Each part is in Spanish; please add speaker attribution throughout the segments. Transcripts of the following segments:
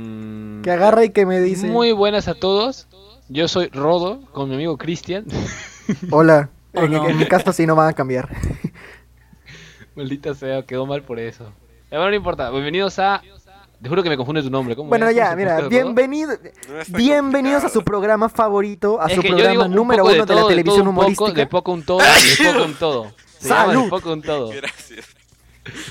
Speaker 1: Mm,
Speaker 2: Que agarra y que me dice.
Speaker 3: Muy buenas a todos. Yo soy Rodo con mi amigo Cristian.
Speaker 2: Hola.
Speaker 1: Oh,
Speaker 2: en,
Speaker 1: no.
Speaker 2: en mi caso sí no van a cambiar.
Speaker 3: Maldita sea, quedó mal por eso. Eh, Bueno, no importa. Bienvenidos a. Te juro que me confunde tu nombre. ¿Cómo
Speaker 2: Bueno,
Speaker 3: es? ¿Cómo
Speaker 2: ya,
Speaker 3: se
Speaker 2: mira,
Speaker 3: pronuncia, Rodo?
Speaker 2: bienvenido,
Speaker 1: no está
Speaker 2: bienvenidos a su
Speaker 1: complicado.
Speaker 2: programa favorito, a
Speaker 3: Es
Speaker 2: su
Speaker 3: que yo digo
Speaker 2: programa
Speaker 3: un
Speaker 2: número
Speaker 3: poco
Speaker 2: uno de,
Speaker 3: todo,
Speaker 2: la televisión
Speaker 3: todo un
Speaker 2: humorística.
Speaker 3: Poco, de poco un todo, de poco un todo. Se llama
Speaker 2: ¡Salud!
Speaker 3: de poco un todo.
Speaker 1: Gracias.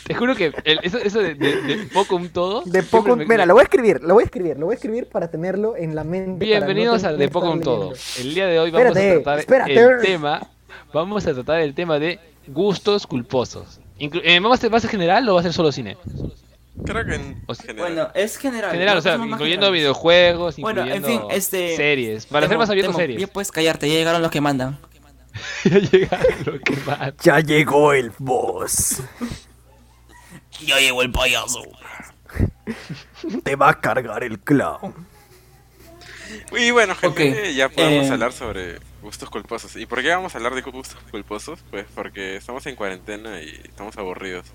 Speaker 3: Te juro que el- eso, eso de, de- de poco un todo.
Speaker 2: De
Speaker 3: siempre
Speaker 2: poco,
Speaker 3: me-
Speaker 2: mira, lo voy a escribir, lo voy a escribir, lo voy a escribir para tenerlo en la mente. para no
Speaker 3: Bienvenidos a
Speaker 2: tener
Speaker 3: De
Speaker 2: que
Speaker 3: Poco
Speaker 2: estar
Speaker 3: un Todo.
Speaker 2: leyendo.
Speaker 3: El día de hoy vamos
Speaker 2: Espérate,
Speaker 3: a tratar el
Speaker 2: espérate.
Speaker 3: tema. Vamos a tratar el tema de gustos culposos. Inclu- eh, ¿Vamos a hacer, va a ser general o va a ser solo cine?
Speaker 1: Creo que en
Speaker 3: O sea,
Speaker 1: general.
Speaker 4: Bueno, es general.
Speaker 3: General, o sea,
Speaker 4: Somos más
Speaker 3: incluyendo
Speaker 4: generales.
Speaker 3: videojuegos,
Speaker 4: Bueno, en
Speaker 3: incluyendo
Speaker 4: fin, este,
Speaker 3: series. Para ser
Speaker 4: Temo,
Speaker 3: más abierto,
Speaker 4: Temo, Ya
Speaker 3: series.
Speaker 4: puedes callarte, ya llegaron los que mandan.
Speaker 3: Ya llega lo que va.
Speaker 2: Ya llegó el boss.
Speaker 4: Ya llegó el payaso.
Speaker 2: Te va a cargar el clown.
Speaker 1: Y bueno, gente,
Speaker 4: Ok,
Speaker 1: ya podemos
Speaker 4: eh,
Speaker 1: hablar sobre gustos culposos. ¿Y por qué vamos a hablar de gustos culposos? Pues porque estamos en cuarentena y estamos aburridos.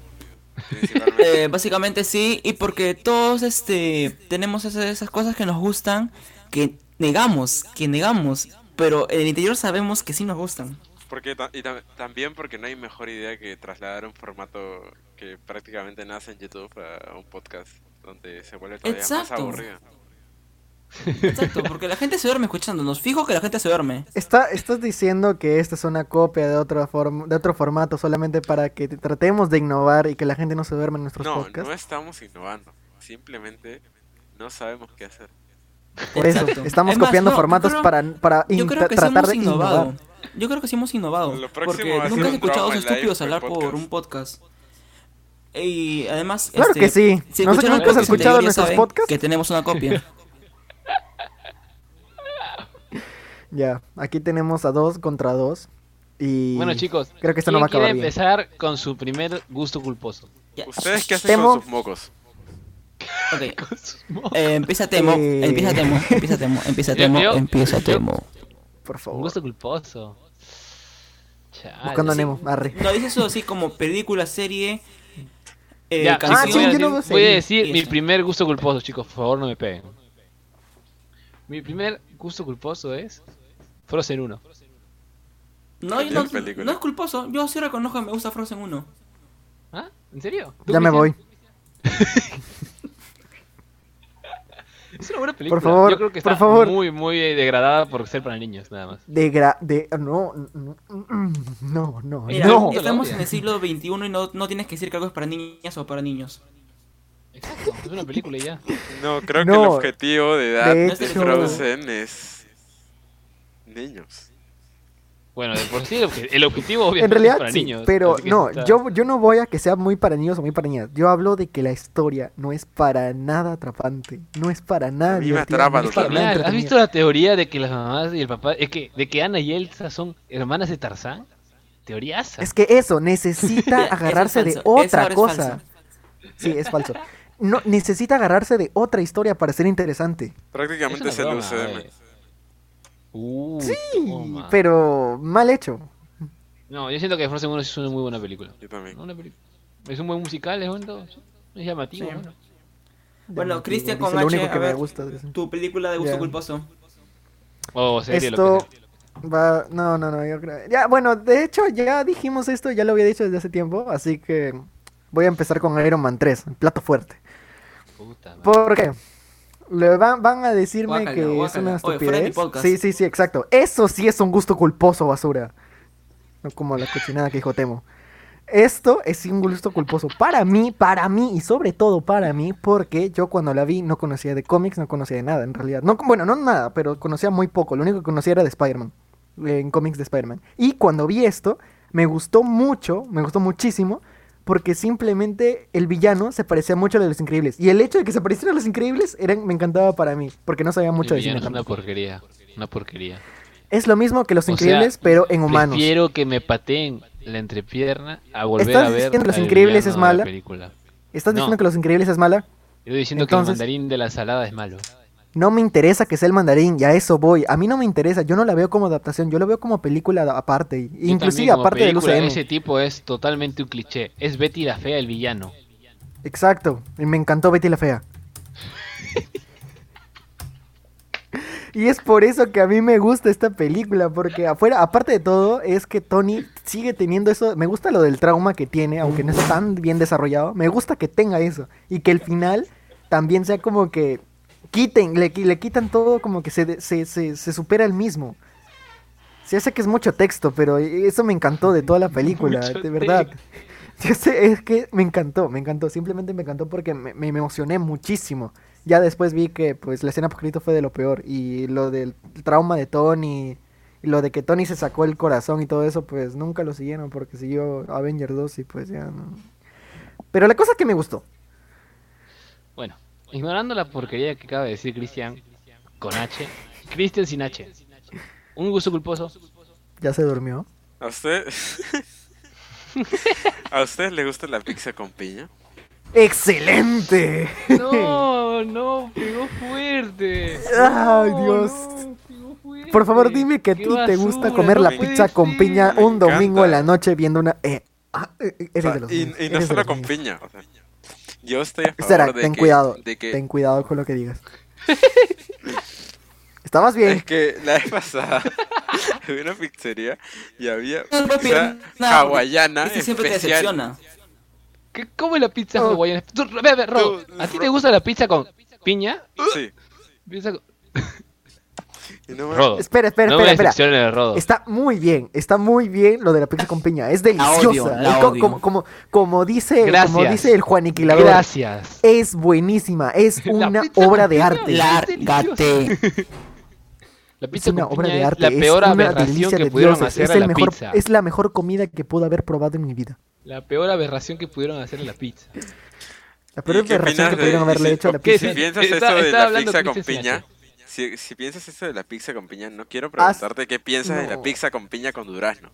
Speaker 1: Principalmente.
Speaker 4: Eh, básicamente sí, y porque todos este tenemos ese- esas cosas que nos gustan, que negamos, que negamos, pero en el interior sabemos que sí nos gustan.
Speaker 1: porque ta- y tam- también porque no hay mejor idea que trasladar un formato que prácticamente nace en YouTube a un podcast donde se vuelve todavía
Speaker 4: Exacto.
Speaker 1: más aburrido.
Speaker 4: Exacto, porque la gente se duerme escuchándonos. Fijo que la gente se duerme.
Speaker 2: Está, estás diciendo que esta es una copia de otro, form- de otro formato solamente para que te- tratemos de innovar y que la gente no se duerma en nuestros
Speaker 1: No,
Speaker 2: podcasts.
Speaker 1: no estamos innovando. Simplemente no sabemos qué hacer.
Speaker 2: Por eso,
Speaker 4: Exacto.
Speaker 2: estamos
Speaker 4: Es más,
Speaker 2: copiando
Speaker 4: no, yo
Speaker 2: formatos
Speaker 4: creo-
Speaker 2: para, para
Speaker 4: Yo
Speaker 2: in-
Speaker 4: creo que sí
Speaker 2: tratar
Speaker 4: hemos
Speaker 2: de
Speaker 4: innovado.
Speaker 2: innovar.
Speaker 4: Yo creo que sí hemos innovado.
Speaker 1: Lo próximo va
Speaker 4: Porque
Speaker 1: a ser
Speaker 4: nunca
Speaker 1: un
Speaker 4: he escuchado a
Speaker 1: drama
Speaker 4: esos
Speaker 1: live
Speaker 4: estúpidos
Speaker 1: por
Speaker 4: hablar
Speaker 1: podcast.
Speaker 4: por un podcast. Y además.
Speaker 2: Claro
Speaker 4: este,
Speaker 2: que sí.
Speaker 4: si
Speaker 2: Nosotros
Speaker 4: escucharon
Speaker 2: nunca hemos
Speaker 4: el podcast
Speaker 2: escuchado
Speaker 4: anterior, ya
Speaker 2: nuestros
Speaker 4: saben
Speaker 2: podcasts.
Speaker 4: Que tenemos una copia.
Speaker 2: Ya, aquí tenemos a dos contra dos. Y
Speaker 3: Bueno, chicos.
Speaker 2: creo que esto no
Speaker 3: ¿quién
Speaker 2: va a acabar
Speaker 3: quiere
Speaker 2: bien.
Speaker 3: empezar con su primer gusto culposo?
Speaker 4: Ya.
Speaker 1: ¿Ustedes qué hacen
Speaker 2: Temo-
Speaker 1: con sus mocos?
Speaker 4: Ok. Eh, empieza Temo,
Speaker 2: Eh.
Speaker 4: empieza Temo, empieza Temo, empieza
Speaker 3: Yo-
Speaker 4: Temo,
Speaker 3: yo-
Speaker 4: empieza
Speaker 3: yo-
Speaker 4: Temo.
Speaker 2: por
Speaker 3: Un
Speaker 2: favor.
Speaker 3: gusto culposo. Chale.
Speaker 2: Buscando a Nemo, arre.
Speaker 4: No, dice eso así como película, serie, eh,
Speaker 3: Ya,
Speaker 2: Ah, sí,
Speaker 4: canción.
Speaker 2: yo no veo
Speaker 3: voy a
Speaker 2: series.
Speaker 3: decir
Speaker 4: Sí,
Speaker 3: mi
Speaker 4: sí.
Speaker 3: primer gusto culposo, chicos. Por favor, no me peguen. Mi primer gusto culposo es Frozen 1.
Speaker 4: No, yo no,
Speaker 1: Es película.
Speaker 4: no es culposo. Yo sí reconozco que me gusta Frozen 1.
Speaker 3: ¿Ah? ¿En serio? ¿Tú,
Speaker 2: Ya me
Speaker 3: Cristian?
Speaker 2: voy.
Speaker 3: Es una buena película.
Speaker 2: favor,
Speaker 3: Yo creo que
Speaker 2: por
Speaker 3: está
Speaker 2: favor.
Speaker 3: muy, muy eh, degradada por ser para niños, nada más.
Speaker 2: De gra... de no no no no.
Speaker 4: Mira,
Speaker 2: no.
Speaker 4: estamos en el siglo XXI y no, no tienes que decir que algo es para niñas o para niños.
Speaker 3: Exacto, es una película y ya.
Speaker 1: No, creo que el
Speaker 2: No,
Speaker 1: objetivo de edad
Speaker 2: de
Speaker 1: de,
Speaker 4: hecho-
Speaker 1: Frozen es niños.
Speaker 3: Bueno, de por sí el, obje- el objetivo obviamente
Speaker 2: En realidad
Speaker 3: es para
Speaker 2: sí,
Speaker 3: niños.
Speaker 2: pero
Speaker 3: así que
Speaker 2: no,
Speaker 3: está-
Speaker 2: yo yo no voy a que sea muy para niños o muy para niñas. Yo hablo de que la historia no es para nada atrapante, no es para nada
Speaker 1: A mí me
Speaker 2: divertida,
Speaker 1: atrapa
Speaker 2: no es
Speaker 3: Para
Speaker 2: para nada
Speaker 3: nada, ¿Has
Speaker 2: entretenida.
Speaker 3: visto la teoría de que las mamás y el papá, es que, de que Ana y Elsa son hermanas de Tarzán? Teorías.
Speaker 2: Es que eso necesita
Speaker 4: Ya, eso es
Speaker 2: agarrarse de
Speaker 4: falso, eso
Speaker 2: otra
Speaker 4: ahora es
Speaker 2: cosa.
Speaker 4: falso.
Speaker 2: Sí, es falso. No necesita agarrarse de otra historia para ser interesante.
Speaker 1: Prácticamente es, el UCM.
Speaker 4: eh.
Speaker 3: Uh,
Speaker 2: Sí,
Speaker 4: Oh,
Speaker 3: toma.
Speaker 2: pero mal hecho.
Speaker 3: No, yo siento que Frozen 1 es una muy buena película.
Speaker 1: Yo también.
Speaker 3: Una peli- Es un buen musical, es bonito. Es llamativo.
Speaker 4: Sí.
Speaker 3: ¿no?
Speaker 4: Bueno, Cristian
Speaker 2: Dice
Speaker 4: con
Speaker 2: lo
Speaker 4: H,
Speaker 2: único
Speaker 4: a
Speaker 2: que me
Speaker 4: ver,
Speaker 2: gusta de eso.
Speaker 4: Tu película de gusto
Speaker 2: Ya.
Speaker 4: culposo.
Speaker 3: O serie, lo
Speaker 2: Esto
Speaker 3: que sea.
Speaker 2: va. No, no, no, yo creo. Ya, bueno, de hecho, ya dijimos esto, ya lo había dicho desde hace tiempo, así que voy a empezar con Iron Man 3, el plato fuerte.
Speaker 3: Puta madre.
Speaker 2: ¿Por qué? Le van, van a decirme
Speaker 4: Guácala,
Speaker 2: que es
Speaker 4: guácala.
Speaker 2: una
Speaker 4: Oye, fuera de mi
Speaker 2: estupidez.
Speaker 4: podcast.
Speaker 2: sí, sí, sí, exacto. Eso sí es un gusto culposo, basura. No como la cochinada que dijo Temo. Esto es un gusto culposo para mí, para mí y sobre todo para mí, porque yo cuando la vi no conocía de cómics, no conocía de nada en realidad. No, bueno, no nada, pero conocía muy poco. Lo único que conocía era de Spider-Man, eh, en cómics de Spider-Man. Y cuando vi esto, me gustó mucho, me gustó muchísimo, porque simplemente el villano se parecía mucho al de los increíbles. Y el hecho de que se pareciera a los increíbles eran, me encantaba para mí, porque no sabía mucho
Speaker 3: El
Speaker 2: de cine.
Speaker 3: villano es una
Speaker 2: tampoco.
Speaker 3: porquería. Una porquería.
Speaker 2: Es lo mismo que los
Speaker 3: O
Speaker 2: increíbles,
Speaker 3: sea,
Speaker 2: pero en humanos.
Speaker 3: Prefiero que me pateen la entrepierna a volver
Speaker 2: ¿Estás
Speaker 3: a ver.
Speaker 2: diciendo que Los
Speaker 3: al
Speaker 2: Increíbles es
Speaker 3: villano de la
Speaker 2: mala?
Speaker 3: película.
Speaker 2: ¿Estás
Speaker 3: no.
Speaker 2: diciendo que los increíbles es mala?
Speaker 3: Yo diciendo que el
Speaker 2: Entonces-
Speaker 3: mandarín de la salada es malo.
Speaker 2: No me interesa que sea el mandarín, ya eso voy. A mí no me interesa, yo no la veo como adaptación, yo la veo como película a- aparte.
Speaker 3: Yo
Speaker 2: Inclusive
Speaker 3: también, como
Speaker 2: aparte del
Speaker 3: película,
Speaker 2: UCM.
Speaker 3: Ese tipo es totalmente un cliché. Es Betty la fea, el villano.
Speaker 2: Exacto, y me encantó Betty la Fea. Y es por eso que a mí me gusta esta película, porque afuera, aparte de todo, es que Tony sigue teniendo eso. Me gusta lo del trauma que tiene, aunque no es tan bien desarrollado. Me gusta que tenga eso. Y que el final también sea como que quiten, le, le quitan todo, como que se, de- se, se, se supera el mismo. Sí, ya sé que es mucho texto, pero eso me encantó de toda la película,
Speaker 3: Mucho
Speaker 2: de verdad.
Speaker 3: texto.
Speaker 2: Ya sé, es que me encantó, me encantó, simplemente me encantó porque me, me emocioné muchísimo. Ya después vi que pues la escena post-crédito fue de lo peor y lo del trauma de Tony y lo de que Tony se sacó el corazón y todo eso, pues nunca lo siguieron porque siguió Avenger 2 y pues ya no. Pero la cosa es que me gustó.
Speaker 3: Bueno, ignorando la porquería que acaba de decir Cristian con H, Cristian sin H. Un gusto culposo.
Speaker 2: Ya se durmió.
Speaker 1: ¿A usted? ¿A usted le gusta la pizza con piña?
Speaker 2: ¡Excelente!
Speaker 3: No, no, pegó fuerte.
Speaker 2: Ay,
Speaker 3: No,
Speaker 2: Dios.
Speaker 3: no, pegó fuerte.
Speaker 2: Por favor, dime que a
Speaker 3: Qué
Speaker 2: ti te gusta
Speaker 3: basura,
Speaker 2: comer
Speaker 3: no
Speaker 2: la
Speaker 1: me
Speaker 3: puede
Speaker 2: pizza con
Speaker 3: ser.
Speaker 2: piña
Speaker 1: Me
Speaker 2: un domingo en la
Speaker 1: encanta.
Speaker 2: noche viendo una. Eh, ah, eh, eh,
Speaker 1: O
Speaker 2: eres
Speaker 1: sea,
Speaker 2: de los míos,
Speaker 1: y, y no
Speaker 2: eres de
Speaker 1: solo
Speaker 2: los
Speaker 1: con
Speaker 2: míos.
Speaker 1: piña. o sea, yo estoy a favor
Speaker 2: Sara,
Speaker 1: de
Speaker 2: ten
Speaker 1: que-
Speaker 2: cuidado.
Speaker 1: de que
Speaker 2: Ten cuidado con lo que digas. Estabas bien.
Speaker 1: Es que la vez pasada había una pizzería y había
Speaker 4: No, papi,
Speaker 1: pizza
Speaker 4: no.
Speaker 1: hawaiana
Speaker 4: Este siempre te
Speaker 1: especial.
Speaker 4: decepciona.
Speaker 3: ¿Qué, ¿Cómo es la pizza
Speaker 2: No.
Speaker 3: hawaiana? Tú, ve, ve, Ro,
Speaker 1: Tú,
Speaker 3: ¿a ti
Speaker 1: Ro-
Speaker 3: te gusta la pizza con piña?
Speaker 1: Sí.
Speaker 3: Pizza con-
Speaker 1: Y no me-
Speaker 3: Rodo.
Speaker 2: Espera, espera,
Speaker 3: no
Speaker 2: espera,
Speaker 3: me
Speaker 2: espera.
Speaker 3: decepciones, Rodo.
Speaker 2: Está muy bien, está muy bien lo de la pizza con piña. Es deliciosa.
Speaker 4: odio, la
Speaker 2: Es co-
Speaker 4: odio.
Speaker 2: Como, como, como dice, como
Speaker 3: Gracias.
Speaker 2: dice el Juaniquilador,
Speaker 3: Gracias.
Speaker 2: es buenísima, es
Speaker 3: La
Speaker 2: una
Speaker 3: pizza con
Speaker 2: obra de
Speaker 3: piña,
Speaker 2: arte.
Speaker 3: la-
Speaker 4: Lárgate.
Speaker 3: La
Speaker 2: Es
Speaker 3: pizza
Speaker 2: una
Speaker 3: con
Speaker 2: obra
Speaker 3: piña
Speaker 2: de
Speaker 3: es
Speaker 2: arte.
Speaker 3: la
Speaker 2: es
Speaker 3: peor
Speaker 2: una
Speaker 3: aberración
Speaker 2: delicia
Speaker 3: que
Speaker 2: de
Speaker 3: pudieron
Speaker 2: dioses,
Speaker 3: hacer
Speaker 2: es
Speaker 3: a
Speaker 2: el
Speaker 3: la
Speaker 2: mejor,
Speaker 3: pizza.
Speaker 2: Es la mejor comida que pude haber probado en mi vida.
Speaker 3: La peor aberración que pudieron hacer a la pizza.
Speaker 2: La peor
Speaker 1: ¿Y qué
Speaker 2: aberración
Speaker 1: opinas
Speaker 2: que
Speaker 1: de-
Speaker 2: pudieron haberle
Speaker 1: y si-
Speaker 2: hecho a la
Speaker 1: ¿qué
Speaker 2: pizza.
Speaker 1: Si
Speaker 3: dices?
Speaker 1: piensas
Speaker 3: Está-
Speaker 1: eso de
Speaker 3: está
Speaker 1: la
Speaker 3: hablando
Speaker 1: pizza con
Speaker 3: Cristian
Speaker 1: piña,
Speaker 3: Sinacho.
Speaker 1: si, si piensas eso de la pizza con piña, no quiero preguntarte qué piensas de
Speaker 2: no.
Speaker 1: la pizza con piña con durazno.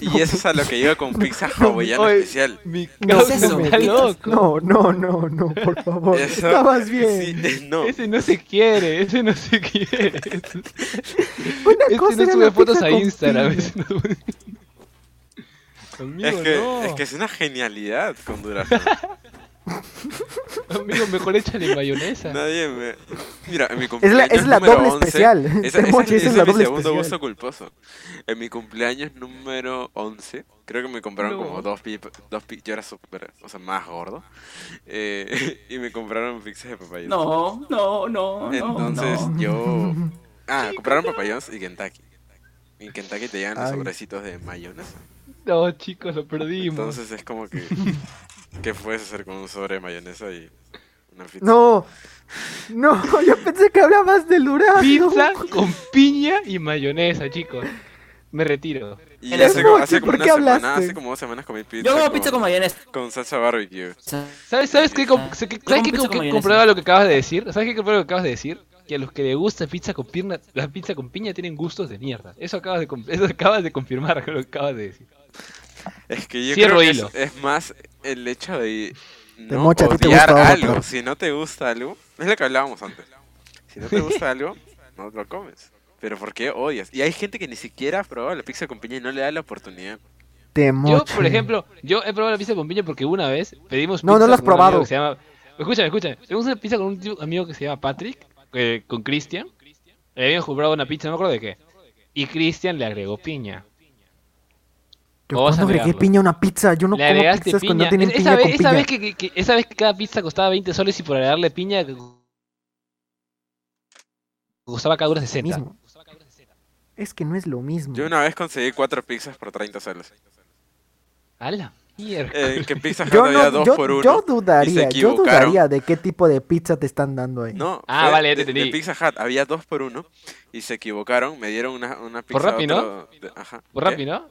Speaker 1: Y eso es a lo que iba con pizza hawaiana
Speaker 3: Oye,
Speaker 1: especial.
Speaker 3: Mi
Speaker 2: No,
Speaker 3: causa
Speaker 4: es eso,
Speaker 3: está
Speaker 4: Carlitos.
Speaker 3: loco.
Speaker 2: No, no, no, no, por favor.
Speaker 1: Eso-
Speaker 2: Estabas bien.
Speaker 1: sí, no.
Speaker 3: Ese no se quiere, ese no se quiere.
Speaker 2: Una
Speaker 3: Este
Speaker 2: cosa
Speaker 3: no
Speaker 2: era
Speaker 3: sube
Speaker 2: la
Speaker 3: fotos
Speaker 2: pizza
Speaker 3: a
Speaker 2: con
Speaker 3: Instagram.
Speaker 2: piña.
Speaker 3: ese no sube- Amigo,
Speaker 1: Es que,
Speaker 3: no.
Speaker 1: es que es una genialidad con durazno.
Speaker 3: Amigo, mejor échale mayonesa.
Speaker 1: Nadie me. Mira, en mi
Speaker 2: Es la-
Speaker 1: cumpleaños.
Speaker 2: es la
Speaker 1: número
Speaker 2: doble
Speaker 1: 11,
Speaker 2: especial.
Speaker 1: Esa, esa-
Speaker 2: Este emoji
Speaker 1: ese
Speaker 2: es
Speaker 1: es
Speaker 2: la
Speaker 1: mi
Speaker 2: doble
Speaker 1: segundo
Speaker 2: especial.
Speaker 1: gusto culposo. En mi cumpleaños número 11, creo que me compraron
Speaker 3: No.
Speaker 1: como dos pipas. Dos pi- yo era súper. O sea, más gordo. Eh, y me compraron pizzas de papayón.
Speaker 4: No, no, no, no.
Speaker 1: Entonces
Speaker 4: no.
Speaker 1: yo. Ah, compraron papayón y Kentucky. En Kentucky te llegan los
Speaker 2: Ay.
Speaker 1: sobrecitos de mayonesa.
Speaker 3: No, chicos, lo perdimos.
Speaker 1: Entonces es como que. ¿Qué puedes hacer con un sobre de mayonesa y una pizza?
Speaker 2: No, no, yo pensé que hablabas del durazno.
Speaker 3: Pizza con piña y mayonesa, chicos. Me retiro.
Speaker 1: Y
Speaker 4: El
Speaker 1: hace, como-
Speaker 2: emoji,
Speaker 1: hace como
Speaker 2: ¿por
Speaker 1: una
Speaker 2: qué
Speaker 1: semana,
Speaker 2: hablaste?
Speaker 1: hace como dos semanas comí pizza.
Speaker 4: Yo como pizza con mayonesa.
Speaker 1: Con salsa barbecue.
Speaker 4: O sea,
Speaker 3: ¿Sabes, sabes qué, com-
Speaker 4: Ah. Yo
Speaker 3: sé que-
Speaker 4: como
Speaker 3: ¿sabes qué,
Speaker 4: pizza
Speaker 3: com-
Speaker 4: con
Speaker 3: qué
Speaker 4: mayonesa.
Speaker 3: comprueba lo que acabas de decir? ¿Sabes qué comprueba lo que acabas de decir? Que a los que les gusta pizza con piña, la pizza con piña tienen gustos de mierda. Eso acabas de, com- eso acabas de confirmar con lo que acabas de decir.
Speaker 1: Es que yo
Speaker 3: Cierro
Speaker 1: creo que
Speaker 3: hilo.
Speaker 1: es, es más el hecho de no
Speaker 2: mocha, ¿a ti te
Speaker 1: odiar
Speaker 2: gusta
Speaker 1: algo.
Speaker 2: otro?
Speaker 1: Si no te gusta algo, es lo que hablábamos antes. Si no te gusta algo, no lo comes. Pero ¿por qué odias? Y hay gente que ni siquiera ha probado la pizza con piña y no le da la oportunidad.
Speaker 2: Te
Speaker 3: Yo,
Speaker 2: moche.
Speaker 3: por ejemplo, yo he probado la pizza con piña porque una vez pedimos
Speaker 2: No, no
Speaker 3: pizza
Speaker 2: la has
Speaker 3: con un amigo
Speaker 2: probado.
Speaker 3: que se llama... Escúchame, escúchame. Pedimos una pizza con un tío- amigo que se llama Patrick, eh, con Cristian. Le habían comprado una pizza, no me acuerdo de qué. Y Cristian le agregó piña.
Speaker 2: Yo
Speaker 3: vamos a
Speaker 2: cuando agregué
Speaker 3: negarlo.
Speaker 2: piña a una pizza, yo no
Speaker 3: le
Speaker 2: como
Speaker 3: agregaste
Speaker 2: pizzas
Speaker 3: piña.
Speaker 2: cuando tienen
Speaker 3: esa,
Speaker 2: piña
Speaker 3: vez,
Speaker 2: con
Speaker 3: esa
Speaker 2: piña.
Speaker 3: vez que, que- que- esa vez que cada pizza costaba 20 soles y por agregarle piña costaba cada una 60.
Speaker 2: Mismo. Es que no es lo mismo.
Speaker 1: Yo una vez conseguí cuatro pizzas por 30 soles.
Speaker 3: A la mierda.
Speaker 1: Eh, que Pizza Hut
Speaker 2: Yo
Speaker 1: había
Speaker 2: no,
Speaker 1: dos
Speaker 2: yo,
Speaker 1: por uno.
Speaker 2: yo dudaría,
Speaker 1: y se
Speaker 2: yo dudaría
Speaker 1: equivocaron.
Speaker 2: de qué tipo de pizza te están dando ahí.
Speaker 1: No,
Speaker 3: Ah,
Speaker 1: fue
Speaker 3: vale, ya te
Speaker 1: de- de
Speaker 3: entendí.
Speaker 1: Pizza Hut había dos por uno y se equivocaron. Me dieron una, una pizza.
Speaker 3: Rappi, ¿no?
Speaker 1: otro- de- ajá.
Speaker 3: Por
Speaker 1: ¿Qué?
Speaker 3: Rappi, ¿no?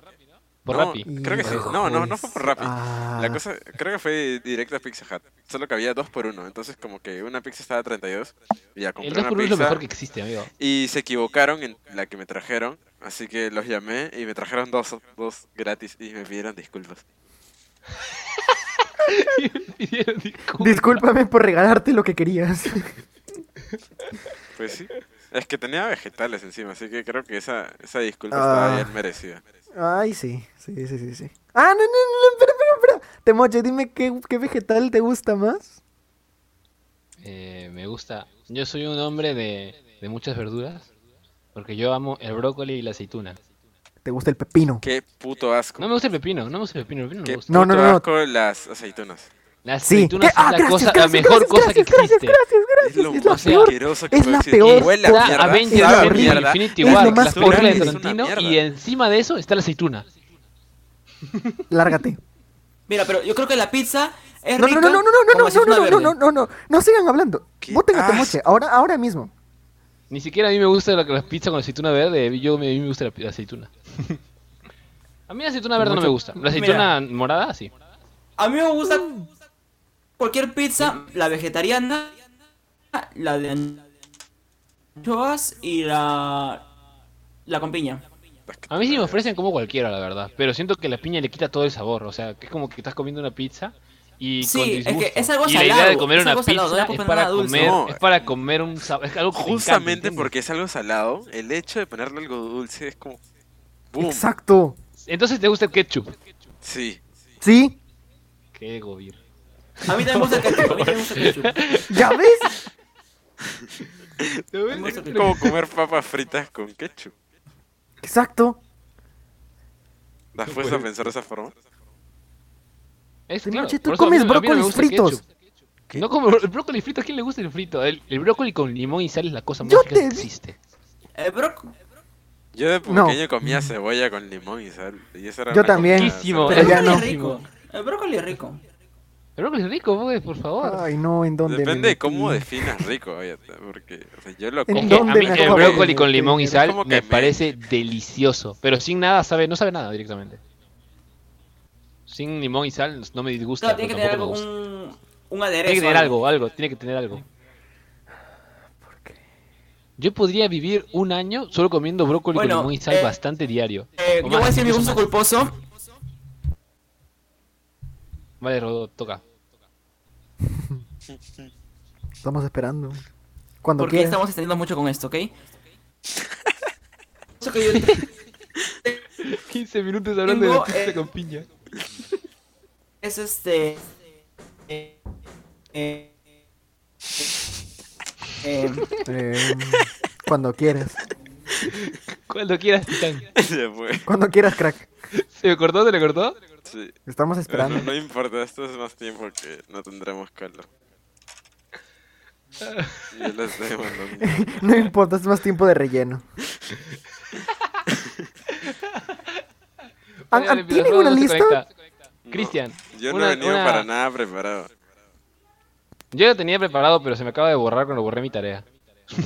Speaker 3: Por
Speaker 1: No,
Speaker 3: Rappi.
Speaker 1: Creo que sí. No, no, no fue por Rappi.
Speaker 2: "Pues, Ah,
Speaker 1: La cosa, creo que fue directo a Pizza Hut. Solo que había dos por uno. Entonces, como que una pizza estaba a 32. Y ya compré
Speaker 3: El 2
Speaker 1: una
Speaker 3: por 1 es
Speaker 1: pizza.
Speaker 3: lo mejor que existe, amigo.
Speaker 1: Y se equivocaron en la que me trajeron. Así que los llamé y me trajeron dos, dos gratis. Y me pidieron disculpas.
Speaker 3: Pidieron disculpas.
Speaker 2: Discúlpame por regalarte lo que querías.
Speaker 1: Pues sí. Es que tenía vegetales encima. Así que creo que esa, esa disculpa
Speaker 2: Ah.
Speaker 1: estaba bien merecida.
Speaker 2: Ay, sí, sí, sí, sí, sí. Ah, no, no, no, espera, espera, espera. Temoche, dime qué, qué vegetal te gusta más.
Speaker 3: eh, me gusta. Yo soy un hombre de, de muchas verduras. Porque yo amo el brócoli y la aceituna.
Speaker 2: ¿Te gusta el pepino?
Speaker 1: Qué puto asco.
Speaker 3: No me gusta el pepino, no me gusta el pepino. El pepino no me
Speaker 1: Qué
Speaker 3: gusta.
Speaker 1: puto
Speaker 2: No, no, no, no.
Speaker 1: asco las aceitunas.
Speaker 3: La
Speaker 2: Sí.
Speaker 3: aceituna
Speaker 2: ¿Qué? Ah,
Speaker 3: es la, cosa, la mejor cosa que existe.
Speaker 2: Gracias,
Speaker 1: Es lo
Speaker 2: gracias, es la
Speaker 1: más
Speaker 3: peor.
Speaker 2: peor.
Speaker 1: asqueroso que
Speaker 2: Es
Speaker 1: puede
Speaker 2: la
Speaker 1: existir.
Speaker 2: peor.
Speaker 1: Huele a
Speaker 3: Está
Speaker 1: mierda,
Speaker 3: Avengers,
Speaker 1: sabe a
Speaker 2: horrible.
Speaker 3: Avengers,
Speaker 1: mierda.
Speaker 3: Infinity
Speaker 2: Es lo
Speaker 3: War,
Speaker 2: más
Speaker 3: las películas de
Speaker 2: horrible.
Speaker 1: Es una
Speaker 3: Tarantino
Speaker 1: mierda.
Speaker 3: y encima de eso está la aceituna.
Speaker 2: Lárgate.
Speaker 4: Mira, pero yo creo que la pizza es
Speaker 2: No, no,
Speaker 4: rica.
Speaker 2: no, no, no, no,
Speaker 4: como
Speaker 2: no,
Speaker 4: si
Speaker 2: no,
Speaker 4: es una
Speaker 2: no, no,
Speaker 4: verde.
Speaker 2: no, no, no, no sigan hablando.
Speaker 1: Qué
Speaker 2: Voten a Tomoche,
Speaker 1: asco.
Speaker 2: ahora, ahora mismo.
Speaker 3: Ni siquiera a mí me gusta la, la pizza con aceituna verde. Yo me- a mí me gusta la, la aceituna. A mí la aceituna verde no me gusta. La aceituna morada, sí.
Speaker 4: A mí me gusta
Speaker 2: Mm.
Speaker 4: cualquier pizza, la vegetariana, la de anchoas y la la con piña.
Speaker 3: A mí sí me ofrecen como cualquiera, la verdad. Pero siento que la piña le quita todo el sabor. O sea, que es como que estás comiendo una pizza y
Speaker 4: Sí,
Speaker 3: con
Speaker 4: es que
Speaker 3: disgusto.
Speaker 4: es algo
Speaker 3: y la idea de
Speaker 4: salado,
Speaker 3: comer
Speaker 4: es
Speaker 3: una
Speaker 4: algo
Speaker 3: pizza
Speaker 4: salado, no le
Speaker 3: es,
Speaker 4: puedes poner
Speaker 3: para
Speaker 4: nada dulce.
Speaker 3: comer,
Speaker 1: No.
Speaker 3: es para comer un sabor. Es algo que te encanta,
Speaker 1: Justamente
Speaker 3: ¿entiendes?
Speaker 1: porque es algo salado, el hecho de ponerle algo dulce es como. ¡Boom!
Speaker 2: Exacto.
Speaker 3: Entonces te gusta el ketchup.
Speaker 1: Sí.
Speaker 2: ¿Sí?
Speaker 3: Qué gobierno.
Speaker 4: A mí también me gusta el ketchup, a mí también me gusta el ketchup.
Speaker 2: ¿Ya ves?
Speaker 4: Me gusta el
Speaker 1: Es
Speaker 4: ketchup.
Speaker 1: como comer papas fritas con ketchup.
Speaker 2: Exacto.
Speaker 1: ¿Las puedes a pensar de esa forma?
Speaker 3: Es claro,
Speaker 2: Timoche, tú
Speaker 3: por eso a
Speaker 2: comes
Speaker 3: mí no- a mí no me
Speaker 2: brócolis
Speaker 3: gusta el
Speaker 2: fritos.
Speaker 3: ketchup. No como el brócoli frito, ¿a quién le gusta el frito? El, el brócoli con limón y sal es la cosa más
Speaker 2: Yo
Speaker 3: rica que
Speaker 2: te-
Speaker 3: existe.
Speaker 4: El brócoli.
Speaker 1: Yo de
Speaker 2: No.
Speaker 1: pequeño comía cebolla con limón y sal. Y eso era
Speaker 2: Yo
Speaker 1: una
Speaker 2: también.
Speaker 1: comida
Speaker 3: Riquísimo.
Speaker 1: salada.
Speaker 4: El
Speaker 2: ya
Speaker 4: brócoli
Speaker 2: no.
Speaker 4: es rico. El brócoli es rico.
Speaker 3: El brócoli es rico, güey, por favor.
Speaker 2: Ay, no, ¿en dónde? me
Speaker 1: Depende de
Speaker 2: metí?
Speaker 1: cómo definas rico, oye, porque o sea, yo lo
Speaker 2: ¿En
Speaker 1: como.
Speaker 3: Es que a
Speaker 2: dónde
Speaker 3: mí
Speaker 2: me
Speaker 3: el
Speaker 2: acabo de
Speaker 3: brócoli con
Speaker 2: meter?
Speaker 3: limón y
Speaker 2: Es
Speaker 3: sal
Speaker 1: como que
Speaker 3: me
Speaker 1: me-
Speaker 3: parece delicioso, pero sin nada sabe, no sabe nada directamente. Sin limón y sal no me disgusta.
Speaker 4: Claro, tiene que
Speaker 3: pero
Speaker 4: tener
Speaker 3: pues, tampoco
Speaker 4: algo,
Speaker 3: me gusta.
Speaker 4: un, un
Speaker 3: Tiene que
Speaker 4: aderezo.
Speaker 3: tener algo, algo, tiene que tener algo. Yo podría vivir un año solo comiendo brócoli
Speaker 4: Bueno,
Speaker 3: con limón y sal
Speaker 4: eh,
Speaker 3: bastante diario.
Speaker 4: Eh,
Speaker 3: O
Speaker 4: yo
Speaker 3: más,
Speaker 4: voy a decir mi
Speaker 3: incluso
Speaker 4: gusto
Speaker 3: más.
Speaker 4: culposo.
Speaker 3: Vale, Rodo, toca.
Speaker 2: Estamos esperando. Cuando
Speaker 4: Porque
Speaker 2: quieras.
Speaker 4: estamos extendiendo mucho con esto, ¿ok? Eso que yo
Speaker 3: 15 minutos
Speaker 4: hablando de la Tengo, pizza eh, con
Speaker 3: piña.
Speaker 4: es este. eh, eh, eh,
Speaker 2: Eh, cuando quieras.
Speaker 3: Cuando quieras, Titán.
Speaker 1: Se fue.
Speaker 2: Cuando quieras, crack.
Speaker 3: ¿Se le cortó? ¿Se le cortó?
Speaker 1: Sí.
Speaker 2: Estamos
Speaker 1: Bueno,
Speaker 2: esperando.
Speaker 1: no importa, esto es más tiempo que no tendremos calor. Yo lo estoy mandando.
Speaker 2: No importa, es más tiempo de relleno. ¿Han-
Speaker 3: Vale,
Speaker 2: han-
Speaker 3: dale,
Speaker 2: ¿Tienen
Speaker 3: Rodo,
Speaker 2: una
Speaker 3: no se
Speaker 2: lista?
Speaker 3: conecta.
Speaker 1: No,
Speaker 3: Cristian,
Speaker 1: Yo no
Speaker 3: una-
Speaker 1: he venido
Speaker 3: una-
Speaker 1: para nada preparado.
Speaker 3: Yo lo tenía preparado, pero se me acaba de borrar cuando borré mi tarea.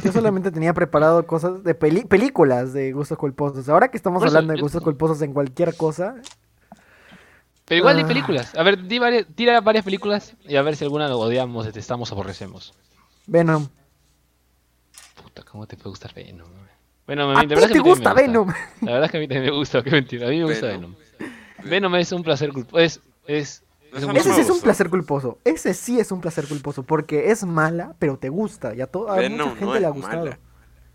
Speaker 2: Yo solamente tenía preparado cosas de peli- películas de gustos culposos. Ahora que estamos
Speaker 3: Por eso,
Speaker 2: hablando de
Speaker 3: yo-
Speaker 2: gustos culposos en cualquier cosa,
Speaker 3: Pero igual de
Speaker 2: Ah.
Speaker 3: películas. A ver, di varias- tira varias películas y a ver si alguna lo odiamos, detestamos, aborrecemos.
Speaker 2: Venom.
Speaker 3: Puta, ¿cómo te puede gustar Venom? Bueno, me
Speaker 2: ¿A
Speaker 3: la verdad es
Speaker 2: ti
Speaker 3: que
Speaker 2: te
Speaker 3: a mí también me
Speaker 2: gusta Venom?
Speaker 3: La verdad es que a mí también me gusta, qué mentira. A mí me gusta
Speaker 1: Venom.
Speaker 3: Venom. Venom es un placer culposo. Es, es,
Speaker 1: No
Speaker 3: es un
Speaker 1: es
Speaker 2: Ese
Speaker 1: me
Speaker 2: sí es un
Speaker 1: gustó.
Speaker 2: placer culposo. Ese sí es un placer culposo porque es mala, pero te gusta. Y a, to- a mucha
Speaker 1: Venom
Speaker 2: gente
Speaker 1: no
Speaker 2: le ha
Speaker 1: es
Speaker 2: gustado.
Speaker 1: mala.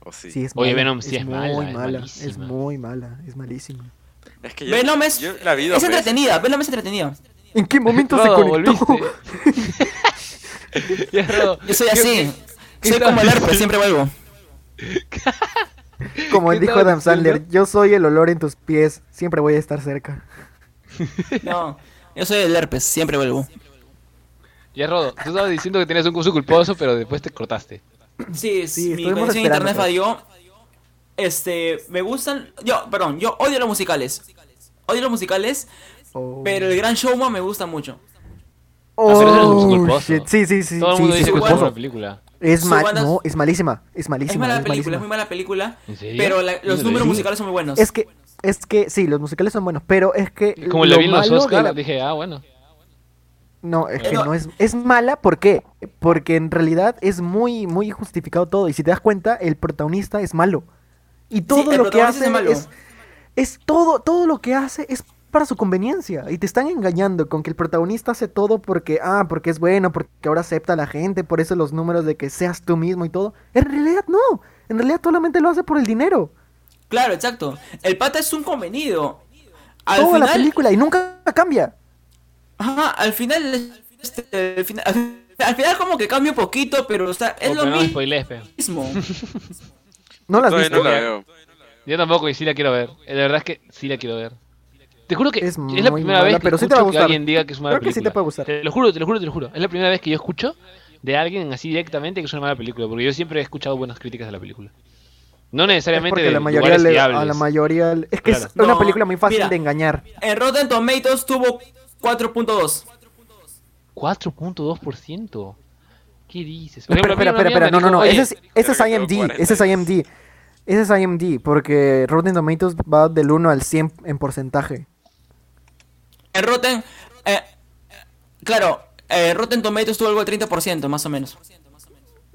Speaker 1: O sí.
Speaker 2: Sí, es
Speaker 3: Oye,
Speaker 2: mala,
Speaker 3: Venom sí es mala,
Speaker 2: muy
Speaker 3: es
Speaker 2: mala, es
Speaker 3: malísima.
Speaker 2: muy mala, es malísima.
Speaker 1: Es que yo,
Speaker 4: Venom es.
Speaker 1: yo la pues. vi dos
Speaker 4: es
Speaker 1: veces.
Speaker 4: entretenida, Venom es entretenida.
Speaker 2: ¿En qué momento se
Speaker 3: Rodo,
Speaker 2: conectó?
Speaker 3: volviste. Ya, Rodo,
Speaker 4: Yo soy
Speaker 3: ¿qué-
Speaker 4: así.
Speaker 3: qué
Speaker 4: Soy como el
Speaker 3: tal?
Speaker 4: arpa, siempre vuelvo.
Speaker 2: Como
Speaker 3: ¿Qué
Speaker 2: dijo
Speaker 3: estaba
Speaker 2: Adam Sandler,
Speaker 3: diciendo?
Speaker 2: yo soy el olor en tus pies, siempre voy a estar cerca.
Speaker 4: No, yo soy el herpes, siempre vuelvo.
Speaker 3: Ya, Rodo, tú estabas diciendo que tenías un curso culposo, pero después te cortaste.
Speaker 4: Sí,
Speaker 2: Sí,
Speaker 4: mi
Speaker 2: estuvimos
Speaker 4: conexión a internet
Speaker 2: esperando.
Speaker 4: falló. Este, me gustan. Yo, perdón, yo odio los musicales. Odio los musicales,
Speaker 2: Oh.
Speaker 4: pero el Gran Showman me gusta mucho.
Speaker 2: Oh,
Speaker 3: pero eso no es un culposo.
Speaker 2: shit. Sí, sí, sí,
Speaker 3: Todo el
Speaker 2: sí,
Speaker 3: mundo dice
Speaker 2: sí, es
Speaker 3: que es una buena
Speaker 2: culposo.
Speaker 3: película.
Speaker 2: Es
Speaker 4: Su
Speaker 2: mal,
Speaker 4: banda-
Speaker 2: no, es malísima, es
Speaker 4: Es
Speaker 2: malísima,
Speaker 4: mala
Speaker 2: es
Speaker 4: película, es
Speaker 2: malísima.
Speaker 4: muy mala película,
Speaker 3: ¿En serio?
Speaker 4: pero la-
Speaker 3: Yo no
Speaker 4: los
Speaker 3: la
Speaker 4: números
Speaker 3: vi.
Speaker 4: musicales son muy buenos.
Speaker 2: Es que, es que, sí, los musicales son buenos, pero es que
Speaker 3: Como la
Speaker 2: lo
Speaker 3: vi en los
Speaker 2: malo de
Speaker 3: Oscars,
Speaker 2: la-
Speaker 3: dije, ah, bueno.
Speaker 2: No, es que
Speaker 4: Bueno.
Speaker 2: no es, es mala, ¿por qué? Porque en realidad es muy, muy justificado todo. Y si te das cuenta, el protagonista es malo. Y todo
Speaker 4: el
Speaker 2: lo que
Speaker 4: protagonista
Speaker 2: hace
Speaker 4: es
Speaker 2: es,
Speaker 4: malo.
Speaker 2: es, todo, todo lo que hace es para su conveniencia. Y te están engañando con que el protagonista hace todo porque, ah, porque es bueno, porque ahora acepta a la gente, por eso los números de que seas tú mismo y todo. En realidad no, en realidad solamente lo hace por el dinero.
Speaker 4: Claro, exacto. El pata es un convenido. Al
Speaker 2: Toda la
Speaker 4: final,
Speaker 2: película y nunca cambia.
Speaker 4: ajá, al final, este, al final, al Al final como que cambia un poquito, pero o sea, es
Speaker 3: Oh,
Speaker 4: lo
Speaker 3: pero no me
Speaker 4: mismo.
Speaker 3: spoilees, pe.
Speaker 2: ¿No las
Speaker 1: Todavía
Speaker 2: viste?
Speaker 1: no la veo.
Speaker 3: Yo tampoco, y sí la quiero ver. Eh, La verdad es que sí la quiero ver. Te juro que
Speaker 2: Es
Speaker 3: es,
Speaker 2: muy
Speaker 3: la primera
Speaker 2: mala,
Speaker 3: vez que,
Speaker 2: pero sí
Speaker 3: escucho
Speaker 2: te va a
Speaker 3: que
Speaker 2: gustar.
Speaker 3: alguien diga que es una mala
Speaker 2: Creo que sí
Speaker 3: película.
Speaker 2: te puede gustar.
Speaker 3: Te lo juro, te lo juro, te lo juro. Es la primera vez que yo escucho de alguien así directamente que es una mala película, porque yo siempre he escuchado buenas críticas de la película. No
Speaker 2: Es
Speaker 3: necesariamente
Speaker 2: porque
Speaker 3: de
Speaker 2: la mayoría
Speaker 3: lugares
Speaker 2: le-
Speaker 3: fiables.
Speaker 2: a la mayoría le- es que es
Speaker 4: Claro.
Speaker 2: una
Speaker 4: No,
Speaker 2: película muy fácil
Speaker 4: mira.
Speaker 2: de engañar.
Speaker 4: En Rotten Tomatoes tuvo 4.2.
Speaker 3: 4.2%. ¿Qué dices? Por
Speaker 2: Espera,
Speaker 3: ejemplo,
Speaker 2: espera,
Speaker 3: a mí
Speaker 2: espera,
Speaker 3: una
Speaker 2: espera,
Speaker 3: amiga
Speaker 2: no, no,
Speaker 3: me
Speaker 2: no,
Speaker 3: dijo,
Speaker 2: ese
Speaker 3: "Oye,
Speaker 2: es, ese es
Speaker 1: creo que quedó
Speaker 2: IMD,
Speaker 1: 40.
Speaker 2: ese es IMD. Ese es IMD porque Rotten Tomatoes va del 1 al 100 en porcentaje.
Speaker 4: En Rotten... eh, claro, eh, Rotten Tomatoes tuvo algo de 30% más o menos.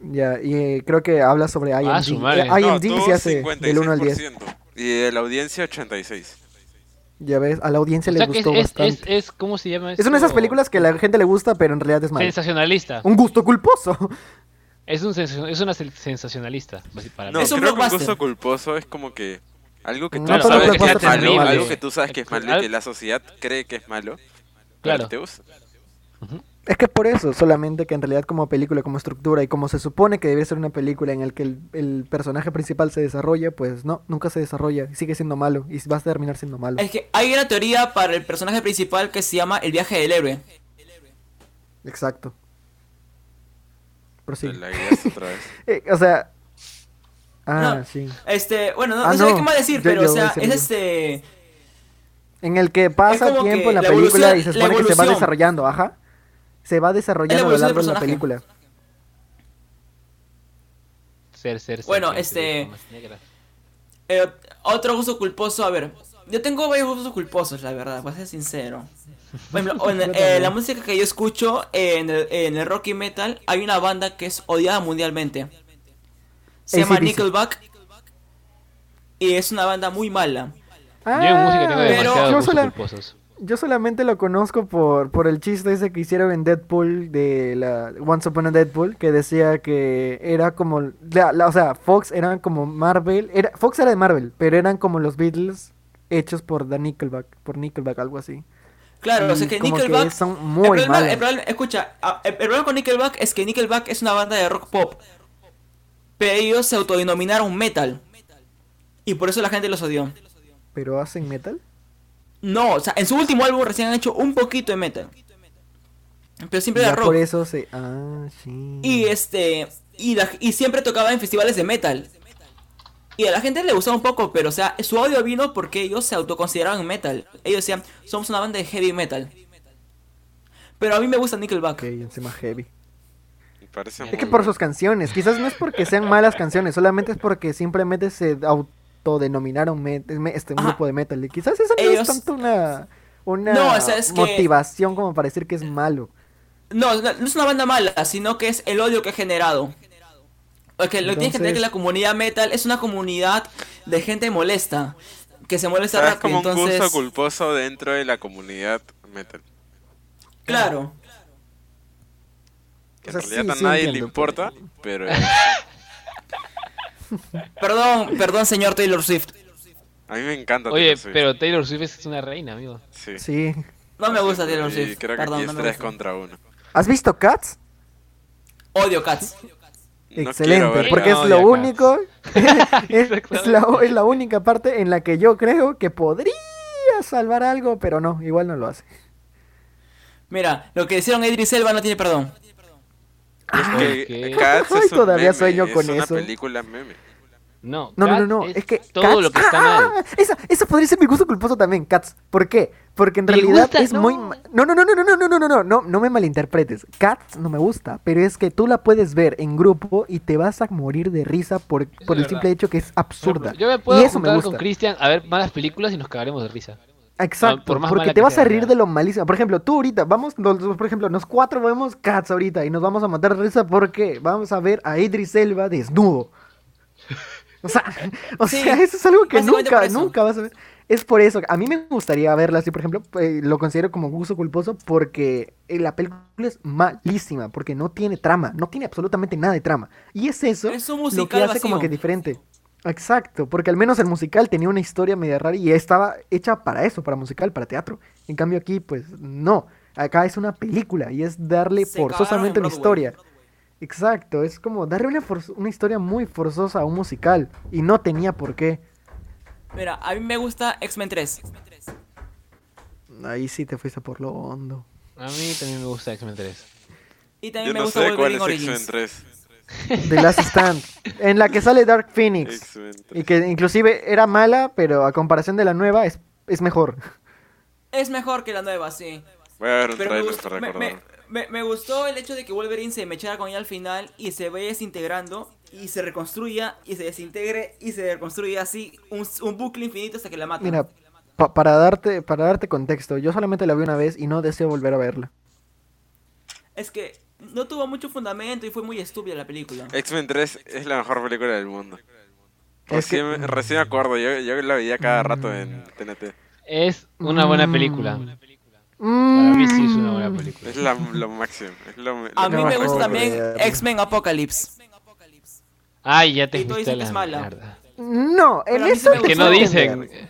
Speaker 2: Ya, y eh, creo que habla sobre IMD.
Speaker 3: Ah, su madre.
Speaker 2: Eh,
Speaker 3: No,
Speaker 2: IMD
Speaker 1: tú,
Speaker 2: se hace del 1 al 10.
Speaker 1: 56%. Y de la audiencia 86.
Speaker 2: Ya ves, a la audiencia
Speaker 3: o sea
Speaker 2: le
Speaker 3: que es-
Speaker 2: gustó
Speaker 3: es,
Speaker 2: bastante.
Speaker 3: es, es- ¿cómo se llama
Speaker 2: Es una de esas
Speaker 3: esto?
Speaker 2: películas que a la gente le gusta, pero en realidad es mala.
Speaker 3: Sensacionalista.
Speaker 2: Un gusto culposo.
Speaker 3: Es, un sensacion- es una sen- sensacionalista. basi- Para
Speaker 1: No,
Speaker 3: mí.
Speaker 4: Es un
Speaker 1: creo que un
Speaker 4: blockbuster.
Speaker 1: gusto culposo es como que algo que tú
Speaker 2: No,
Speaker 3: pero
Speaker 1: sabes que
Speaker 3: blockbuster
Speaker 1: es malo,
Speaker 3: terrible.
Speaker 1: algo que tú sabes que es malo y
Speaker 3: Al-
Speaker 1: que la sociedad cree que es malo, pero
Speaker 3: Claro.
Speaker 1: que te gusta.
Speaker 2: Es que por eso, solamente que en realidad como película, como estructura y como se supone que debe ser una película en el que el, el personaje principal se desarrolla, pues no, nunca se desarrolla y sigue siendo malo y va a terminar siendo malo.
Speaker 4: Es que hay una teoría para el personaje principal que se llama El viaje del héroe.
Speaker 2: Exacto. Prosigue.
Speaker 1: La guías otra vez.
Speaker 2: Eh, o sea... Ah,
Speaker 4: No.
Speaker 2: sí.
Speaker 4: Este, bueno, no,
Speaker 2: Ah,
Speaker 4: no sabía
Speaker 2: no.
Speaker 4: qué más decir,
Speaker 2: Yo-
Speaker 4: pero
Speaker 2: yo
Speaker 4: o sea,
Speaker 2: voy a
Speaker 4: es
Speaker 2: decirlo.
Speaker 4: este...
Speaker 2: En el que pasa
Speaker 4: como
Speaker 2: tiempo
Speaker 4: que
Speaker 2: en la,
Speaker 4: la
Speaker 2: película y se
Speaker 4: evolución-
Speaker 2: supone
Speaker 4: la
Speaker 2: que se va
Speaker 4: evolución.
Speaker 2: desarrollando, ajá. Se va desarrollando a lo
Speaker 4: evolución del
Speaker 2: largo de la
Speaker 4: personaje.
Speaker 2: película.
Speaker 3: Ser, ser, ser,
Speaker 4: Bueno,
Speaker 3: ser,
Speaker 4: este-
Speaker 3: ser, más negra.
Speaker 4: Eh, otro gusto culposo, a ver. Yo tengo varios gustos culposos, la verdad, voy a ser sincero. Por ejemplo, en,
Speaker 2: Yo
Speaker 4: eh,
Speaker 2: también.
Speaker 4: la música que yo escucho eh, en, el, en el rock y metal, hay una banda que es odiada mundialmente. Se llama
Speaker 2: AC/DC.
Speaker 4: Nickelback. Y es una banda muy mala.
Speaker 3: Yo en música tengo
Speaker 2: Ah,
Speaker 3: demasiados
Speaker 2: yo,
Speaker 3: gustos
Speaker 2: sola-
Speaker 3: culposos.
Speaker 2: yo solamente lo conozco por, por el chiste ese que hicieron en Deadpool de la Once Upon a Deadpool, que decía que era como, la- la- o sea, Fox eran como Marvel, era, Fox era de Marvel, pero eran como los Beatles hechos por The Nickelback, por Nickelback, algo así.
Speaker 4: Claro, o
Speaker 2: Y
Speaker 4: sea que
Speaker 2: como
Speaker 4: Nickelback.
Speaker 2: son
Speaker 4: el
Speaker 2: muy
Speaker 4: problema- el
Speaker 2: malos.
Speaker 4: problema- escucha, ah, el, el problema con Nickelback es que Nickelback es una banda de rock pop. Pero ellos se autodenominaron metal. Y por eso la gente los odió.
Speaker 2: Pero hacen metal.
Speaker 4: No, o sea, en su último álbum recién han hecho un poquito de metal. Pero siempre
Speaker 2: Ya
Speaker 4: era rock.
Speaker 2: por eso se. Ah, sí.
Speaker 4: Y este. Y, la- y siempre tocaba en festivales de metal. Y a la gente le gustaba un poco, pero o sea, su audio vino porque ellos se autoconsideraban metal. Ellos decían, somos una banda de heavy metal. Pero a mí me gusta Nickelback.
Speaker 2: Ok, encima heavy.
Speaker 1: Me parece
Speaker 2: Es que
Speaker 1: muy
Speaker 2: por
Speaker 1: bueno.
Speaker 2: sus canciones, quizás no es porque sean malas canciones, solamente es porque simplemente se autodenominaron met- me- este un
Speaker 4: Ajá.
Speaker 2: grupo de metal. Y quizás eso no es
Speaker 4: Ellos-
Speaker 2: tanto una, una
Speaker 4: No, o sea, es que-
Speaker 2: motivación como para decir que es malo.
Speaker 4: No, no no es una banda mala, sino que es el odio que ha generado. Porque lo que tienes que entender
Speaker 2: Entonces-
Speaker 4: es que la comunidad metal es una comunidad de gente molesta. Que se molesta
Speaker 1: Es
Speaker 4: rápido,
Speaker 1: como un
Speaker 4: entonces...
Speaker 1: gusto culposo dentro de la comunidad metal.
Speaker 4: Claro.
Speaker 1: Que
Speaker 2: O sea,
Speaker 1: en realidad
Speaker 2: sí,
Speaker 1: a
Speaker 2: sí
Speaker 1: nadie
Speaker 2: entiendo,
Speaker 1: le importa, pero eh,
Speaker 4: Perdón, perdón, señor Taylor Swift.
Speaker 1: a mí me encanta.
Speaker 3: Oye,
Speaker 1: Taylor Swift.
Speaker 3: pero Taylor Swift es una reina, amigo.
Speaker 1: Sí.
Speaker 2: Sí.
Speaker 4: No me gusta Taylor
Speaker 1: Y
Speaker 4: Swift.
Speaker 1: creo que
Speaker 4: Perdón,
Speaker 1: aquí
Speaker 4: no
Speaker 1: es
Speaker 4: me
Speaker 1: 3
Speaker 4: gusta.
Speaker 1: contra 1.
Speaker 2: ¿Has visto Cats?
Speaker 4: Odio Cats.
Speaker 2: Excelente, porque
Speaker 3: No,
Speaker 2: es lo
Speaker 3: ya, Cats.
Speaker 2: único, es, es la,
Speaker 3: Exactamente.
Speaker 2: es la única parte en la que yo creo que podría salvar algo, pero no, igual no lo hace.
Speaker 4: Mira, lo que hicieron a Idris Elba no tiene perdón.
Speaker 1: Es que
Speaker 3: Ay,
Speaker 1: Cats es un
Speaker 2: todavía
Speaker 1: meme,
Speaker 2: sueño
Speaker 1: es
Speaker 2: con
Speaker 1: una
Speaker 2: eso.
Speaker 1: película meme.
Speaker 3: No,
Speaker 2: No, no,
Speaker 3: Cats
Speaker 2: no, no, es que
Speaker 3: todo
Speaker 2: Cats-
Speaker 3: lo que está
Speaker 2: ¡Ah!
Speaker 3: mal.
Speaker 2: Esa, esa podría ser mi gusto culposo también, Cats. ¿Por qué? Porque en
Speaker 3: ¿Te
Speaker 2: realidad
Speaker 3: gusta?
Speaker 2: es
Speaker 3: No.
Speaker 2: muy ma- no, no, no, no, no, no, no, no, no, no, no, no me malinterpretes. Cats no me gusta, pero es que tú la puedes ver en grupo y te vas a morir de risa por, por el
Speaker 3: verdad.
Speaker 2: simple hecho que es absurda.
Speaker 3: Yo me
Speaker 2: y
Speaker 3: puedo
Speaker 2: eso me
Speaker 3: juntar
Speaker 2: gusta.
Speaker 3: con Cristian a ver malas películas y nos cagaremos de risa.
Speaker 2: Exacto,
Speaker 3: No, por más
Speaker 2: porque
Speaker 3: mala
Speaker 2: te
Speaker 3: que
Speaker 2: vas a
Speaker 3: sea,
Speaker 2: reír
Speaker 3: claro.
Speaker 2: de lo malísimo. Por ejemplo, tú ahorita, vamos, los- los- por ejemplo, los cuatro vemos Cats ahorita y nos vamos a matar de risa porque vamos a ver a Idris Elba desnudo. O sea, o
Speaker 4: Sí,
Speaker 2: sea eso es algo que
Speaker 4: básicamente por
Speaker 2: nunca,
Speaker 4: eso.
Speaker 2: nunca vas a ver. Es por eso, a mí me gustaría verla así, por ejemplo, eh, lo considero como gusto culposo porque eh, la película es malísima, porque no tiene trama, no tiene absolutamente nada de trama. Y es eso
Speaker 4: Es un
Speaker 2: lo que
Speaker 4: musical
Speaker 2: hace como
Speaker 4: vacío.
Speaker 2: que diferente. Exacto, porque al menos el musical tenía una historia media rara y estaba hecha para eso, para musical, para teatro. En cambio aquí, pues no. Acá es una película y es darle
Speaker 4: Se
Speaker 2: forzosamente una
Speaker 4: cagaron en Broadway.
Speaker 2: historia. Exacto, es como darle una, forz- una historia muy forzosa a un musical y no tenía por qué.
Speaker 4: Mira, a mí me gusta X-Men 3.
Speaker 2: Ahí sí te fuiste por lo hondo.
Speaker 3: A mí también me gusta X-Men 3.
Speaker 4: Y
Speaker 1: Yo
Speaker 4: también me
Speaker 1: no
Speaker 4: gusta
Speaker 1: sé cuál
Speaker 4: Wolverine
Speaker 1: es X-Men 3.
Speaker 4: Origins.
Speaker 2: The Last Stand, en la que sale Dark Phoenix.
Speaker 1: X-Men 3.
Speaker 2: Y que inclusive era mala, pero a comparación de la nueva es, es mejor.
Speaker 4: Es mejor que la nueva, sí.
Speaker 1: Voy a ver un
Speaker 4: Pero me
Speaker 1: trailer
Speaker 4: gustó,
Speaker 1: para
Speaker 4: me- me-
Speaker 1: recordar.
Speaker 4: me- me gustó el hecho de que Wolverine se mechara con ella al final y se vaya desintegrando y se reconstruya y se desintegre y se reconstruya así un, un bucle infinito hasta que la mata.
Speaker 2: Mira, pa- para, darte, para darte contexto, yo solamente la vi una vez y no deseo volver a verla.
Speaker 4: Es que no tuvo mucho fundamento y fue muy estúpida la película.
Speaker 1: X-Men 3 es la mejor película del mundo.
Speaker 2: Es que-
Speaker 1: Recién, me- recién me acuerdo, yo, yo la veía cada rato en TNT.
Speaker 3: Es una buena
Speaker 2: Mm.
Speaker 3: película. Para mí sí es una buena
Speaker 2: Mm.
Speaker 3: película.
Speaker 1: Es la, lo máximo. Es lo,
Speaker 4: A
Speaker 1: lo mejor.
Speaker 4: mí me gusta
Speaker 2: puedo
Speaker 4: también
Speaker 2: creer.
Speaker 4: X-men Apocalypse.
Speaker 3: Ay, ya te
Speaker 4: Y tú
Speaker 3: fuiste a
Speaker 4: dices que
Speaker 3: la
Speaker 4: es mala.
Speaker 3: mierda.
Speaker 2: No, en
Speaker 4: Pero a mí sí
Speaker 2: eso
Speaker 4: me
Speaker 2: te
Speaker 4: gustó.
Speaker 3: Que no
Speaker 2: puedo
Speaker 3: dicen.
Speaker 2: entender.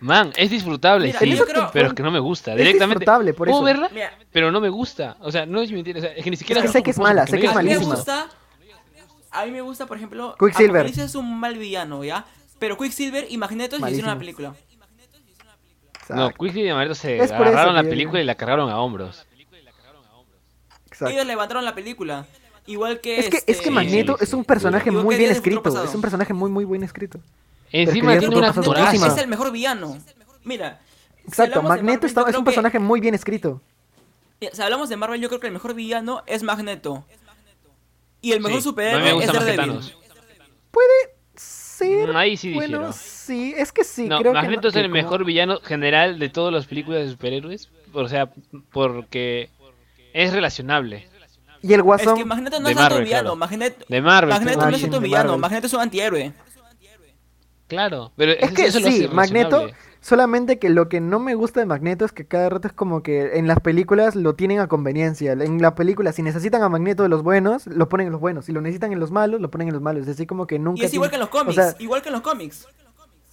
Speaker 3: Man, es disfrutable,
Speaker 4: Mira,
Speaker 3: sí,
Speaker 4: yo creo-
Speaker 3: pero es que no me gusta.
Speaker 2: Es
Speaker 3: Directamente.
Speaker 2: disfrutable, por
Speaker 3: Puedo
Speaker 2: eso.
Speaker 3: verla,
Speaker 4: Mira,
Speaker 3: pero no me gusta. O sea, no es mi o sea, es que ni siquiera.
Speaker 2: Es que sé que es mala, sé que es
Speaker 4: a mí me
Speaker 2: malísima.
Speaker 4: gusta. A mí me gusta, por ejemplo,
Speaker 2: Quicksilver.
Speaker 4: Apocalipsis es un mal villano, ¿ya? Pero Quicksilver y Magneto le
Speaker 2: Malísimo.
Speaker 4: hicieron una película.
Speaker 3: No,
Speaker 2: Exacto,
Speaker 3: Quickly y Magneto se
Speaker 2: Es por eso
Speaker 3: agarraron
Speaker 2: que
Speaker 3: la
Speaker 2: yo-
Speaker 3: película y la cargaron a hombros.
Speaker 2: exacto.
Speaker 4: Ellos levantaron la película. Igual que.
Speaker 2: Es que, es
Speaker 4: este,
Speaker 2: que Magneto
Speaker 3: sí,
Speaker 2: es un
Speaker 3: sí.
Speaker 2: personaje
Speaker 4: Digo,
Speaker 2: muy
Speaker 4: ¿qué
Speaker 2: bien
Speaker 4: días de futuro
Speaker 2: escrito.
Speaker 4: pasado?
Speaker 2: Es un personaje muy, muy bien escrito.
Speaker 3: Encima
Speaker 2: ya
Speaker 4: Creo
Speaker 3: tiene
Speaker 4: que
Speaker 3: una
Speaker 2: futuro pasado
Speaker 4: Magneto
Speaker 3: actoraza.
Speaker 4: es el mejor villano. Mira. si
Speaker 2: Exacto,
Speaker 4: hablamos de
Speaker 2: Magneto
Speaker 4: Marvel,
Speaker 2: está- es
Speaker 4: yo
Speaker 2: un
Speaker 4: creo que-
Speaker 2: personaje muy bien escrito.
Speaker 4: Mira, Si hablamos de Marvel, yo creo que el mejor villano es Magneto. Y el mejor
Speaker 3: Sí,
Speaker 4: superhéroe
Speaker 3: a mí me
Speaker 4: es
Speaker 3: gusta más que
Speaker 4: Daredevil.
Speaker 3: Thanos.
Speaker 2: Ser-
Speaker 3: Mm, Ahí sí
Speaker 2: bueno,
Speaker 3: dijeron.
Speaker 2: sí, es que sí,
Speaker 3: no,
Speaker 2: creo que
Speaker 3: Magneto
Speaker 2: no-
Speaker 3: es
Speaker 2: que
Speaker 3: el
Speaker 2: como-
Speaker 3: mejor villano general de todas las películas de superhéroes. O sea, porque es relacionable.
Speaker 2: Y el
Speaker 4: Es
Speaker 2: Guasón,
Speaker 4: que Magneto no
Speaker 3: De
Speaker 4: es tanto
Speaker 3: Marvel,
Speaker 4: villano.
Speaker 3: claro.
Speaker 4: Magneto,
Speaker 3: De Marvel.
Speaker 4: Magneto
Speaker 3: pero-
Speaker 4: no
Speaker 2: Marvel,
Speaker 4: es tanto
Speaker 2: de
Speaker 4: villano.
Speaker 2: Marvel.
Speaker 4: Magneto es un antihéroe.
Speaker 3: Claro, pero
Speaker 2: es que
Speaker 3: eso lo hace
Speaker 2: sí, Magneto,
Speaker 3: relacionable.
Speaker 2: solamente que lo que no me gusta de Magneto es que cada rato es como que en las películas lo tienen a conveniencia. En la película, si necesitan a Magneto de los buenos, lo ponen en los buenos. Si lo necesitan en los malos, lo ponen en los malos. Es así como que nunca...
Speaker 4: Y es igual que en
Speaker 2: tiene-
Speaker 4: los cómics.
Speaker 2: O sea,
Speaker 4: igual que en los cómics.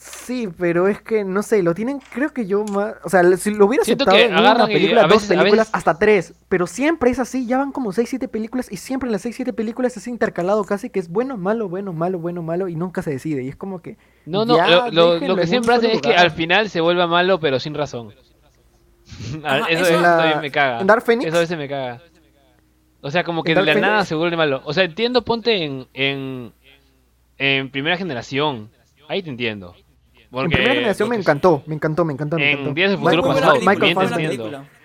Speaker 2: Sí, pero es que, no sé, lo tienen, creo que yo más... O sea, si lo hubiera
Speaker 3: Siento
Speaker 2: aceptado
Speaker 3: que
Speaker 2: en una
Speaker 3: agarran y
Speaker 2: película,
Speaker 3: a
Speaker 2: dos
Speaker 3: veces- a
Speaker 2: películas,
Speaker 3: veces-
Speaker 2: hasta tres. Pero siempre es así, ya van como seis, siete películas y siempre en las seis, siete películas es intercalado casi que es bueno, malo, bueno, malo, bueno, malo y nunca se decide. Y es como que...
Speaker 3: No, no,
Speaker 2: ya,
Speaker 3: lo- lo,
Speaker 2: déjenlo
Speaker 3: lo que
Speaker 2: en
Speaker 3: siempre
Speaker 2: un solo
Speaker 3: hace es que
Speaker 2: lugar.
Speaker 3: al final se vuelva malo, pero sin razón. A-
Speaker 4: Ajá,
Speaker 3: eso
Speaker 4: eso-
Speaker 3: eso también me
Speaker 2: ¿En
Speaker 3: caga.
Speaker 2: Dark Phoenix?
Speaker 3: Eso a veces me caga. O sea, como que
Speaker 2: ¿En
Speaker 3: de
Speaker 2: Dark
Speaker 3: la
Speaker 2: Phoenix?
Speaker 3: nada se vuelve malo. O sea, entiendo, ponte en, en, en primera generación. Ahí te entiendo. Porque,
Speaker 2: en primera generación me
Speaker 3: porque
Speaker 2: encantó, me encantó, me encantó, me
Speaker 3: En
Speaker 2: encantó.
Speaker 3: Días del
Speaker 2: Michael-
Speaker 3: Futuro
Speaker 4: Muy buena
Speaker 3: Pasado,
Speaker 4: película,
Speaker 2: Michael,
Speaker 4: muy buena
Speaker 2: Fassbender,
Speaker 3: entiendo.
Speaker 4: película.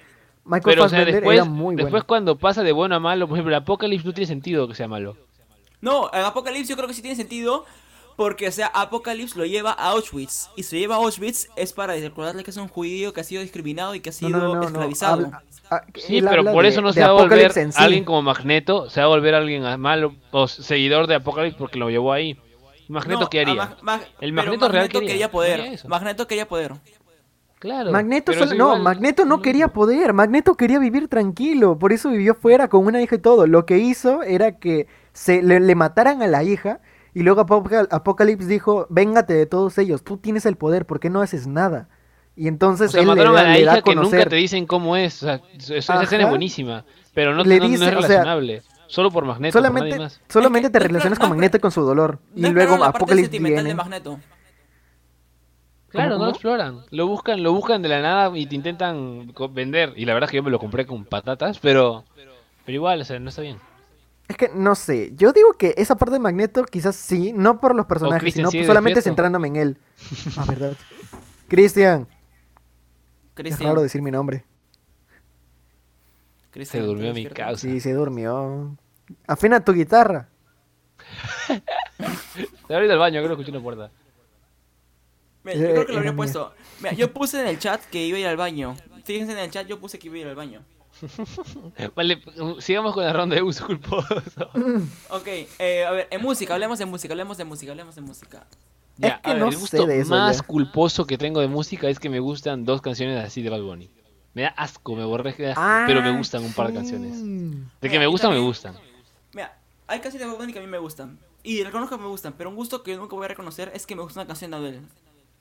Speaker 2: Michael
Speaker 3: Pero o sea,
Speaker 2: Fassbender
Speaker 3: después,
Speaker 2: era muy bueno.
Speaker 3: después cuando pasa de bueno a malo, por ejemplo, Apocalypse no tiene sentido que sea malo.
Speaker 4: No, en Apocalipsis yo creo que sí tiene sentido. Porque, o sea, Apocalipsis lo lleva a Auschwitz. Y si lo lleva a Auschwitz es para recordarle que es un judío que ha sido discriminado y que ha sido esclavizado.
Speaker 2: habla- ah,
Speaker 3: Sí,
Speaker 2: él
Speaker 3: pero
Speaker 2: habla
Speaker 3: por
Speaker 2: de-
Speaker 3: eso no
Speaker 2: de
Speaker 3: se va a volver
Speaker 2: Apocalypse en sí.
Speaker 3: alguien como Magneto, se va a volver alguien a malo o seguidor de Apocalipsis porque lo llevó ahí. Magneto
Speaker 4: No,
Speaker 3: qué haría?
Speaker 4: a Mag- Mag-
Speaker 3: El
Speaker 4: pero
Speaker 3: Magneto real quería.
Speaker 4: quería, poder.
Speaker 3: Quería eso.
Speaker 4: Magneto quería poder.
Speaker 3: Claro.
Speaker 2: Magneto
Speaker 3: pero
Speaker 2: solo-
Speaker 3: eso
Speaker 2: no,
Speaker 3: igual-
Speaker 2: Magneto no quería poder, Magneto quería vivir tranquilo, por eso vivió fuera con una hija y todo. Lo que hizo era que se le, le mataran a la hija y luego Apocal- Apocalypse dijo, véngate de todos ellos, tú tienes el poder, ¿por qué no haces nada? Y
Speaker 3: O
Speaker 2: entonces
Speaker 3: sea,
Speaker 2: él le
Speaker 3: mataron
Speaker 2: da,
Speaker 3: a la
Speaker 2: le da a
Speaker 3: hija que nunca
Speaker 2: conocer.
Speaker 3: te dicen cómo es. O sea, es- esa
Speaker 2: Ajá.
Speaker 3: escena es buenísima, pero no,
Speaker 2: Le
Speaker 3: no- no
Speaker 2: dice,
Speaker 3: es
Speaker 2: o sea,
Speaker 3: relacionable. solo por Magneto, por nadie
Speaker 2: solamente
Speaker 3: más.
Speaker 2: solamente
Speaker 4: Es que
Speaker 2: te
Speaker 4: no
Speaker 2: relacionas
Speaker 4: exploraron-
Speaker 2: con
Speaker 4: no
Speaker 2: Magneto y con su dolor.
Speaker 4: No
Speaker 2: y
Speaker 4: exploraron
Speaker 2: luego
Speaker 4: la parte
Speaker 2: Apocalypse
Speaker 4: sentimental
Speaker 2: viene.
Speaker 4: de Magneto.
Speaker 3: Claro, no
Speaker 2: cómo?
Speaker 3: lo exploran. Lo buscan, lo buscan de la nada y te intentan co- vender. Y la verdad es que yo me lo compré con patatas, pero, pero igual, o sea, no está bien.
Speaker 2: Es que no sé, yo digo que esa parte de Magneto quizás sí, no por los personajes,
Speaker 3: Christian
Speaker 2: sino
Speaker 3: sigue
Speaker 2: solamente
Speaker 3: despierto.
Speaker 2: centrándome en él. Ah, verdad. Cristian, es
Speaker 4: Cristian.
Speaker 2: raro decir mi nombre.
Speaker 3: Se
Speaker 4: Cristian,
Speaker 3: durmió mi
Speaker 4: izquierda.
Speaker 3: causa.
Speaker 2: Sí, se durmió. Afina tu guitarra.
Speaker 3: Se ha ido al baño, creo que escuché una puerta.
Speaker 4: Mira, yo creo que
Speaker 2: Eh,
Speaker 4: lo
Speaker 2: era
Speaker 4: habría
Speaker 2: mía.
Speaker 4: puesto. Mira, yo puse en el chat que iba a ir al baño. Fíjense en el chat, yo puse que iba a ir al baño.
Speaker 3: Vale, sigamos con la ronda de uso culposo.
Speaker 4: Ok, eh, a ver, en música, hablemos de música, hablemos de música, hablemos de música.
Speaker 3: Ya,
Speaker 2: que
Speaker 3: a ver,
Speaker 2: no
Speaker 3: el
Speaker 2: sé
Speaker 3: gusto
Speaker 2: de eso
Speaker 3: más
Speaker 2: ya.
Speaker 3: culposo que tengo de música es que me gustan dos canciones así de Bad Bunny. Me da asco, me borré, Ah, pero
Speaker 2: Ah,
Speaker 4: Ah,
Speaker 3: me gustan un par de canciones. De que
Speaker 4: Mira,
Speaker 3: me
Speaker 4: yo
Speaker 3: gustan, me
Speaker 4: también-
Speaker 3: gustan.
Speaker 4: Mira, hay canciones de Bad Bunny que a mí me gustan. Y reconozco que me gustan, pero un gusto que yo nunca voy a reconocer es que me gusta una canción de Anuel.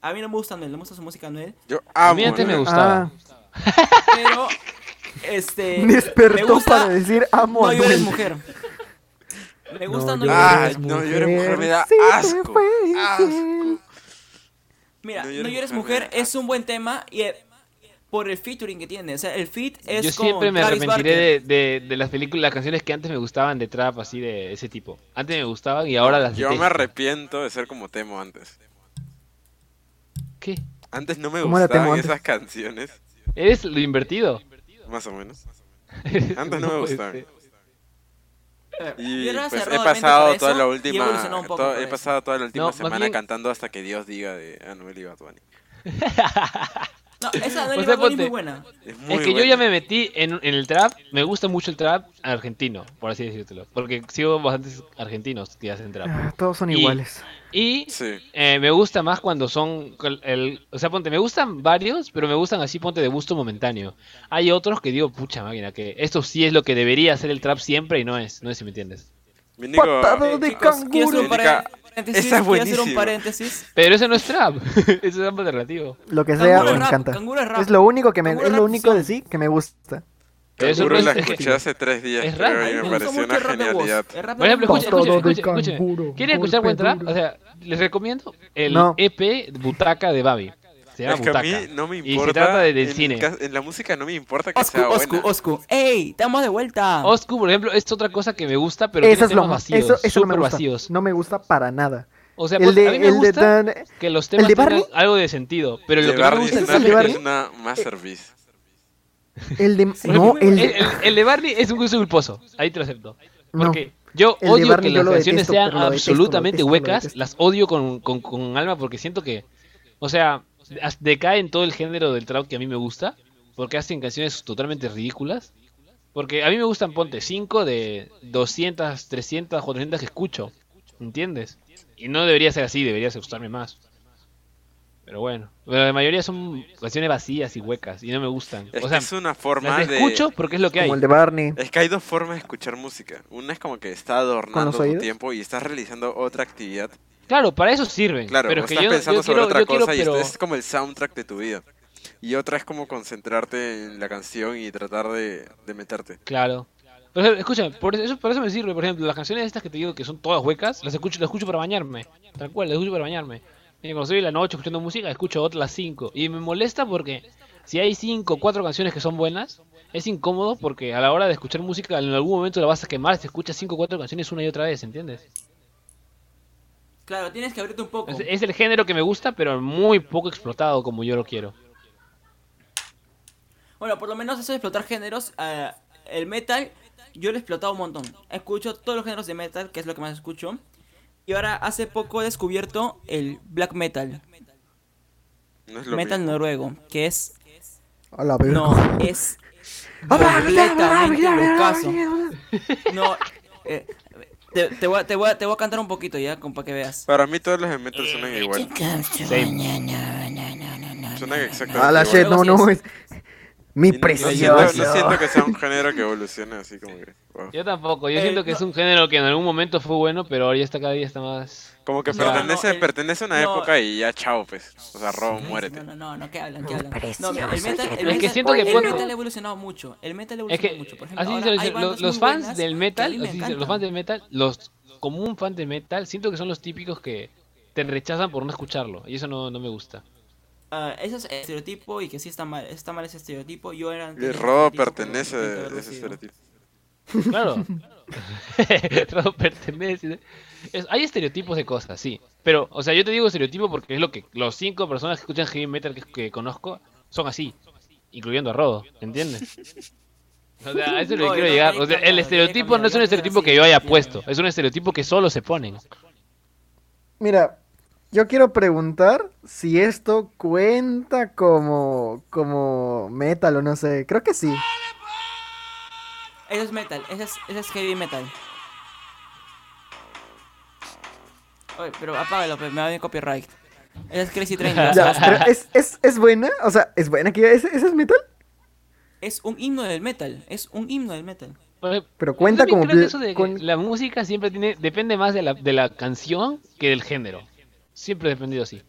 Speaker 4: A mí no me gusta Anuel, no me gusta su música Anuel.
Speaker 1: Yo
Speaker 3: A
Speaker 2: Ah.
Speaker 1: amo.
Speaker 3: mí antes me
Speaker 1: ¿no?
Speaker 3: gustaba.
Speaker 4: Pero, Este.
Speaker 2: Me Despertó
Speaker 4: me gusta-
Speaker 2: para decir amo
Speaker 4: No
Speaker 2: a
Speaker 4: llores,
Speaker 2: Nubel.
Speaker 4: mujer. Me gusta no,
Speaker 2: llores,
Speaker 4: llores.
Speaker 1: Ay, no llores, mujer, me da
Speaker 2: si te
Speaker 1: asco,
Speaker 2: fue
Speaker 1: asco.
Speaker 2: infiel.
Speaker 4: Mira,
Speaker 1: No
Speaker 4: no
Speaker 1: llores,
Speaker 4: llores,
Speaker 1: mujer,
Speaker 4: mujer,
Speaker 1: me da
Speaker 4: es un buen tema y eh, por el featuring que tiene. O sea, el feat es
Speaker 3: Yo
Speaker 4: con
Speaker 3: siempre me
Speaker 4: Travis
Speaker 3: arrepentiré
Speaker 4: Barker.
Speaker 3: de, de, de las películas, las canciones que antes me gustaban de trap, así de ese tipo. Antes me gustaban y ahora las
Speaker 1: Yo me
Speaker 3: detesto.
Speaker 1: arrepiento de ser como Temo antes.
Speaker 3: ¿Qué?
Speaker 1: Antes no me
Speaker 2: ¿Cómo era Temo
Speaker 1: gustaban
Speaker 2: antes?
Speaker 1: esas canciones,
Speaker 3: Eres lo invertido.
Speaker 1: más o menos.
Speaker 3: Eres-
Speaker 1: Antes no me
Speaker 3: puede
Speaker 1: gustaban.
Speaker 4: este,
Speaker 3: ser.
Speaker 1: Y
Speaker 4: Eh, Yo era
Speaker 1: pues he
Speaker 4: cerrado de mente por
Speaker 1: pasado
Speaker 4: eso
Speaker 1: toda la
Speaker 4: y
Speaker 1: última
Speaker 4: evolucionó un poco
Speaker 1: to-
Speaker 4: por
Speaker 1: he
Speaker 4: eso.
Speaker 1: pasado toda la última
Speaker 3: No, más
Speaker 1: semana
Speaker 3: bien-
Speaker 1: cantando hasta que Dios diga de Anuel y Bad Bunny.
Speaker 4: No, esa
Speaker 3: O sea,
Speaker 4: de
Speaker 3: pues,
Speaker 4: Bad Bunny es
Speaker 3: ponte-
Speaker 4: muy buena.
Speaker 1: Es, muy
Speaker 3: Es que yo
Speaker 1: buena.
Speaker 3: ya me metí en, en el trap, me gusta mucho el trap argentino, por así decírtelo, porque sigo bastantes argentinos que hacen trap.
Speaker 2: Ah, Todos son
Speaker 3: Y-
Speaker 2: iguales.
Speaker 3: Y
Speaker 1: Sí.
Speaker 3: eh, me gusta más cuando son, col- el, o sea, ponte, me gustan varios, pero me gustan así, ponte, de gusto momentáneo. Hay otros que digo, pucha máquina, que esto sí es lo que debería hacer el trap siempre y no es, no es si me entiendes.
Speaker 1: Mi único-
Speaker 2: Patado de
Speaker 1: eh,
Speaker 2: ca-
Speaker 4: Chicos, quiero hacer un
Speaker 1: Canguro.
Speaker 4: paren-
Speaker 1: Esa
Speaker 4: paréntesis.
Speaker 1: es
Speaker 4: Quiero hacer un
Speaker 1: buenísima.
Speaker 4: paréntesis.
Speaker 3: Pero eso no es trap, eso es algo relativo.
Speaker 2: Lo que sea,
Speaker 3: Canguro
Speaker 2: me
Speaker 3: es
Speaker 4: rap,
Speaker 2: encanta.
Speaker 4: canguro es rap.
Speaker 2: Es lo único que me,
Speaker 4: Canguro
Speaker 2: es
Speaker 4: rap
Speaker 2: lo único de
Speaker 4: son-
Speaker 2: sí que me gusta.
Speaker 3: Pero eso
Speaker 1: Canguro
Speaker 3: no
Speaker 1: la
Speaker 3: es-
Speaker 1: escuché hace tres días,
Speaker 3: Es
Speaker 1: creo,
Speaker 3: raro,
Speaker 1: y
Speaker 3: me
Speaker 1: me
Speaker 3: gusta
Speaker 1: pareció una genialidad.
Speaker 3: Ah, Por ejemplo, escuchen,
Speaker 2: Bastardo
Speaker 3: escuchen,
Speaker 2: de
Speaker 3: escuchen, escuchen.
Speaker 2: canguro,
Speaker 3: ¿Quieren escuchar buen
Speaker 2: golpe
Speaker 3: trap?
Speaker 2: duro.
Speaker 3: O sea, les recomiendo el
Speaker 2: No.
Speaker 3: EP Butaca de Babi. Se llama
Speaker 1: Es que a
Speaker 3: Butaca.
Speaker 1: mí no me
Speaker 3: Y se
Speaker 1: importa.
Speaker 3: trata de- del
Speaker 1: en,
Speaker 3: cine.
Speaker 1: ca- en la música no me importa que
Speaker 4: Oscu,
Speaker 1: sea
Speaker 4: Oscu,
Speaker 1: buena.
Speaker 4: Oscu. ¡Ey! Estamos de vuelta.
Speaker 3: Oscu, por ejemplo, es otra cosa que me gusta, pero
Speaker 2: Eso
Speaker 3: tiene
Speaker 2: es lo
Speaker 3: temas
Speaker 2: más.
Speaker 3: vacíos,
Speaker 2: Eso, eso no me
Speaker 3: súper
Speaker 2: gusta.
Speaker 3: vacíos.
Speaker 2: No me gusta para nada.
Speaker 3: O sea,
Speaker 2: El
Speaker 3: pues, a mí
Speaker 2: de,
Speaker 3: me
Speaker 2: el de
Speaker 3: gusta
Speaker 2: Dan.
Speaker 3: que los temas
Speaker 2: de
Speaker 3: tengan
Speaker 2: Barney?
Speaker 3: algo de sentido, pero lo
Speaker 1: De
Speaker 3: que no me
Speaker 1: Barney
Speaker 3: gusta
Speaker 2: ¿Ese
Speaker 1: es
Speaker 3: es
Speaker 1: una-
Speaker 2: el de
Speaker 3: que-
Speaker 2: Barney?
Speaker 1: es una masterpiece.
Speaker 2: El de.
Speaker 4: Sí,
Speaker 2: No,
Speaker 4: muy
Speaker 2: el
Speaker 3: el,
Speaker 2: de.
Speaker 3: el- el de Barney es un gusto culposo, ahí te lo acepto.
Speaker 2: No.
Speaker 3: Porque yo
Speaker 2: El de
Speaker 3: odio
Speaker 2: Barney
Speaker 3: que
Speaker 2: yo
Speaker 3: las
Speaker 2: lo
Speaker 3: canciones
Speaker 2: detesto,
Speaker 3: sean
Speaker 2: pero lo detesto, lo
Speaker 3: absolutamente
Speaker 2: detesto, lo
Speaker 3: huecas,
Speaker 2: detesto.
Speaker 3: las odio con, con- con alma porque siento que, o sea, as- decaen todo el género del trap que a mí me gusta, porque hacen canciones totalmente ridículas. Porque a mí me gustan, ponte, 5 de 200, 300, 400 que escucho, ¿entiendes? Y no debería ser así, debería ser gustarme más. Pero bueno, pero la mayoría son canciones vacías y huecas y no me gustan.
Speaker 1: Es
Speaker 3: o
Speaker 1: que
Speaker 3: sea,
Speaker 1: es una
Speaker 3: las
Speaker 1: forma de.
Speaker 3: escucho porque es lo que hay.
Speaker 2: Como el de Barney.
Speaker 1: Es que hay dos formas de escuchar música. Una es como que está adornando
Speaker 2: los
Speaker 1: tu
Speaker 2: oídos?
Speaker 1: tiempo y estás realizando otra actividad.
Speaker 3: Claro, para eso sirven.
Speaker 1: Claro,
Speaker 3: pero
Speaker 1: o
Speaker 3: es que
Speaker 1: estás
Speaker 3: yo,
Speaker 1: pensando
Speaker 3: yo
Speaker 1: sobre
Speaker 3: quiero,
Speaker 1: otra
Speaker 3: yo quiero,
Speaker 1: cosa y
Speaker 3: pero...
Speaker 1: esto es como el soundtrack de tu vida. Y otra es como concentrarte en la canción y tratar de, de meterte.
Speaker 3: Claro. Pero, escucha, por eso, por eso me sirve, por ejemplo, las canciones estas que te digo que son todas huecas, las escucho, las escucho para bañarme. Tal cual, las escucho para bañarme. Y cuando estoy en la noche escuchando música, escucho otras cinco. Y me molesta porque si hay cinco o cuatro canciones que son buenas, es incómodo porque a la hora de escuchar música en algún momento la vas a quemar si escuchas cinco o cuatro canciones una y otra vez, ¿entiendes?
Speaker 4: Claro, tienes que abrirte un poco.
Speaker 1: Oh.
Speaker 3: Es, es el género que me gusta, pero muy poco explotado como yo lo quiero.
Speaker 4: Bueno, por lo menos eso de explotar géneros, eh, el metal, yo lo he explotado un montón. Escucho todos los géneros de metal, que es lo que más escucho. Y ahora hace poco he descubierto el black metal,
Speaker 1: No es lo
Speaker 4: metal
Speaker 1: mismo.
Speaker 4: noruego, que es
Speaker 2: A la verga.
Speaker 4: no es
Speaker 2: Ah, bla, bla, bla,
Speaker 4: completamente
Speaker 2: bla, bla, bla,
Speaker 4: locazo.
Speaker 2: bla, bla.
Speaker 4: No, eh, te, te voy a, te, voy a, te voy a cantar un poquito ya, con para que veas.
Speaker 1: Para mí todos los elementos suenan
Speaker 4: Eh,
Speaker 1: igual.
Speaker 3: Same.
Speaker 1: Suenan exactamente
Speaker 2: A la
Speaker 1: igual.
Speaker 2: shit, no, no. es- Mi
Speaker 1: Y no- no siento-
Speaker 2: precioso.
Speaker 1: No siento que sea un género que evolucione así como que. wow.
Speaker 3: Yo tampoco, yo
Speaker 4: Eh,
Speaker 3: siento que
Speaker 4: no.
Speaker 3: es un género que en algún momento fue bueno, pero ahora ya está cada día está más...
Speaker 1: Como que
Speaker 4: No,
Speaker 1: pertenece,
Speaker 4: no, el-
Speaker 1: pertenece a una
Speaker 4: no.
Speaker 1: época y ya chao, pues. O sea, Robo, muérete.
Speaker 4: No, no, no, no, ¿qué hablan? ¿Qué hablan? No, mira,
Speaker 5: Precioso,
Speaker 4: el metal, el
Speaker 5: es que
Speaker 4: metal,
Speaker 3: siento que
Speaker 4: el
Speaker 3: cuando-
Speaker 4: metal ha evolucionado mucho. El metal ha
Speaker 3: Es
Speaker 4: evolucionado
Speaker 3: que,
Speaker 4: mucho. Por ejemplo,
Speaker 3: así
Speaker 4: ahora
Speaker 3: se lo
Speaker 4: hay
Speaker 3: dice, lo-
Speaker 4: bandas
Speaker 3: los
Speaker 4: muy
Speaker 3: fans
Speaker 4: buenas
Speaker 3: del
Speaker 4: que
Speaker 3: metal,
Speaker 4: a mí me
Speaker 3: así se dice, los
Speaker 4: encantan.
Speaker 3: fans del metal, los como un fan de metal, siento que son los típicos que te rechazan por no escucharlo, y eso no, no me gusta.
Speaker 4: Ah, eso es estereotipo y que sí está mal, está mal ese estereotipo. Yo era antes
Speaker 1: El
Speaker 4: de
Speaker 1: Robo
Speaker 4: estereotipo, pero
Speaker 1: pertenece
Speaker 4: siento
Speaker 1: a
Speaker 4: haberlo
Speaker 1: ese
Speaker 4: sido.
Speaker 1: estereotipo.
Speaker 3: Claro, todo pertenece. Es- hay estereotipos de cosas, sí, pero, o sea, yo te digo estereotipo porque es lo que los cinco personas que escuchan heavy metal que, que conozco son así, incluyendo a Rodo, ¿entiendes? O sea, a eso es lo
Speaker 4: No,
Speaker 3: que quiero
Speaker 4: no,
Speaker 3: llegar.
Speaker 4: hay
Speaker 3: O sea,
Speaker 4: cambiado,
Speaker 3: el
Speaker 4: hay
Speaker 3: estereotipo no es un
Speaker 4: cambiado,
Speaker 3: estereotipo
Speaker 4: sí,
Speaker 3: que yo haya
Speaker 4: sí,
Speaker 3: puesto, es un estereotipo que solo se ponen.
Speaker 2: Mira, yo quiero preguntar si esto cuenta como, como metal o no sé. Creo que sí.
Speaker 4: Eso es metal, ese es, ese es heavy metal. Oye, pero apágalo, pe, me va a venir copyright. Ese es Crazy Train. ya
Speaker 2: Ya,
Speaker 4: sabes.
Speaker 2: pero es, es, es buena. O sea, es buena que ese, ese es metal.
Speaker 4: es un himno del metal, es un himno del metal.
Speaker 3: Pues,
Speaker 2: Pero
Speaker 3: yo
Speaker 2: cuenta
Speaker 3: también
Speaker 2: como
Speaker 3: creo que
Speaker 2: pl-
Speaker 3: eso de que
Speaker 2: con-
Speaker 3: la música siempre tiene depende más de la, de la canción que del género. Siempre he defendido así.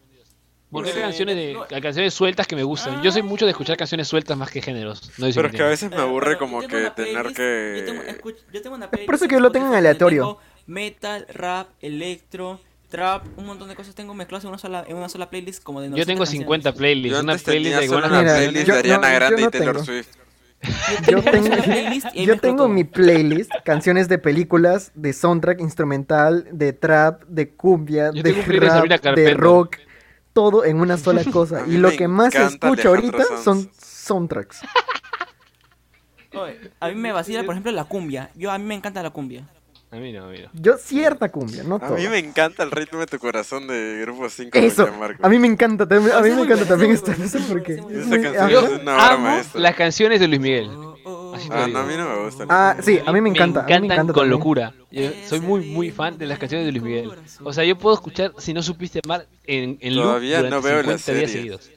Speaker 3: Porque hay
Speaker 1: Sí.
Speaker 3: canciones, de, hay canciones sueltas que me gustan. Yo soy mucho de escuchar canciones sueltas más que géneros. No sé si me
Speaker 1: Pero es que a
Speaker 3: entiendes.
Speaker 1: veces me
Speaker 4: Pero,
Speaker 1: aburre
Speaker 4: Eh, pero,
Speaker 1: como
Speaker 4: yo tengo
Speaker 1: que
Speaker 4: una
Speaker 1: tener
Speaker 4: playlist- Yo tengo,
Speaker 1: que...
Speaker 4: escuch- yo tengo una
Speaker 2: por eso
Speaker 4: playlist
Speaker 2: que yo lo tengo en
Speaker 4: Spotify donde
Speaker 2: aleatorio.
Speaker 4: tengo Metal, rap, electro, trap, un montón de cosas tengo mezcladas en una sola, en una sola playlist como de
Speaker 3: Yo
Speaker 4: 900
Speaker 3: tengo
Speaker 4: canciones.
Speaker 3: 50
Speaker 1: Yo
Speaker 3: playlists. Una
Speaker 1: antes tenía
Speaker 3: playlist de
Speaker 1: solo
Speaker 3: buenas
Speaker 1: una
Speaker 2: Mira,
Speaker 1: playlist
Speaker 2: yo-
Speaker 1: de Ariana
Speaker 2: no, yo
Speaker 1: Grande
Speaker 2: no
Speaker 1: y Taylor
Speaker 2: tengo.
Speaker 1: Swift.
Speaker 2: Yo tengo,
Speaker 4: una playlist y ahí
Speaker 2: yo
Speaker 4: mezclo
Speaker 2: tengo
Speaker 4: todo.
Speaker 2: mi playlist, canciones de películas, de soundtrack instrumental, de trap, de cumbia,
Speaker 3: Yo
Speaker 2: de
Speaker 3: tengo un playlist de
Speaker 2: rap,
Speaker 3: Sabrina
Speaker 2: de
Speaker 3: Carpenter.
Speaker 2: rock, todo en una sola cosa.
Speaker 1: A mí
Speaker 2: Y lo
Speaker 1: me
Speaker 2: que más
Speaker 1: encanta
Speaker 2: escucho
Speaker 1: Alejandro
Speaker 2: ahorita
Speaker 1: Sanz.
Speaker 2: son soundtracks.
Speaker 4: Oye, a mí me vacila, por ejemplo, la cumbia. Yo a mí me encanta la cumbia.
Speaker 3: A mí no, a mí no.
Speaker 2: Yo cierta cumbia, no
Speaker 1: A
Speaker 2: todo.
Speaker 1: mí me encanta el ritmo de tu corazón de Grupo 5 de
Speaker 2: Eso,
Speaker 1: Gianmarco.
Speaker 2: a mí me encanta, también- a mí
Speaker 4: Ese
Speaker 2: me
Speaker 4: muy
Speaker 2: encanta
Speaker 4: bueno,
Speaker 2: también
Speaker 4: ese
Speaker 2: esto,
Speaker 4: muy
Speaker 2: no sé
Speaker 4: bueno,
Speaker 2: por qué.
Speaker 4: ese muy
Speaker 2: Es
Speaker 1: Esa
Speaker 2: muy-
Speaker 1: canción
Speaker 2: ajá.
Speaker 1: es
Speaker 3: Yo
Speaker 1: una obra
Speaker 3: amo
Speaker 1: maestra.
Speaker 3: las canciones de Luis Miguel.
Speaker 4: Oh, oh,
Speaker 3: Así
Speaker 1: Ah,
Speaker 3: te
Speaker 1: no, a mí
Speaker 3: digo.
Speaker 1: no me gusta.
Speaker 2: Ah, sí, a mí me encanta. a mí
Speaker 3: Me encantan con
Speaker 2: también.
Speaker 3: locura. Yo soy muy, muy fan de las canciones de Luis Miguel. O sea, yo puedo escuchar Si no supiste amar en, en loop
Speaker 1: Todavía no
Speaker 3: durante
Speaker 1: veo la
Speaker 3: 50 días
Speaker 1: serie.
Speaker 3: seguidos.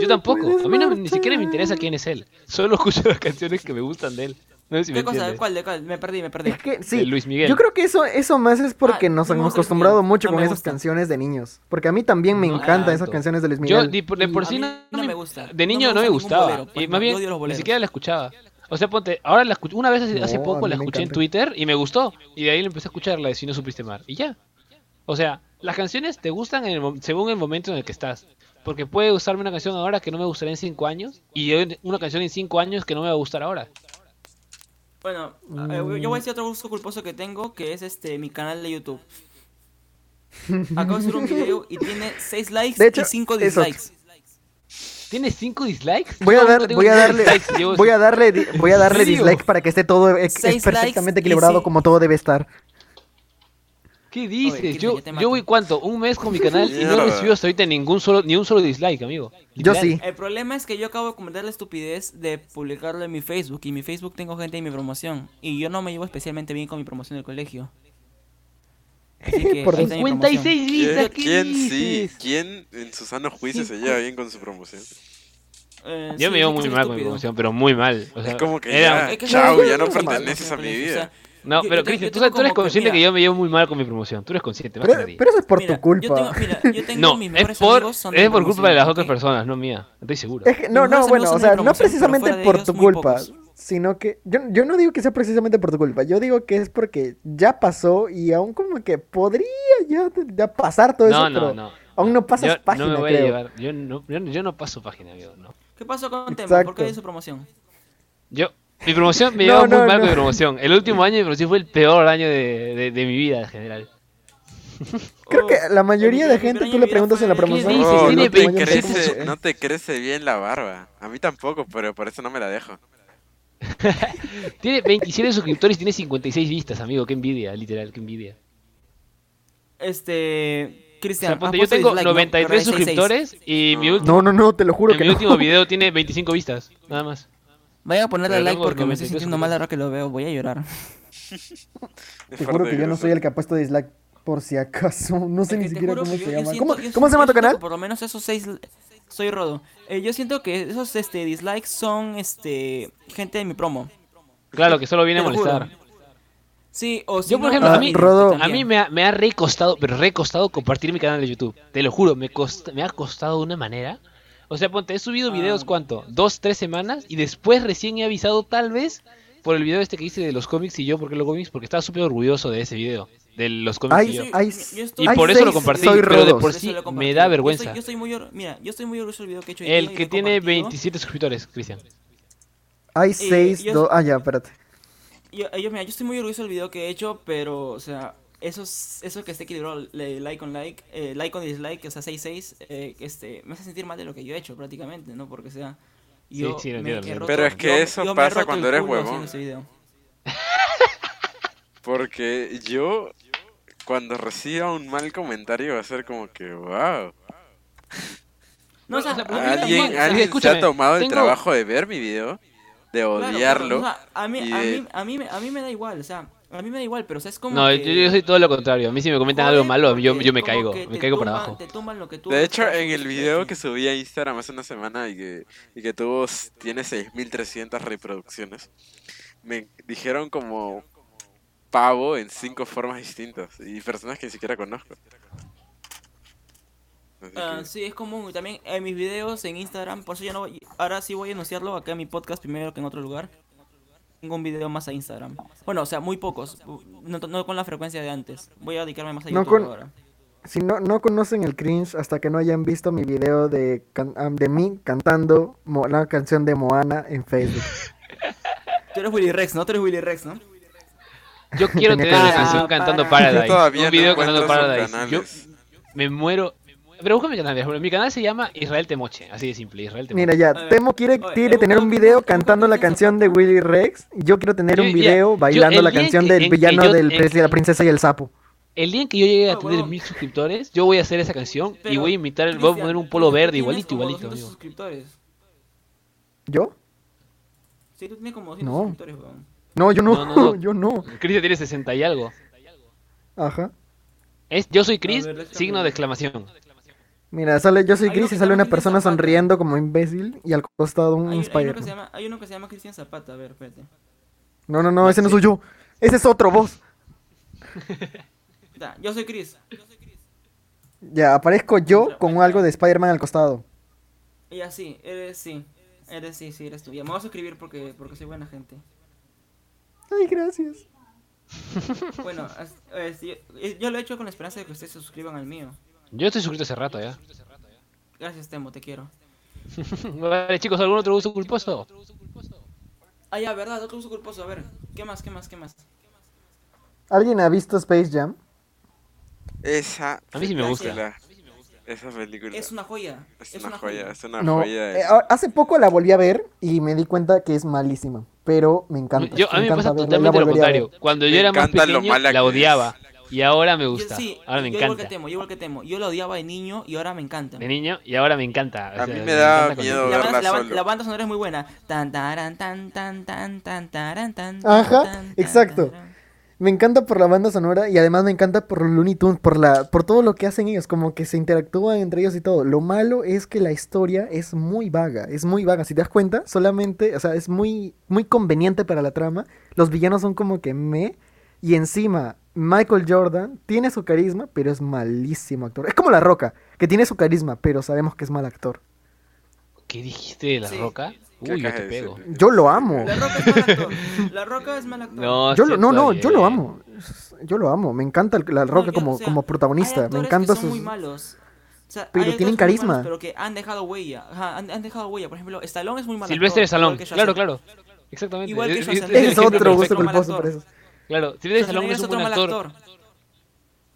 Speaker 3: Yo tampoco. A mí no, ni siquiera me interesa quién es él. Solo escucho las canciones que me gustan de él. No sé si me
Speaker 4: ¿Qué cosa?
Speaker 3: entiendes.
Speaker 4: ¿Cuál? ¿De cuál? Me perdí, me perdí.
Speaker 2: Es que sí,
Speaker 3: de Luis Miguel.
Speaker 2: yo creo que eso, eso más es porque
Speaker 4: Ah,
Speaker 2: nos
Speaker 4: no me
Speaker 2: hemos
Speaker 4: gusta Luis
Speaker 2: acostumbrado
Speaker 4: Miguel,
Speaker 2: mucho
Speaker 4: no
Speaker 2: con
Speaker 4: me
Speaker 2: esas
Speaker 4: gusta.
Speaker 2: canciones de niños. Porque a mí también me
Speaker 3: No
Speaker 2: encantan esas
Speaker 3: tanto.
Speaker 2: canciones de Luis
Speaker 3: Yo
Speaker 2: Miguel.
Speaker 3: de por, de por
Speaker 4: A
Speaker 3: sí
Speaker 4: mí
Speaker 3: no,
Speaker 4: no
Speaker 3: me
Speaker 4: me gusta.
Speaker 3: De niño
Speaker 4: No me
Speaker 3: no me,
Speaker 4: gusta
Speaker 3: gustaba.
Speaker 4: ningún bolero, pues,
Speaker 3: y
Speaker 4: no,
Speaker 3: más
Speaker 4: yo
Speaker 3: bien,
Speaker 4: odio los
Speaker 3: ni
Speaker 4: boleros.
Speaker 3: siquiera la escuchaba. O sea, ponte, ahora la escuché, una vez hace, hace
Speaker 2: No, a
Speaker 3: poco
Speaker 2: mí
Speaker 3: la
Speaker 2: me
Speaker 3: escuché en
Speaker 2: encanta.
Speaker 3: Twitter y me gustó. Y de ahí le empecé a escuchar la de Si no supiste amar. Y ya. O sea, las canciones te gustan en el mom- según el momento en el que estás. Porque puede gustarme una canción ahora que no me gustaría en 5 años. Y hoy una canción en 5 años que no me va a gustar ahora.
Speaker 4: Bueno, eh, yo voy a decir otro gusto culposo que tengo, que es este mi canal de YouTube. Acabo de hacer un video y tiene 6 likes
Speaker 2: De hecho,
Speaker 4: y 5
Speaker 2: eso.
Speaker 4: dislikes.
Speaker 3: ¿Tienes 5 dislikes?
Speaker 2: Voy a,
Speaker 3: No,
Speaker 2: dar-
Speaker 3: no tengo
Speaker 2: voy a
Speaker 3: ni
Speaker 2: darle,
Speaker 3: dislikes, llevo-
Speaker 2: voy a darle, di- voy a darle
Speaker 3: Digo.
Speaker 2: dislike para que esté todo ex-
Speaker 4: Seis likes
Speaker 2: perfectamente
Speaker 4: y
Speaker 2: equilibrado
Speaker 4: sí.
Speaker 2: como todo debe estar.
Speaker 3: ¿Qué dices?
Speaker 4: Oye, Kirchner,
Speaker 3: yo,
Speaker 4: ya te mato.
Speaker 3: yo voy cuánto, un mes con mi canal y no
Speaker 1: Mierda.
Speaker 3: he recibido hasta ahorita ningún solo, ni un solo dislike, amigo.
Speaker 2: Yo
Speaker 3: Literal.
Speaker 2: sí.
Speaker 4: El problema es que yo acabo de cometer la estupidez de publicarlo en mi Facebook y en mi Facebook tengo gente en mi promoción y yo no me llevo especialmente bien con mi promoción del colegio. Así que
Speaker 2: Por
Speaker 4: ahí está mi promoción.
Speaker 3: 56
Speaker 1: ¿Quién,
Speaker 3: vistas, ¿qué
Speaker 1: quién sí?
Speaker 3: dices?
Speaker 1: ¿Quién en su sano juicio se lleva bien con su promoción?
Speaker 4: Eh,
Speaker 3: Yo
Speaker 4: sí,
Speaker 3: me llevo
Speaker 4: sí,
Speaker 3: muy
Speaker 4: soy
Speaker 3: mal con mi
Speaker 4: estúpido.
Speaker 3: promoción, pero muy mal. O sea,
Speaker 1: Es como que
Speaker 3: era-
Speaker 1: ya,
Speaker 4: Es que-
Speaker 1: Ah, chao, ya no
Speaker 2: es normal,
Speaker 1: perteneces a mi
Speaker 4: O
Speaker 1: vida.
Speaker 4: sea,
Speaker 3: No,
Speaker 4: yo- yo
Speaker 3: pero
Speaker 4: tengo-
Speaker 3: Cristian,
Speaker 4: yo
Speaker 3: tú,
Speaker 4: tengo
Speaker 3: tú eres
Speaker 4: como que,
Speaker 3: consciente que,
Speaker 4: mira,
Speaker 3: yo me llevo muy mal con mi promoción. Tú eres consciente, más
Speaker 2: Pero,
Speaker 3: que nadie.
Speaker 2: pero eso es por
Speaker 4: mira,
Speaker 2: tu culpa.
Speaker 4: Yo tengo, mira, yo tengo
Speaker 3: no,
Speaker 4: mis
Speaker 3: es
Speaker 4: mejores
Speaker 3: por,
Speaker 4: amigos son de
Speaker 3: es
Speaker 4: mi
Speaker 3: por culpa de
Speaker 4: promoción,
Speaker 3: las
Speaker 4: ¿ok?
Speaker 3: otras personas, no mía. Estoy seguro.
Speaker 2: Es que- no,
Speaker 4: Mis
Speaker 2: no,
Speaker 4: mejores
Speaker 2: bueno,
Speaker 4: amigos
Speaker 2: o
Speaker 4: son
Speaker 2: sea,
Speaker 4: de
Speaker 2: no
Speaker 4: promoción, pero
Speaker 2: precisamente
Speaker 4: fuera de
Speaker 2: por
Speaker 4: ellos,
Speaker 2: tu
Speaker 4: muy
Speaker 2: culpa,
Speaker 4: pocos.
Speaker 2: sino que yo, yo no digo que sea precisamente por tu culpa, yo digo que es porque ya pasó y aún como que podría ya, ya pasar todo
Speaker 3: No,
Speaker 2: eso, pero
Speaker 3: no, no.
Speaker 2: aún no pasas
Speaker 3: Yo
Speaker 2: página,
Speaker 3: no me voy
Speaker 2: creo.
Speaker 3: a llevar. Yo no, yo, no- yo no paso página, amigo. No.
Speaker 4: ¿Qué pasó con Temo? ¿Por
Speaker 2: Exacto.
Speaker 4: qué hay su promoción?
Speaker 3: Yo, mi promoción me
Speaker 2: No,
Speaker 3: llevó
Speaker 2: no,
Speaker 3: muy mal
Speaker 2: no.
Speaker 3: con mi promoción. El último año de mi promoción fue el peor año de, de, de mi vida en general.
Speaker 2: Creo
Speaker 4: Oh,
Speaker 2: que la mayoría
Speaker 4: mi-
Speaker 2: de
Speaker 4: mi
Speaker 2: gente
Speaker 4: primer
Speaker 2: tú
Speaker 4: año
Speaker 2: le
Speaker 4: de
Speaker 2: preguntas en
Speaker 4: vida
Speaker 2: la
Speaker 4: fue- ¿Qué
Speaker 2: promoción.
Speaker 3: dices?
Speaker 1: No,
Speaker 3: Tiene
Speaker 1: no te
Speaker 3: 27
Speaker 4: ¿eh?
Speaker 1: crece,
Speaker 3: años.
Speaker 1: no te crece bien la barba. A mí tampoco, pero por eso no me la dejo.
Speaker 3: Tiene 27 suscriptores y tiene 56 vistas, amigo. Qué envidia, literal, qué envidia.
Speaker 4: Este.
Speaker 3: O sea,
Speaker 4: Cristian,
Speaker 3: ponte,
Speaker 4: has
Speaker 3: yo
Speaker 4: puesto
Speaker 3: tengo
Speaker 4: dislike, ¿no?
Speaker 3: 93
Speaker 4: Pero hay 66.
Speaker 3: suscriptores y mi, último,
Speaker 2: No, no, no, te lo juro
Speaker 3: en
Speaker 2: que
Speaker 3: mi
Speaker 2: no.
Speaker 3: último video tiene 25 vistas, nada más.
Speaker 4: Voy a ponerle
Speaker 3: Pero
Speaker 4: like
Speaker 3: tengo
Speaker 4: porque me
Speaker 3: 93
Speaker 4: estoy sintiendo mal ahora que lo veo. Voy a llorar.
Speaker 1: Es
Speaker 2: Te juro
Speaker 1: fuerte
Speaker 2: que yo no
Speaker 1: grueso.
Speaker 2: soy el que ha puesto dislike por si acaso, no sé
Speaker 4: Es
Speaker 2: ni
Speaker 4: que te
Speaker 2: siquiera
Speaker 4: juro
Speaker 2: cómo
Speaker 4: que
Speaker 2: se
Speaker 4: yo- yo
Speaker 2: llama.
Speaker 4: siento-
Speaker 2: ¿Cómo,
Speaker 4: yo-
Speaker 2: cómo se
Speaker 4: yo
Speaker 2: llama tu
Speaker 4: siento que
Speaker 2: canal?
Speaker 4: Por lo menos esos seis. Soy Rodo. Eh, yo siento que esos este, dislikes son este gente de mi promo.
Speaker 3: Claro, que solo viene a
Speaker 4: Te lo juro.
Speaker 3: molestar.
Speaker 4: Sí, o si
Speaker 3: Yo, por
Speaker 4: no,
Speaker 3: ejemplo,
Speaker 2: a
Speaker 4: ah,
Speaker 2: mí-
Speaker 4: este
Speaker 2: Rodo-
Speaker 3: A
Speaker 4: también.
Speaker 3: mí me ha, me ha recostado, pero recostado compartir mi canal de YouTube. Te lo juro, me, cost- me ha costado de una manera. O sea, ponte, he subido videos,
Speaker 4: Ah.
Speaker 3: ¿cuánto? Dos, tres semanas y después recién he avisado tal vez por el video este que hice de los cómics y yo, porque los cómics, porque estaba súper orgulloso de ese video, de los cómics y
Speaker 2: Ay,
Speaker 3: yo.
Speaker 4: sí,
Speaker 2: ay,
Speaker 4: yo estoy-
Speaker 3: Y
Speaker 2: ay,
Speaker 3: por eso lo
Speaker 2: seis,
Speaker 3: compartí,
Speaker 2: soy
Speaker 3: pero de
Speaker 2: Rodos.
Speaker 3: por
Speaker 4: Eso
Speaker 3: sí
Speaker 4: lo he compartido.
Speaker 3: me da
Speaker 4: Yo
Speaker 3: vergüenza.
Speaker 4: estoy, yo estoy muy or- Mira, yo estoy muy orgulloso del video que he hecho. hoy día
Speaker 3: El
Speaker 4: y
Speaker 3: que
Speaker 4: lo he
Speaker 3: tiene
Speaker 4: compartido.
Speaker 3: 27 suscriptores, Cristian.
Speaker 2: Hay
Speaker 4: Eh,
Speaker 2: seis,
Speaker 4: yo-
Speaker 2: dos, ah, ya, espérate.
Speaker 4: Yo, eh, yo, mira, yo estoy muy orgulloso del video que he hecho, pero, o sea, eso, es- eso que esté equilibrado, le- like on like, eh, like on dislike, o sea, 6-6, eh, este, me hace sentir mal de lo que yo he hecho prácticamente, ¿no? Porque, o sea,
Speaker 3: Sí,
Speaker 4: yo
Speaker 3: sí, lo
Speaker 4: me he
Speaker 3: entiendo, lo
Speaker 4: roto-
Speaker 1: Pero es que
Speaker 4: yo-
Speaker 1: eso
Speaker 4: yo me he
Speaker 1: pasa
Speaker 4: roto el
Speaker 1: cuando eres
Speaker 4: culo haciendo
Speaker 1: huevón.
Speaker 4: ese video.
Speaker 1: Porque yo, cuando reciba un mal comentario, va a ser como que, wow.
Speaker 4: No, o sea,
Speaker 3: O sea,
Speaker 4: a mí me da igual, o
Speaker 1: Alguien,
Speaker 4: sea,
Speaker 1: alguien se
Speaker 3: escúchame,
Speaker 1: ha tomado el
Speaker 3: tengo-
Speaker 1: trabajo de ver mi video, de
Speaker 4: claro, claro,
Speaker 1: odiarlo.
Speaker 4: o sea, a mí,
Speaker 1: y
Speaker 4: a
Speaker 1: de-
Speaker 4: mí, a mí, me- a mí me da igual, o sea, a mí me da igual, pero, o sea, es como
Speaker 3: No,
Speaker 4: que...
Speaker 3: yo, yo soy todo lo contrario. A mí si me comentan algo
Speaker 4: jode
Speaker 3: malo, yo,
Speaker 4: porque
Speaker 3: yo me
Speaker 4: como
Speaker 3: caigo,
Speaker 4: que
Speaker 3: me
Speaker 4: te
Speaker 3: caigo para
Speaker 4: tumban-
Speaker 3: abajo.
Speaker 4: te tumban lo que tú
Speaker 1: De
Speaker 4: has
Speaker 1: hecho,
Speaker 4: hecho,
Speaker 1: en el
Speaker 4: sí,
Speaker 1: video
Speaker 4: sí.
Speaker 1: que subí a Instagram hace una semana y que, y que tuvo, s- tiene 6.300 reproducciones, me dijeron como pavo en cinco formas distintas y personas que ni siquiera conozco. Así
Speaker 4: Ah,
Speaker 1: que-
Speaker 4: sí, es común. Y También en mis videos en Instagram, por eso ya no voy- Ahora sí voy a anunciarlo acá en mi podcast primero que en otro lugar. Tengo un video más a Instagram. Bueno, o sea, muy pocos. No, no con la frecuencia de antes. Voy a dedicarme más a
Speaker 2: No
Speaker 4: YouTube
Speaker 2: con-
Speaker 4: ahora.
Speaker 2: Si no, no conocen el cringe hasta que no hayan visto mi video de, can- am- de mí cantando Mo- la canción de Moana en Facebook.
Speaker 4: Tú eres Willy Rex, ¿no? Tú eres Willy Rex, ¿no?
Speaker 3: Yo quiero
Speaker 2: Tenía
Speaker 3: tener
Speaker 2: que
Speaker 3: una
Speaker 2: decir.
Speaker 3: canción
Speaker 4: Para-
Speaker 3: cantando
Speaker 4: para-
Speaker 3: Paradise.
Speaker 1: Yo todavía
Speaker 3: un video
Speaker 1: no
Speaker 3: cantando
Speaker 1: encuentro sus
Speaker 3: Paradise. Yo
Speaker 1: canales.
Speaker 3: me muero. Pero busca mi canal, por ejemplo, mi canal se llama Israel Temoche, así de simple, Israel Temoche.
Speaker 2: Mira ya,
Speaker 4: ver,
Speaker 2: Temo quiere,
Speaker 4: oye,
Speaker 2: quiere
Speaker 4: un-
Speaker 2: tener un
Speaker 4: un-
Speaker 2: video
Speaker 4: un-
Speaker 2: cantando la
Speaker 4: un-
Speaker 2: canción de Willy Rex. y Yo quiero tener
Speaker 3: Yo-
Speaker 2: un
Speaker 3: ya,
Speaker 2: video
Speaker 3: yo-
Speaker 2: bailando
Speaker 3: el
Speaker 2: la
Speaker 3: día en
Speaker 2: canción
Speaker 3: que-
Speaker 2: del
Speaker 3: en que
Speaker 2: villano
Speaker 3: yo-
Speaker 2: del
Speaker 3: en
Speaker 2: pres-
Speaker 3: que-
Speaker 2: la princesa y el sapo.
Speaker 3: El día en que yo llegue a
Speaker 4: Ah,
Speaker 3: tener
Speaker 4: huevón.
Speaker 3: mil suscriptores, yo voy a hacer esa canción y
Speaker 4: Pero,
Speaker 3: voy a imitar, voy a
Speaker 4: Cristian,
Speaker 3: poner un
Speaker 4: tú
Speaker 3: polo
Speaker 4: tienes
Speaker 3: verde igualito,
Speaker 4: como
Speaker 3: igualito.
Speaker 4: 200
Speaker 3: amigo.
Speaker 4: suscriptores.
Speaker 2: ¿Yo?
Speaker 4: Sí, tú tienes como 200
Speaker 2: No.
Speaker 4: suscriptores, weón.
Speaker 2: No, yo no,
Speaker 3: No, no, no.
Speaker 2: yo no.
Speaker 3: Cristian tiene 60 y algo.
Speaker 2: Ajá.
Speaker 3: Es, yo soy Chris,
Speaker 4: A ver, déjame
Speaker 3: signo
Speaker 4: ver.
Speaker 3: de exclamación.
Speaker 2: Mira, sale, yo soy
Speaker 4: Hay uno
Speaker 2: Chris
Speaker 4: que
Speaker 2: y
Speaker 4: se
Speaker 2: sale
Speaker 4: llama
Speaker 2: una
Speaker 4: Cristian
Speaker 2: persona
Speaker 4: Zapata.
Speaker 2: sonriendo como imbécil y al costado un
Speaker 4: Hay, hay uno que se
Speaker 2: Spider-Man.
Speaker 4: llama, hay uno que se llama Cristian Zapata, a ver, espérate.
Speaker 2: No, no, no, ese no soy yo. Ese es otro voz.
Speaker 4: Ya, Yo soy Chris.
Speaker 2: Ya, aparezco yo con algo de Spider-Man al costado.
Speaker 4: Y así, eres sí. Eres sí, sí, eres tú. Ya me voy a suscribir porque, porque soy buena gente.
Speaker 2: Ay, gracias.
Speaker 4: Bueno, as- es- yo, eh, yo lo he hecho con la esperanza de que ustedes se suscriban al mío.
Speaker 3: Yo estoy suscrito hace rato ya.
Speaker 4: Gracias, Temo, te quiero.
Speaker 3: vale, chicos, ¿algún otro gusto culposo?
Speaker 4: Ah, ya, verdad, otro uso culposo. A ver, ¿qué más, qué más, qué más?
Speaker 2: ¿Alguien ha visto Space Jam?
Speaker 1: Esa.
Speaker 3: A mí sí me gusta.
Speaker 1: película- Esa película.
Speaker 4: Es una joya. Es, una
Speaker 1: joya,
Speaker 4: joya.
Speaker 1: es una
Speaker 2: no.
Speaker 1: joya.
Speaker 2: Eh, a- hace poco la volví a ver y me di cuenta que es malísima. Pero me encanta.
Speaker 3: Yo, a mí me
Speaker 2: encanta
Speaker 3: pasa
Speaker 2: verla y la
Speaker 3: totalmente lo
Speaker 2: volvería a ver.
Speaker 3: contrario. Cuando
Speaker 1: Me
Speaker 3: yo era más
Speaker 1: encanta lo
Speaker 3: pequeño, la
Speaker 1: mala que
Speaker 3: odiaba. Y ahora me
Speaker 4: Yo
Speaker 3: gusta.
Speaker 4: sí,
Speaker 3: Ahora me
Speaker 4: yo igual que
Speaker 3: encanta.
Speaker 4: Temo, yo igual que Temo. Yo lo odiaba de niño y ahora me encanta.
Speaker 3: De niño, y ahora me encanta.
Speaker 1: A mí me da
Speaker 3: encanta
Speaker 1: miedo
Speaker 3: cuando-
Speaker 4: La banda,
Speaker 1: verla
Speaker 4: la, ban-
Speaker 1: solo.
Speaker 4: la banda sonora es muy buena. Tan taran tan tan tan tan taran tan tan,
Speaker 2: Ajá,
Speaker 4: tan, tan,
Speaker 2: exacto.
Speaker 4: taran.
Speaker 2: Me encanta por la banda sonora y además me encanta por Looney Tunes, por, la, por todo lo que hacen ellos, como que se interactúan entre ellos y todo. Lo malo es que la historia es muy vaga, es muy vaga. Si te das cuenta, solamente, o sea, es muy, muy conveniente para la trama. Los villanos son como que me. Y encima, Michael Jordan tiene su carisma, pero es malísimo actor. Es como La Roca, que tiene su carisma, pero sabemos que es mal actor.
Speaker 3: ¿Qué dijiste de la
Speaker 4: Sí.
Speaker 3: roca?
Speaker 1: ¿Qué
Speaker 3: Uy, yo te
Speaker 1: acabas de
Speaker 3: pego.
Speaker 1: decir?
Speaker 2: Yo lo amo.
Speaker 4: La roca es mal actor. La roca es mal actor.
Speaker 3: No,
Speaker 2: Yo lo- no,
Speaker 3: siento
Speaker 2: no, yo lo
Speaker 3: bien.
Speaker 2: amo. Yo lo amo. Me encanta el- La Roca
Speaker 4: yo-
Speaker 2: como,
Speaker 4: o sea,
Speaker 2: como
Speaker 4: hay
Speaker 2: protagonista. Me
Speaker 4: actores que
Speaker 2: encanta
Speaker 4: son
Speaker 2: sus...
Speaker 4: muy malos. O sea,
Speaker 2: Pero
Speaker 4: hay actores
Speaker 2: tienen
Speaker 4: muy malos,
Speaker 2: carisma.
Speaker 4: pero que han dejado huella. Ajá, han, han dejado huella. Por ejemplo, Stallone es muy malo.
Speaker 3: Silvestre Stallone,
Speaker 4: Salón,
Speaker 3: claro, claro. Exactamente.
Speaker 4: Igual que
Speaker 3: Es-
Speaker 4: Schwarzenegger.
Speaker 3: el
Speaker 2: Ese es
Speaker 3: ejemplo
Speaker 2: otro gusto
Speaker 3: perfecto.
Speaker 4: mal
Speaker 2: culposo
Speaker 4: actor.
Speaker 2: por eso.
Speaker 3: Claro, Silvestre Stallone es un buen actor.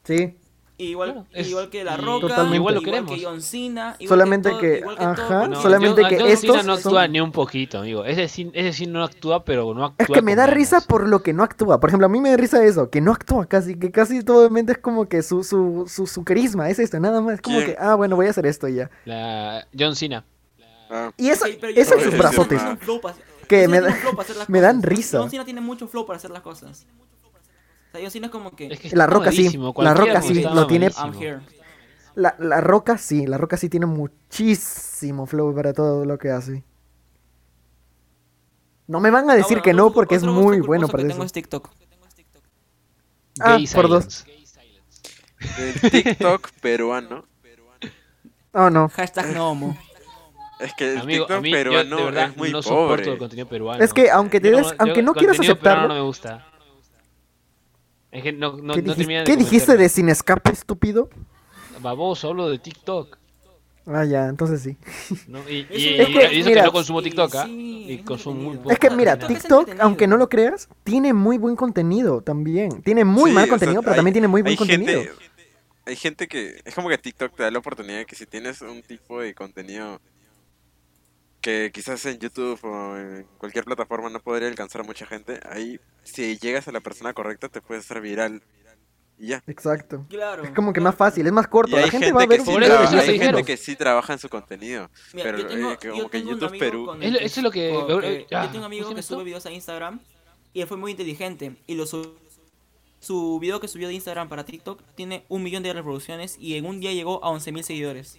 Speaker 2: Sí.
Speaker 4: Y Igual,
Speaker 3: Claro, es-
Speaker 4: igual que La
Speaker 3: y-
Speaker 4: Roca,
Speaker 2: Totalmente.
Speaker 4: igual,
Speaker 3: Igual lo
Speaker 4: que
Speaker 3: queremos.
Speaker 4: John Cena, igual
Speaker 2: Solamente
Speaker 4: que, todo-
Speaker 2: que-
Speaker 4: igual
Speaker 2: ajá,
Speaker 4: todo.
Speaker 2: solamente
Speaker 3: John-
Speaker 2: que
Speaker 3: John
Speaker 2: estos
Speaker 3: Cena no
Speaker 2: son-
Speaker 3: actúa ni un poquito, amigo. Ese sí, ese sí no actúa, pero no actúa.
Speaker 2: Es que me
Speaker 3: con
Speaker 2: da
Speaker 3: ganas.
Speaker 2: risa por lo que no actúa. Por ejemplo, a mí me da risa eso, que no actúa casi, que casi todo el mente es como que su, su, su, su carisma, es esto, nada más. Es como
Speaker 1: ¿Quién?
Speaker 2: que, ah, bueno, voy a hacer esto y ya.
Speaker 3: La John Cena.
Speaker 1: Ah,
Speaker 2: Y eso,
Speaker 4: Sí, pero yo-
Speaker 2: eso y
Speaker 1: creo
Speaker 2: sus
Speaker 1: que
Speaker 2: brazotes.
Speaker 1: sí,
Speaker 4: Tiene un flow para hacer-
Speaker 2: Que
Speaker 4: John
Speaker 2: me
Speaker 4: Cena
Speaker 2: da-
Speaker 4: tiene un flow para hacer las
Speaker 2: me dan
Speaker 4: cosas.
Speaker 2: risa.
Speaker 4: John Cena tiene mucho flow para hacer las cosas. O sea, John Cena es como que...
Speaker 3: Es que
Speaker 2: La
Speaker 3: está
Speaker 2: Roca sí,
Speaker 3: malísimo,
Speaker 2: La
Speaker 3: cualquiera
Speaker 2: Roca sí,
Speaker 3: estaba
Speaker 2: lo tiene-
Speaker 4: I'm here.
Speaker 3: malísimo.
Speaker 2: La, la roca sí, la roca sí tiene muchísimo flow para todo lo que hace. No me van a decir
Speaker 4: Ah, bueno,
Speaker 2: que no
Speaker 4: otro-
Speaker 2: porque es
Speaker 4: otro gusto
Speaker 2: muy bueno
Speaker 4: culposo que
Speaker 2: para
Speaker 4: tengo
Speaker 2: eso.
Speaker 4: es TikTok.
Speaker 2: Ah,
Speaker 3: Gay
Speaker 2: por dos.
Speaker 3: silence.
Speaker 1: el TikTok peruano.
Speaker 2: Oh, no.
Speaker 4: Hashtag no homo.
Speaker 1: Es que el
Speaker 3: Amigo, a
Speaker 1: TikTok
Speaker 3: mí, yo
Speaker 1: peruano
Speaker 3: de verdad
Speaker 1: es muy
Speaker 3: no soporto
Speaker 1: pobre.
Speaker 3: el contenido peruano.
Speaker 2: Es que aunque te
Speaker 3: Yo
Speaker 2: des,
Speaker 3: yo-
Speaker 2: aunque no
Speaker 3: el
Speaker 2: quieras
Speaker 3: contenido peruano
Speaker 2: aceptarlo,
Speaker 3: no me gusta. Es que no, no,
Speaker 2: ¿qué,
Speaker 3: no
Speaker 2: dijiste-
Speaker 3: termina de
Speaker 2: qué dijiste
Speaker 3: convencerme.
Speaker 2: de sin escape, estúpido?
Speaker 3: Baboso, hablo de TikTok.
Speaker 2: Ah, ya, entonces sí.
Speaker 3: ¿no? Y,
Speaker 4: Es
Speaker 3: y-
Speaker 4: una-
Speaker 2: Es que,
Speaker 3: y eso
Speaker 2: mira,
Speaker 3: que no consumo
Speaker 4: sí,
Speaker 3: TikTok, ¿ah?
Speaker 4: sí,
Speaker 3: y
Speaker 4: es
Speaker 3: consumo muy
Speaker 4: entretenido.
Speaker 3: poco.
Speaker 2: Es que mira,
Speaker 4: TikTok es
Speaker 2: TikTok,
Speaker 4: entretenido.
Speaker 2: aunque no lo creas, tiene muy buen contenido también. Tiene muy
Speaker 1: Sí, o
Speaker 2: mal
Speaker 1: sea,
Speaker 2: contenido, pero
Speaker 1: hay-
Speaker 2: también tiene muy buen
Speaker 1: hay gente-
Speaker 2: contenido.
Speaker 1: hay gente que. Es como que TikTok te da la oportunidad de que si tienes un tipo de contenido que quizás en YouTube o en cualquier plataforma no podría alcanzar a mucha gente, ahí si llegas a la persona correcta te puedes hacer viral. Y ya.
Speaker 2: Exacto.
Speaker 4: Claro.
Speaker 2: Es como que más fácil, es más corto.
Speaker 1: Y hay
Speaker 2: La gente va a ver
Speaker 1: que sí
Speaker 2: un
Speaker 3: Por
Speaker 2: video
Speaker 3: eso
Speaker 2: de
Speaker 1: traba-
Speaker 3: sí
Speaker 2: diez
Speaker 1: hay
Speaker 3: dinero.
Speaker 2: segundos.
Speaker 1: gente que sí trabaja en su contenido.
Speaker 4: Mira,
Speaker 1: pero
Speaker 4: yo tengo-
Speaker 1: eh, que
Speaker 4: yo
Speaker 1: como que
Speaker 4: tengo un
Speaker 1: YouTube
Speaker 4: amigo
Speaker 1: Perú.
Speaker 4: con
Speaker 3: Es
Speaker 4: el
Speaker 3: lo- eso es lo que-
Speaker 4: con-
Speaker 3: eh,
Speaker 4: que-
Speaker 3: ah,
Speaker 4: yo tengo un amigo
Speaker 3: ¿sí
Speaker 4: que
Speaker 3: me
Speaker 4: sube
Speaker 3: tú?
Speaker 4: videos a Instagram y él fue muy inteligente y lo sub- Su video que subió de Instagram para TikTok tiene un millón de reproducciones y en un día llegó a 11.000 seguidores.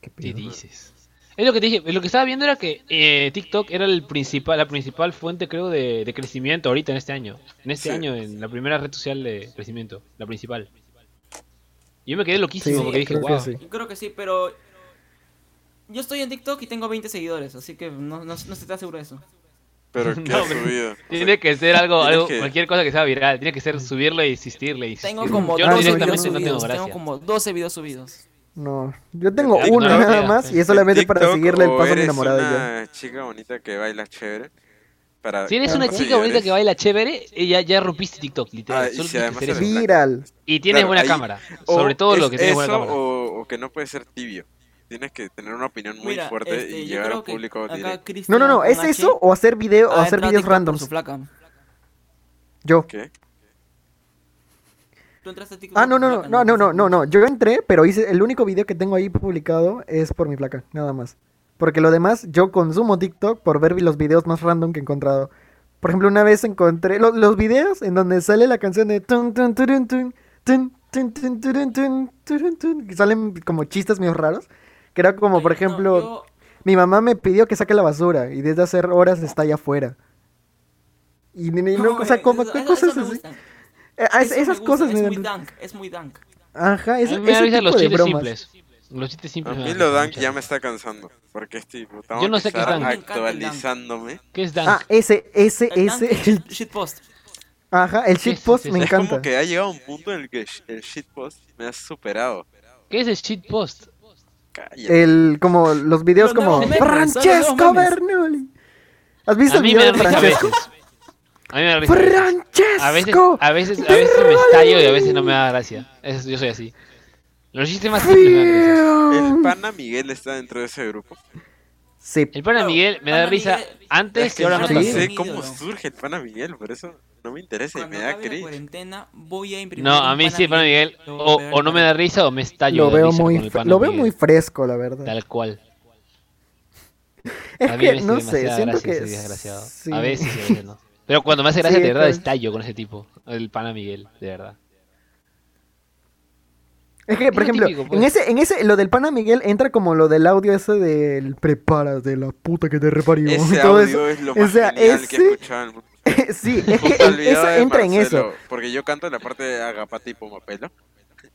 Speaker 3: ¿Qué dices? Es lo que te dije, lo que estaba viendo era que eh, TikTok era el principal, la principal fuente, creo, de, de crecimiento ahorita en este año. En este
Speaker 1: Sí.
Speaker 3: año, en la primera red social de crecimiento, la principal. Yo me quedé loquísimo
Speaker 2: Sí,
Speaker 3: porque dije,
Speaker 2: creo que
Speaker 3: wow.
Speaker 2: sí.
Speaker 4: Yo creo que sí, pero. Yo estoy en TikTok y tengo 20 seguidores, así que no, no, no se te asegura eso.
Speaker 1: Pero ¿qué
Speaker 3: No,
Speaker 1: ha
Speaker 3: pero-
Speaker 1: subido? O sea,
Speaker 3: Tiene que ser algo,
Speaker 1: Tienes
Speaker 3: algo
Speaker 1: que-
Speaker 3: cualquier cosa que sea viral. Tiene que ser subirlo e insistirle. e insistirle.
Speaker 4: Tengo como
Speaker 3: Yo
Speaker 2: no,
Speaker 4: 12 videos
Speaker 3: directamente no tengo
Speaker 4: subidos.
Speaker 3: gracia.
Speaker 4: tengo como 12 videos subidos.
Speaker 2: No, yo tengo
Speaker 3: TikTok,
Speaker 2: uno nada
Speaker 3: mira,
Speaker 2: más
Speaker 3: sí.
Speaker 2: y es solamente
Speaker 1: ¿en
Speaker 2: para
Speaker 1: TikTok
Speaker 2: seguirle el
Speaker 1: o
Speaker 2: paso a mi
Speaker 1: eres
Speaker 2: enamorada y yo.
Speaker 1: una chica bonita que baila chévere. Para
Speaker 3: Si eres
Speaker 4: Ah,
Speaker 3: una
Speaker 1: ganar
Speaker 3: chica bonita
Speaker 1: seguidores.
Speaker 3: que baila chévere, eh, ya, ya rompiste TikTok, literal.
Speaker 1: Ah, y
Speaker 3: Solo
Speaker 1: si
Speaker 3: tienes que
Speaker 1: además
Speaker 3: hacer
Speaker 1: eres
Speaker 3: eso.
Speaker 1: flaca.
Speaker 2: Viral.
Speaker 3: Y tienes
Speaker 1: Claro,
Speaker 3: buena
Speaker 1: ahí-
Speaker 3: cámara.
Speaker 1: O
Speaker 3: Sobre todo lo
Speaker 1: es
Speaker 3: que tienes buena
Speaker 1: eso,
Speaker 3: cámara.
Speaker 1: O, o que no puede ser tibio. Tienes que tener una opinión muy
Speaker 4: Mira,
Speaker 1: fuerte
Speaker 4: este,
Speaker 1: y
Speaker 4: yo
Speaker 1: llegar
Speaker 4: creo
Speaker 1: al
Speaker 4: que
Speaker 1: público
Speaker 4: acá
Speaker 1: directo.
Speaker 4: Cristian
Speaker 2: No, no, no,
Speaker 4: con
Speaker 2: ¿es
Speaker 4: H
Speaker 2: eso o hacer video o
Speaker 4: ha
Speaker 2: hacer
Speaker 4: entrado a
Speaker 2: videos
Speaker 4: TikTok por
Speaker 2: randoms?
Speaker 4: su flaca.
Speaker 2: Yo.
Speaker 1: ¿Qué?
Speaker 4: Tú entraste a TikTok
Speaker 2: Ah, no,
Speaker 4: por
Speaker 2: no,
Speaker 4: su
Speaker 2: no,
Speaker 4: flaca,
Speaker 2: no, no, no, no, no. Yo entré, pero hice el único video que tengo ahí publicado es por mi flaca, nada más. Porque lo demás, yo consumo TikTok por ver los videos más random que he encontrado. Por ejemplo, una vez encontré lo- los videos en donde sale la canción de tun, tun, turun, tun, tun, tun, tun, turun, tun, turun, tun, que salen como chistes medio raros. Que era como, por
Speaker 4: Oye, no,
Speaker 2: ejemplo,
Speaker 4: yo-
Speaker 2: mi mamá me pidió que saque la basura y desde hace horas está allá afuera. Y, ni- ni- no, o sea,
Speaker 4: eh,
Speaker 2: como
Speaker 4: eso- eso-
Speaker 2: cosas
Speaker 4: eso me
Speaker 2: así.
Speaker 4: gustan.
Speaker 2: Eh, es-
Speaker 4: Eso me
Speaker 2: esas
Speaker 4: gusta,
Speaker 2: cosas me
Speaker 4: es muy
Speaker 2: dan-
Speaker 4: dank, es muy dank.
Speaker 2: Ajá, es,
Speaker 3: a mí me
Speaker 2: ese
Speaker 3: dan risa
Speaker 2: tipo
Speaker 3: los
Speaker 2: de
Speaker 3: chistes
Speaker 2: bromas.
Speaker 3: simples. Los chistes
Speaker 1: A
Speaker 3: simples. me
Speaker 1: mí
Speaker 3: dan
Speaker 1: lo
Speaker 3: mucha
Speaker 1: dank ya
Speaker 3: risa.
Speaker 1: me está cansando. Porque es tipo, tengo
Speaker 3: Yo no
Speaker 1: que
Speaker 3: sé qué es
Speaker 1: estar
Speaker 3: dank.
Speaker 1: actualizándome.
Speaker 3: ¿Qué es
Speaker 2: Ah,
Speaker 3: dance?
Speaker 2: ese, ese,
Speaker 4: El dank es
Speaker 2: ese.
Speaker 4: shit- shitpost.
Speaker 2: Ajá, el
Speaker 3: Sí, sí,
Speaker 2: shitpost
Speaker 3: sí,
Speaker 2: me
Speaker 3: sí.
Speaker 1: Es
Speaker 2: encanta.
Speaker 1: como que ha llegado un punto en el que sh- el shitpost me ha superado.
Speaker 3: ¿Qué es el shitpost?
Speaker 1: Cállate.
Speaker 2: El, como, los videos
Speaker 4: Los
Speaker 2: como
Speaker 4: nuevos memes, son
Speaker 2: Francesco
Speaker 4: los nuevos memes".
Speaker 2: Bernoulli. ¿Has visto
Speaker 3: A
Speaker 2: el
Speaker 3: mí me
Speaker 2: video de
Speaker 3: dan risa a
Speaker 2: Francesco?
Speaker 3: veces. A mí me dan risa. Pues, a veces. A veces,
Speaker 2: ¡Francesco!
Speaker 3: a veces, a veces me estallo y a veces no me da gracia. Es- yo soy así. Los chistes más simples me dan risa.
Speaker 1: El
Speaker 2: Fiu.
Speaker 1: pana Miguel está dentro de ese grupo.
Speaker 2: Sí,
Speaker 3: El pana
Speaker 4: No,
Speaker 3: Miguel me da
Speaker 4: pana
Speaker 3: risa
Speaker 4: Miguel-
Speaker 3: antes
Speaker 1: Es
Speaker 3: que
Speaker 1: que
Speaker 3: ahora
Speaker 1: yo
Speaker 3: no
Speaker 2: sí.
Speaker 1: no
Speaker 3: tanto.
Speaker 1: sé
Speaker 4: Mi
Speaker 1: cómo
Speaker 4: ídolo.
Speaker 1: surge el pana Miguel, por eso no me interesa y
Speaker 4: Cuando
Speaker 1: me da
Speaker 4: acabe la
Speaker 1: cringe.
Speaker 4: cuarentena voy a imprimir
Speaker 3: No,
Speaker 4: un
Speaker 3: a mí
Speaker 4: pana
Speaker 3: sí, el pana Miguel,
Speaker 4: Lo
Speaker 3: o,
Speaker 4: voy a
Speaker 3: o no me da
Speaker 4: pegar.
Speaker 3: risa o me estallo
Speaker 2: lo
Speaker 3: de
Speaker 2: veo
Speaker 3: risa
Speaker 2: muy,
Speaker 3: con el
Speaker 2: fre-
Speaker 3: pana
Speaker 2: lo veo
Speaker 3: Miguel.
Speaker 2: muy fresco, la verdad.
Speaker 3: Tal cual.
Speaker 2: Es
Speaker 3: A mí me
Speaker 2: que,
Speaker 3: hace
Speaker 2: no sé,
Speaker 3: demasiada
Speaker 2: siento
Speaker 3: gracia
Speaker 2: que...
Speaker 3: ese desgraciado.
Speaker 2: sí.
Speaker 3: A veces, y a veces no. Pero cuando me hace gracia,
Speaker 2: Sí,
Speaker 3: de verdad,
Speaker 2: claro.
Speaker 3: estallo con ese tipo. El pana Miguel, de verdad.
Speaker 2: Es que,
Speaker 3: lo
Speaker 2: por ejemplo,
Speaker 3: típico,
Speaker 2: en
Speaker 3: pues.
Speaker 2: ese, en ese, lo del pana Miguel entra como lo del audio ese del prepárate la puta que te reparió
Speaker 1: Ese
Speaker 2: y todo eso.
Speaker 1: audio es lo más
Speaker 2: o sea,
Speaker 1: genial que he
Speaker 2: ese-
Speaker 1: escuchado en el mundo.
Speaker 2: sí, es que
Speaker 1: Puta, el
Speaker 2: en-
Speaker 1: video
Speaker 2: eso
Speaker 1: de
Speaker 2: entra en eso.
Speaker 1: Marcelo, Porque yo canto la parte de Agapati y Pomapelo.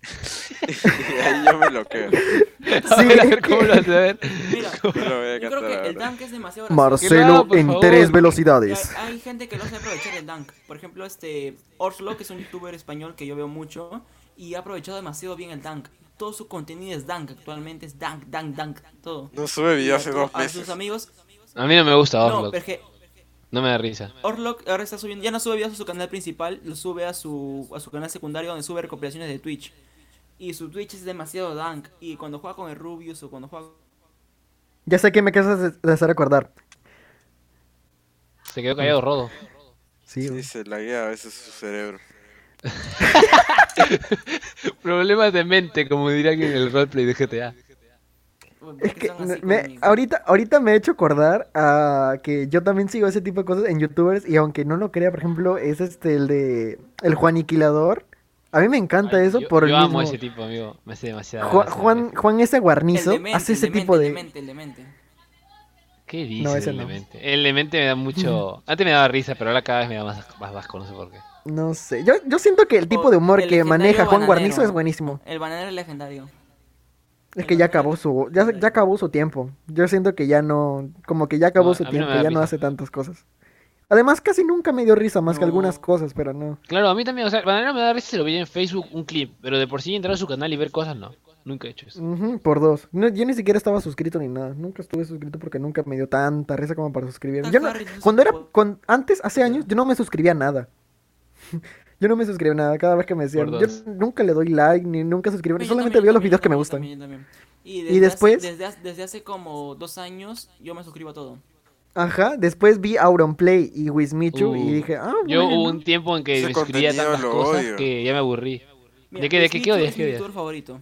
Speaker 1: y ahí yo me bloqueo.
Speaker 3: A
Speaker 2: Sí,
Speaker 3: ver, a
Speaker 2: es
Speaker 3: ver, ¿cómo
Speaker 2: que-
Speaker 3: lo hace? A ver.
Speaker 4: Mira,
Speaker 1: No lo voy a
Speaker 4: yo
Speaker 1: cantar
Speaker 4: creo que el
Speaker 1: ahora.
Speaker 4: dank es demasiado gracioso.
Speaker 2: Marcelo
Speaker 3: Claro, por
Speaker 2: en
Speaker 3: favor.
Speaker 2: tres
Speaker 4: Y hay,
Speaker 2: velocidades.
Speaker 4: hay gente que no sabe aprovechar el dank. Por ejemplo, este Orslo, que es un youtuber español que yo veo mucho y ha aprovechado demasiado bien el dank. Todo su contenido es dank, actualmente es dank, dank, dank, todo.
Speaker 1: No sube video
Speaker 4: Y a
Speaker 1: hace
Speaker 4: to-
Speaker 1: dos
Speaker 4: A sus
Speaker 1: meses.
Speaker 4: amigos.
Speaker 3: A mí no me gusta
Speaker 4: No,
Speaker 3: Orlok.
Speaker 4: pero es que
Speaker 3: No me da risa.
Speaker 4: Orlok ahora está subiendo, ya no sube videos a su canal principal, lo sube a su, a su canal secundario donde sube recopilaciones de Twitch. Y su Twitch es demasiado dank. Y cuando juega con el Rubius o cuando juega
Speaker 2: Ya sé que me quieres hacer- hacer acordar.
Speaker 3: Se quedó callado Rodo.
Speaker 2: Sí,
Speaker 1: Sí, se laguea a veces su cerebro.
Speaker 3: Problemas de mente, como diría que en el roleplay de GTA.
Speaker 4: con.
Speaker 2: Es que
Speaker 4: son así
Speaker 2: me-
Speaker 4: conmigo?
Speaker 2: ahorita, ahorita me he hecho acordar a que yo también sigo ese tipo de cosas en youtubers y aunque no lo crea, por ejemplo, es este el de el Juaniquilador. A mí me encanta
Speaker 3: Ay,
Speaker 2: eso
Speaker 3: yo,
Speaker 2: por el
Speaker 3: yo amo
Speaker 2: mismo.
Speaker 3: ese tipo, amigo. Me hace demasiado.
Speaker 2: Juan, Juan, Juan ese
Speaker 4: El
Speaker 2: guarnizo
Speaker 4: demente,
Speaker 2: hace
Speaker 4: el
Speaker 2: ese
Speaker 4: demente,
Speaker 2: tipo
Speaker 4: el
Speaker 2: de
Speaker 4: demente, el demente.
Speaker 3: ¿Qué dices
Speaker 2: No, ese
Speaker 3: el
Speaker 2: no.
Speaker 3: demente? El demente me da mucho. Antes me daba risa, pero ahora cada vez me da más, más vasco, no sé por qué.
Speaker 2: no sé. Yo, yo siento que el tipo de humor
Speaker 4: el
Speaker 2: que
Speaker 4: legendario
Speaker 2: maneja Juan
Speaker 4: bananero.
Speaker 2: Guarnizo es buenísimo.
Speaker 4: El bananero es legendario.
Speaker 2: Es que ya acabó su ya, ya acabó su tiempo. Yo siento que ya no como que ya acabó
Speaker 3: No,
Speaker 2: su
Speaker 3: a mí no me
Speaker 2: tiempo,
Speaker 3: da
Speaker 2: ya no
Speaker 3: risa.
Speaker 2: hace tantas cosas. Además casi nunca me dio risa más que
Speaker 4: No.
Speaker 2: algunas cosas, pero no.
Speaker 3: Claro, a mí también, o sea, Bananero me da risa si lo veía en Facebook un clip, pero de por sí entrar a su canal y ver cosas no. Nunca he hecho eso.
Speaker 2: Ujú, por dos. No, yo ni siquiera estaba suscrito ni nada. Nunca estuve suscrito porque nunca me dio tanta risa como para suscribirme.
Speaker 4: Tan
Speaker 2: Yo no-
Speaker 4: Harry, no
Speaker 2: cuando
Speaker 4: sé
Speaker 2: era,
Speaker 4: cómo-
Speaker 2: cuan- antes, hace años, yo no me suscribía a nada. yo no me suscribía a nada. Cada vez que me decían,
Speaker 3: Por
Speaker 2: yo
Speaker 3: dos.
Speaker 2: nunca le doy like ni nunca suscribo.
Speaker 4: Yo
Speaker 2: solamente
Speaker 4: también,
Speaker 2: veo los
Speaker 4: yo
Speaker 2: videos que me
Speaker 4: también, yo
Speaker 2: gustan.
Speaker 4: también, yo también. Y,
Speaker 2: después?
Speaker 4: Hace, desde, hace- desde hace como dos años yo me suscribo a todo.
Speaker 2: Ajá. Después vi Auronplay y Wismichu y
Speaker 3: Uh,
Speaker 2: dije, ah,
Speaker 3: Yo
Speaker 2: bueno.
Speaker 3: hubo un tiempo en que
Speaker 1: Ese
Speaker 3: me suscribía a
Speaker 1: contenido
Speaker 3: tantas
Speaker 1: lo
Speaker 3: cosas
Speaker 1: odio.
Speaker 3: que ya me aburrí.
Speaker 4: Mira,
Speaker 3: ¿De qué, de qué,
Speaker 4: Wismichu
Speaker 3: qué odias?
Speaker 4: es
Speaker 3: ¿Qué
Speaker 4: mi
Speaker 3: odias?
Speaker 4: youtuber favorito.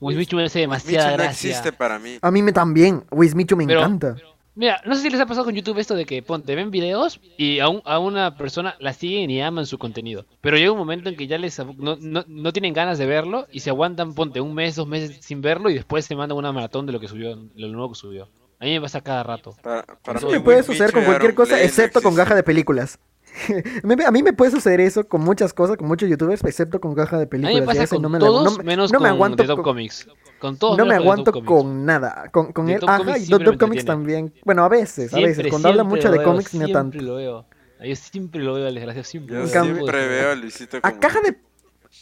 Speaker 3: Wismichu me hace
Speaker 1: Micho
Speaker 3: demasiada
Speaker 1: no
Speaker 3: gracia.
Speaker 1: existe para mí.
Speaker 2: A mí me también. Wismichu me
Speaker 3: Pero-
Speaker 2: encanta.
Speaker 3: Mira, no sé si les ha pasado con YouTube esto de que, ponte, ven videos y a, un- a una persona la siguen y aman su contenido. Pero llega un momento en que ya les abu- no, no- no tienen ganas de verlo y se aguantan, ponte, un mes, dos meses sin verlo y después se mandan una maratón de lo que subió, de lo nuevo que subió. A mí me pasa cada rato.
Speaker 1: Para, para
Speaker 2: Eso
Speaker 1: mí
Speaker 2: me
Speaker 1: Win
Speaker 2: puede suceder
Speaker 1: Micho
Speaker 2: con
Speaker 1: y
Speaker 2: cualquier
Speaker 1: Aaron
Speaker 2: cosa
Speaker 1: Play no
Speaker 2: excepto con
Speaker 1: existen.
Speaker 2: gaja de películas. Me- me- A mí me puede suceder eso con muchas cosas, con muchos youtubers, excepto con caja de
Speaker 3: A mí
Speaker 2: películas.
Speaker 3: me
Speaker 2: y
Speaker 3: pasa
Speaker 2: eso
Speaker 3: con
Speaker 2: no me la- no
Speaker 3: todos
Speaker 2: me-
Speaker 3: menos
Speaker 2: no me
Speaker 3: con
Speaker 2: aguanto
Speaker 3: The Top
Speaker 2: con-
Speaker 3: Comics. Con todos
Speaker 2: no me
Speaker 3: menos
Speaker 2: aguanto
Speaker 3: The Top Comics.
Speaker 2: con nada. Con, con
Speaker 3: The
Speaker 2: él,
Speaker 3: Top
Speaker 2: ajá,
Speaker 3: Comics
Speaker 2: y
Speaker 3: siempre
Speaker 2: Top
Speaker 3: me
Speaker 2: Comics
Speaker 3: entretiene.
Speaker 2: también. Bueno, a veces, a
Speaker 3: Siempre,
Speaker 2: veces. este, Cuando habla
Speaker 3: siempre
Speaker 2: mucho
Speaker 3: lo
Speaker 2: de
Speaker 3: veo,
Speaker 2: cómics, no
Speaker 3: siempre
Speaker 2: tanto.
Speaker 3: lo veo. Ah, Yo siempre lo veo al desgraciado, siempre
Speaker 1: Yo
Speaker 3: lo veo.
Speaker 2: cambio-
Speaker 1: siempre veo a Luisito
Speaker 2: A
Speaker 1: como...
Speaker 2: caja de.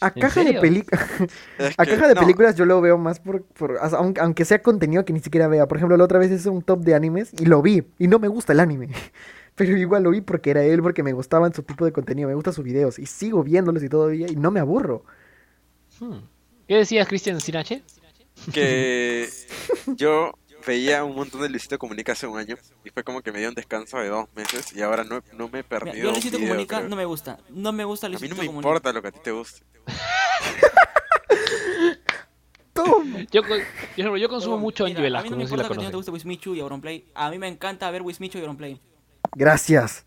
Speaker 2: A
Speaker 3: ¿En
Speaker 2: caja de,
Speaker 3: serio?
Speaker 2: peli-
Speaker 1: Es
Speaker 2: a
Speaker 1: que-
Speaker 2: caja de
Speaker 1: no,
Speaker 2: películas yo lo veo más por, por- as- aun- aunque sea contenido que ni siquiera vea. Por ejemplo, la otra vez hice un top de animes y lo vi y no me gusta el anime. Pero igual lo vi porque era él, porque me gustaban su tipo de contenido, me gustan sus videos y sigo viéndolos y todavía y no me aburro.
Speaker 3: Hmm. ¿Qué decías, Cristian Sinache?
Speaker 1: que yo veía un montón de Luisito Comunica hace un año y fue como que me dio un descanso de dos meses y ahora no, he- no me he
Speaker 4: Mira,
Speaker 1: perdido
Speaker 4: yo
Speaker 1: un
Speaker 4: Luisito
Speaker 1: video,
Speaker 4: Comunica
Speaker 1: creo.
Speaker 4: no me gusta. No me gusta
Speaker 1: A mí
Speaker 4: Luisito
Speaker 1: no me
Speaker 4: Comunica.
Speaker 1: importa lo que a ti te guste.
Speaker 2: Toma.
Speaker 3: Yo, co- yo, yo consumo
Speaker 4: Huevón,
Speaker 3: mucho
Speaker 4: mira,
Speaker 3: Angie Velasco,
Speaker 4: A mí
Speaker 3: no
Speaker 4: no me
Speaker 3: sé si la
Speaker 4: importa que a
Speaker 3: conoces.
Speaker 4: ti no te guste Wismichu y Auronplay. A mí me encanta ver Wismichu y Auronplay.
Speaker 2: Gracias.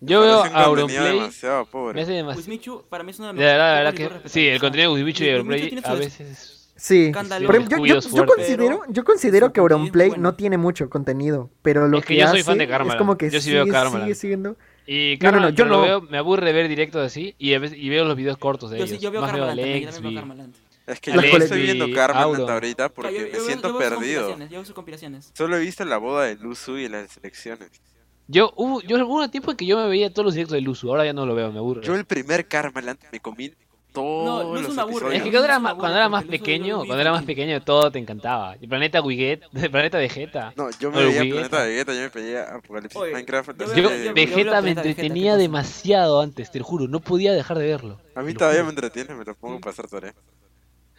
Speaker 3: Yo veo
Speaker 1: Parece un
Speaker 3: a
Speaker 1: contenido
Speaker 3: Auronplay,
Speaker 1: demasiado pobre.
Speaker 3: me hace demasiado...
Speaker 4: Wismichu para mí es uno de
Speaker 3: De verdad, la
Speaker 4: pocos
Speaker 3: verdad
Speaker 4: youtubers
Speaker 3: que... Sí,
Speaker 4: respetados.
Speaker 3: el contenido de Bicho y
Speaker 4: Wismichu
Speaker 3: Auronplay
Speaker 4: tiene
Speaker 3: a
Speaker 4: sus-
Speaker 3: veces... es-
Speaker 2: Sí,
Speaker 4: Escandaloso.
Speaker 2: pero yo, yo-
Speaker 3: Descuidos
Speaker 2: yo
Speaker 3: fuertes.
Speaker 2: considero,
Speaker 4: Pero
Speaker 2: yo considero
Speaker 4: su
Speaker 2: que
Speaker 4: contenido es
Speaker 2: Auronplay
Speaker 4: bueno.
Speaker 2: no tiene mucho contenido, pero lo
Speaker 3: Es que yo soy fan de
Speaker 2: hace
Speaker 3: Karmaland.
Speaker 2: es como que
Speaker 3: Yo sí
Speaker 2: sigue,
Speaker 3: veo Karmaland.
Speaker 2: sigue siendo
Speaker 3: Y
Speaker 2: No, no,
Speaker 3: claro,
Speaker 2: no, yo
Speaker 3: yo lo
Speaker 2: no.
Speaker 3: veo, me aburre ver directos así y, a veces- y veo los videos cortos de
Speaker 4: Yo
Speaker 3: ellos.
Speaker 4: sí, yo veo
Speaker 3: Más veo a
Speaker 4: Karmaland también, yo
Speaker 3: Lex,
Speaker 4: también veo
Speaker 3: vi-
Speaker 4: Karmaland.
Speaker 1: Es que
Speaker 2: Las
Speaker 1: yo
Speaker 2: cole-
Speaker 1: estoy viendo
Speaker 3: y
Speaker 1: Karma
Speaker 3: Auron.
Speaker 1: hasta ahorita
Speaker 4: O sea,
Speaker 1: porque
Speaker 4: yo- yo
Speaker 1: me
Speaker 4: veo- yo
Speaker 1: siento
Speaker 4: veo sus
Speaker 1: perdido.
Speaker 4: compilaciones, Yo veo sus compilaciones.
Speaker 1: Solo he visto la boda de Luzu y las elecciones.
Speaker 3: Yo hubo, yo hubo un tiempo en que yo me veía todos los directos de Luzu, ahora ya no lo veo, me aburre.
Speaker 1: Yo el primer Karmaland me comí todos
Speaker 4: No, Luzu
Speaker 1: los
Speaker 4: me aburre.
Speaker 3: Es que
Speaker 1: episodios.
Speaker 3: cuando era,
Speaker 4: Luzu me
Speaker 3: ma-
Speaker 4: aburre
Speaker 3: cuando era más
Speaker 4: porque Luzu yo lo
Speaker 3: pequeño,
Speaker 4: vi
Speaker 3: cuando era más
Speaker 4: infantil.
Speaker 3: pequeño todo te encantaba. El planeta Wiget, el planeta Vegeta.
Speaker 1: No, yo
Speaker 3: o
Speaker 1: me
Speaker 3: el
Speaker 1: veía
Speaker 3: Vegeta.
Speaker 1: Planeta Vegeta, yo me veía Apocalipsis
Speaker 4: Oye,
Speaker 1: Minecraft.
Speaker 4: yo
Speaker 1: Entonces,
Speaker 3: Yo,
Speaker 4: veo- yo
Speaker 1: eh,
Speaker 4: veo
Speaker 3: Vegeta
Speaker 4: Planeta
Speaker 3: me
Speaker 4: Vegeta, ¿qué
Speaker 3: entretenía
Speaker 4: pasa?
Speaker 3: demasiado antes, te lo juro, no podía dejar de verlo.
Speaker 1: a
Speaker 3: Te
Speaker 1: mí
Speaker 3: lo
Speaker 1: todavía me
Speaker 3: juro.
Speaker 1: entretiene, me lo pongo a pasar tarea.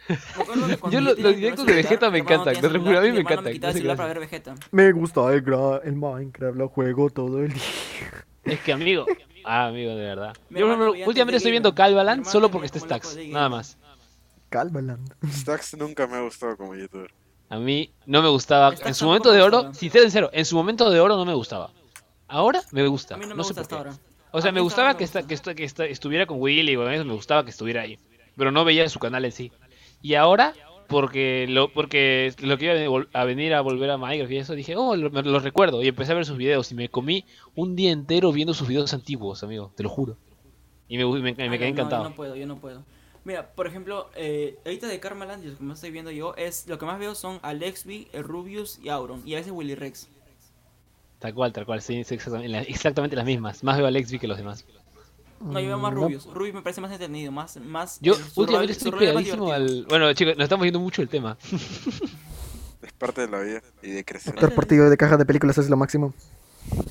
Speaker 4: Me acuerdo que cuando
Speaker 3: Yo
Speaker 4: yo
Speaker 3: lo-
Speaker 4: tenía
Speaker 3: los
Speaker 4: mi
Speaker 3: directos
Speaker 4: primer
Speaker 3: de Vegeta me
Speaker 4: celular, mi hermano no
Speaker 3: encantan,
Speaker 4: tenía
Speaker 3: te lo juro, a mí
Speaker 4: celular,
Speaker 3: me
Speaker 4: mi hermano
Speaker 3: encantan,
Speaker 4: quitaba
Speaker 3: no
Speaker 4: el
Speaker 3: sé
Speaker 4: celular
Speaker 3: qué
Speaker 4: para ver Vegeta.
Speaker 2: Me gusta el, gra- el Minecraft, lo juego todo el día.
Speaker 3: Es que amigo, ah, amigo, de verdad.
Speaker 4: Mi
Speaker 3: Yo por
Speaker 4: hermano
Speaker 3: ejemplo,
Speaker 4: veía
Speaker 3: últimamente
Speaker 4: antes de
Speaker 3: estoy viendo
Speaker 4: Game. Mi
Speaker 3: Calvaland
Speaker 4: hermano
Speaker 3: solo
Speaker 4: tenía
Speaker 3: porque está
Speaker 4: como loco
Speaker 3: Stacks,
Speaker 4: de
Speaker 3: nada
Speaker 4: Game.
Speaker 3: más.
Speaker 2: Calvaland.
Speaker 1: Stacks nunca me ha gustado como youtuber.
Speaker 3: A mí no me gustaba.
Speaker 4: Stacks
Speaker 3: En su momento
Speaker 4: tampoco me
Speaker 3: de oro,
Speaker 4: gustaba.
Speaker 3: sincero, sincero, en su momento de oro no me gustaba. Ahora me gusta.
Speaker 4: A mí no
Speaker 3: no
Speaker 4: me
Speaker 3: sé
Speaker 4: gusta
Speaker 3: por
Speaker 4: hasta
Speaker 3: qué.
Speaker 4: ahora.
Speaker 3: O
Speaker 4: A
Speaker 3: sea,
Speaker 4: mí
Speaker 3: me
Speaker 4: hasta
Speaker 3: gustaba
Speaker 4: ahora me
Speaker 3: que, esta-
Speaker 4: gusta.
Speaker 3: que, esta- que esta- estuviera con Willy, bueno, eso me gustaba que estuviera ahí. Pero no veía su canal en sí. Y ahora, porque lo, porque lo que iba a vol- a venir a volver a Minecraft y eso, dije, oh, lo, me- lo recuerdo. Y empecé a ver sus videos y me comí un día entero viendo sus videos antiguos, amigo, te lo juro. Y me, me- me
Speaker 4: Ah,
Speaker 3: quedé
Speaker 4: no,
Speaker 3: encantado.
Speaker 4: No, yo no puedo, yo no puedo. Mira, por ejemplo, eh, ahorita de Karmaland, lo que más estoy viendo yo es. Lo que más veo son Alexby, el Rubius y Auron. Y a veces Willy Rex.
Speaker 3: Tal cual, tal cual, sí, sí, exactamente, la- exactamente las mismas. Más veo a Lexby que los demás.
Speaker 4: No, yo veo más
Speaker 2: Mm,
Speaker 4: Rubius. Rubius me parece más entretenido, más. más
Speaker 3: Yo
Speaker 4: eh, su rol-
Speaker 3: últimamente estoy
Speaker 4: su rol es más
Speaker 3: pegadísimo
Speaker 4: divertido.
Speaker 3: al... Bueno, chicos, nos estamos yendo mucho el tema.
Speaker 1: Es parte de la vida y de crecer.
Speaker 2: Doctor Portillo de caja de películas es lo máximo.
Speaker 3: Yo
Speaker 4: Ay,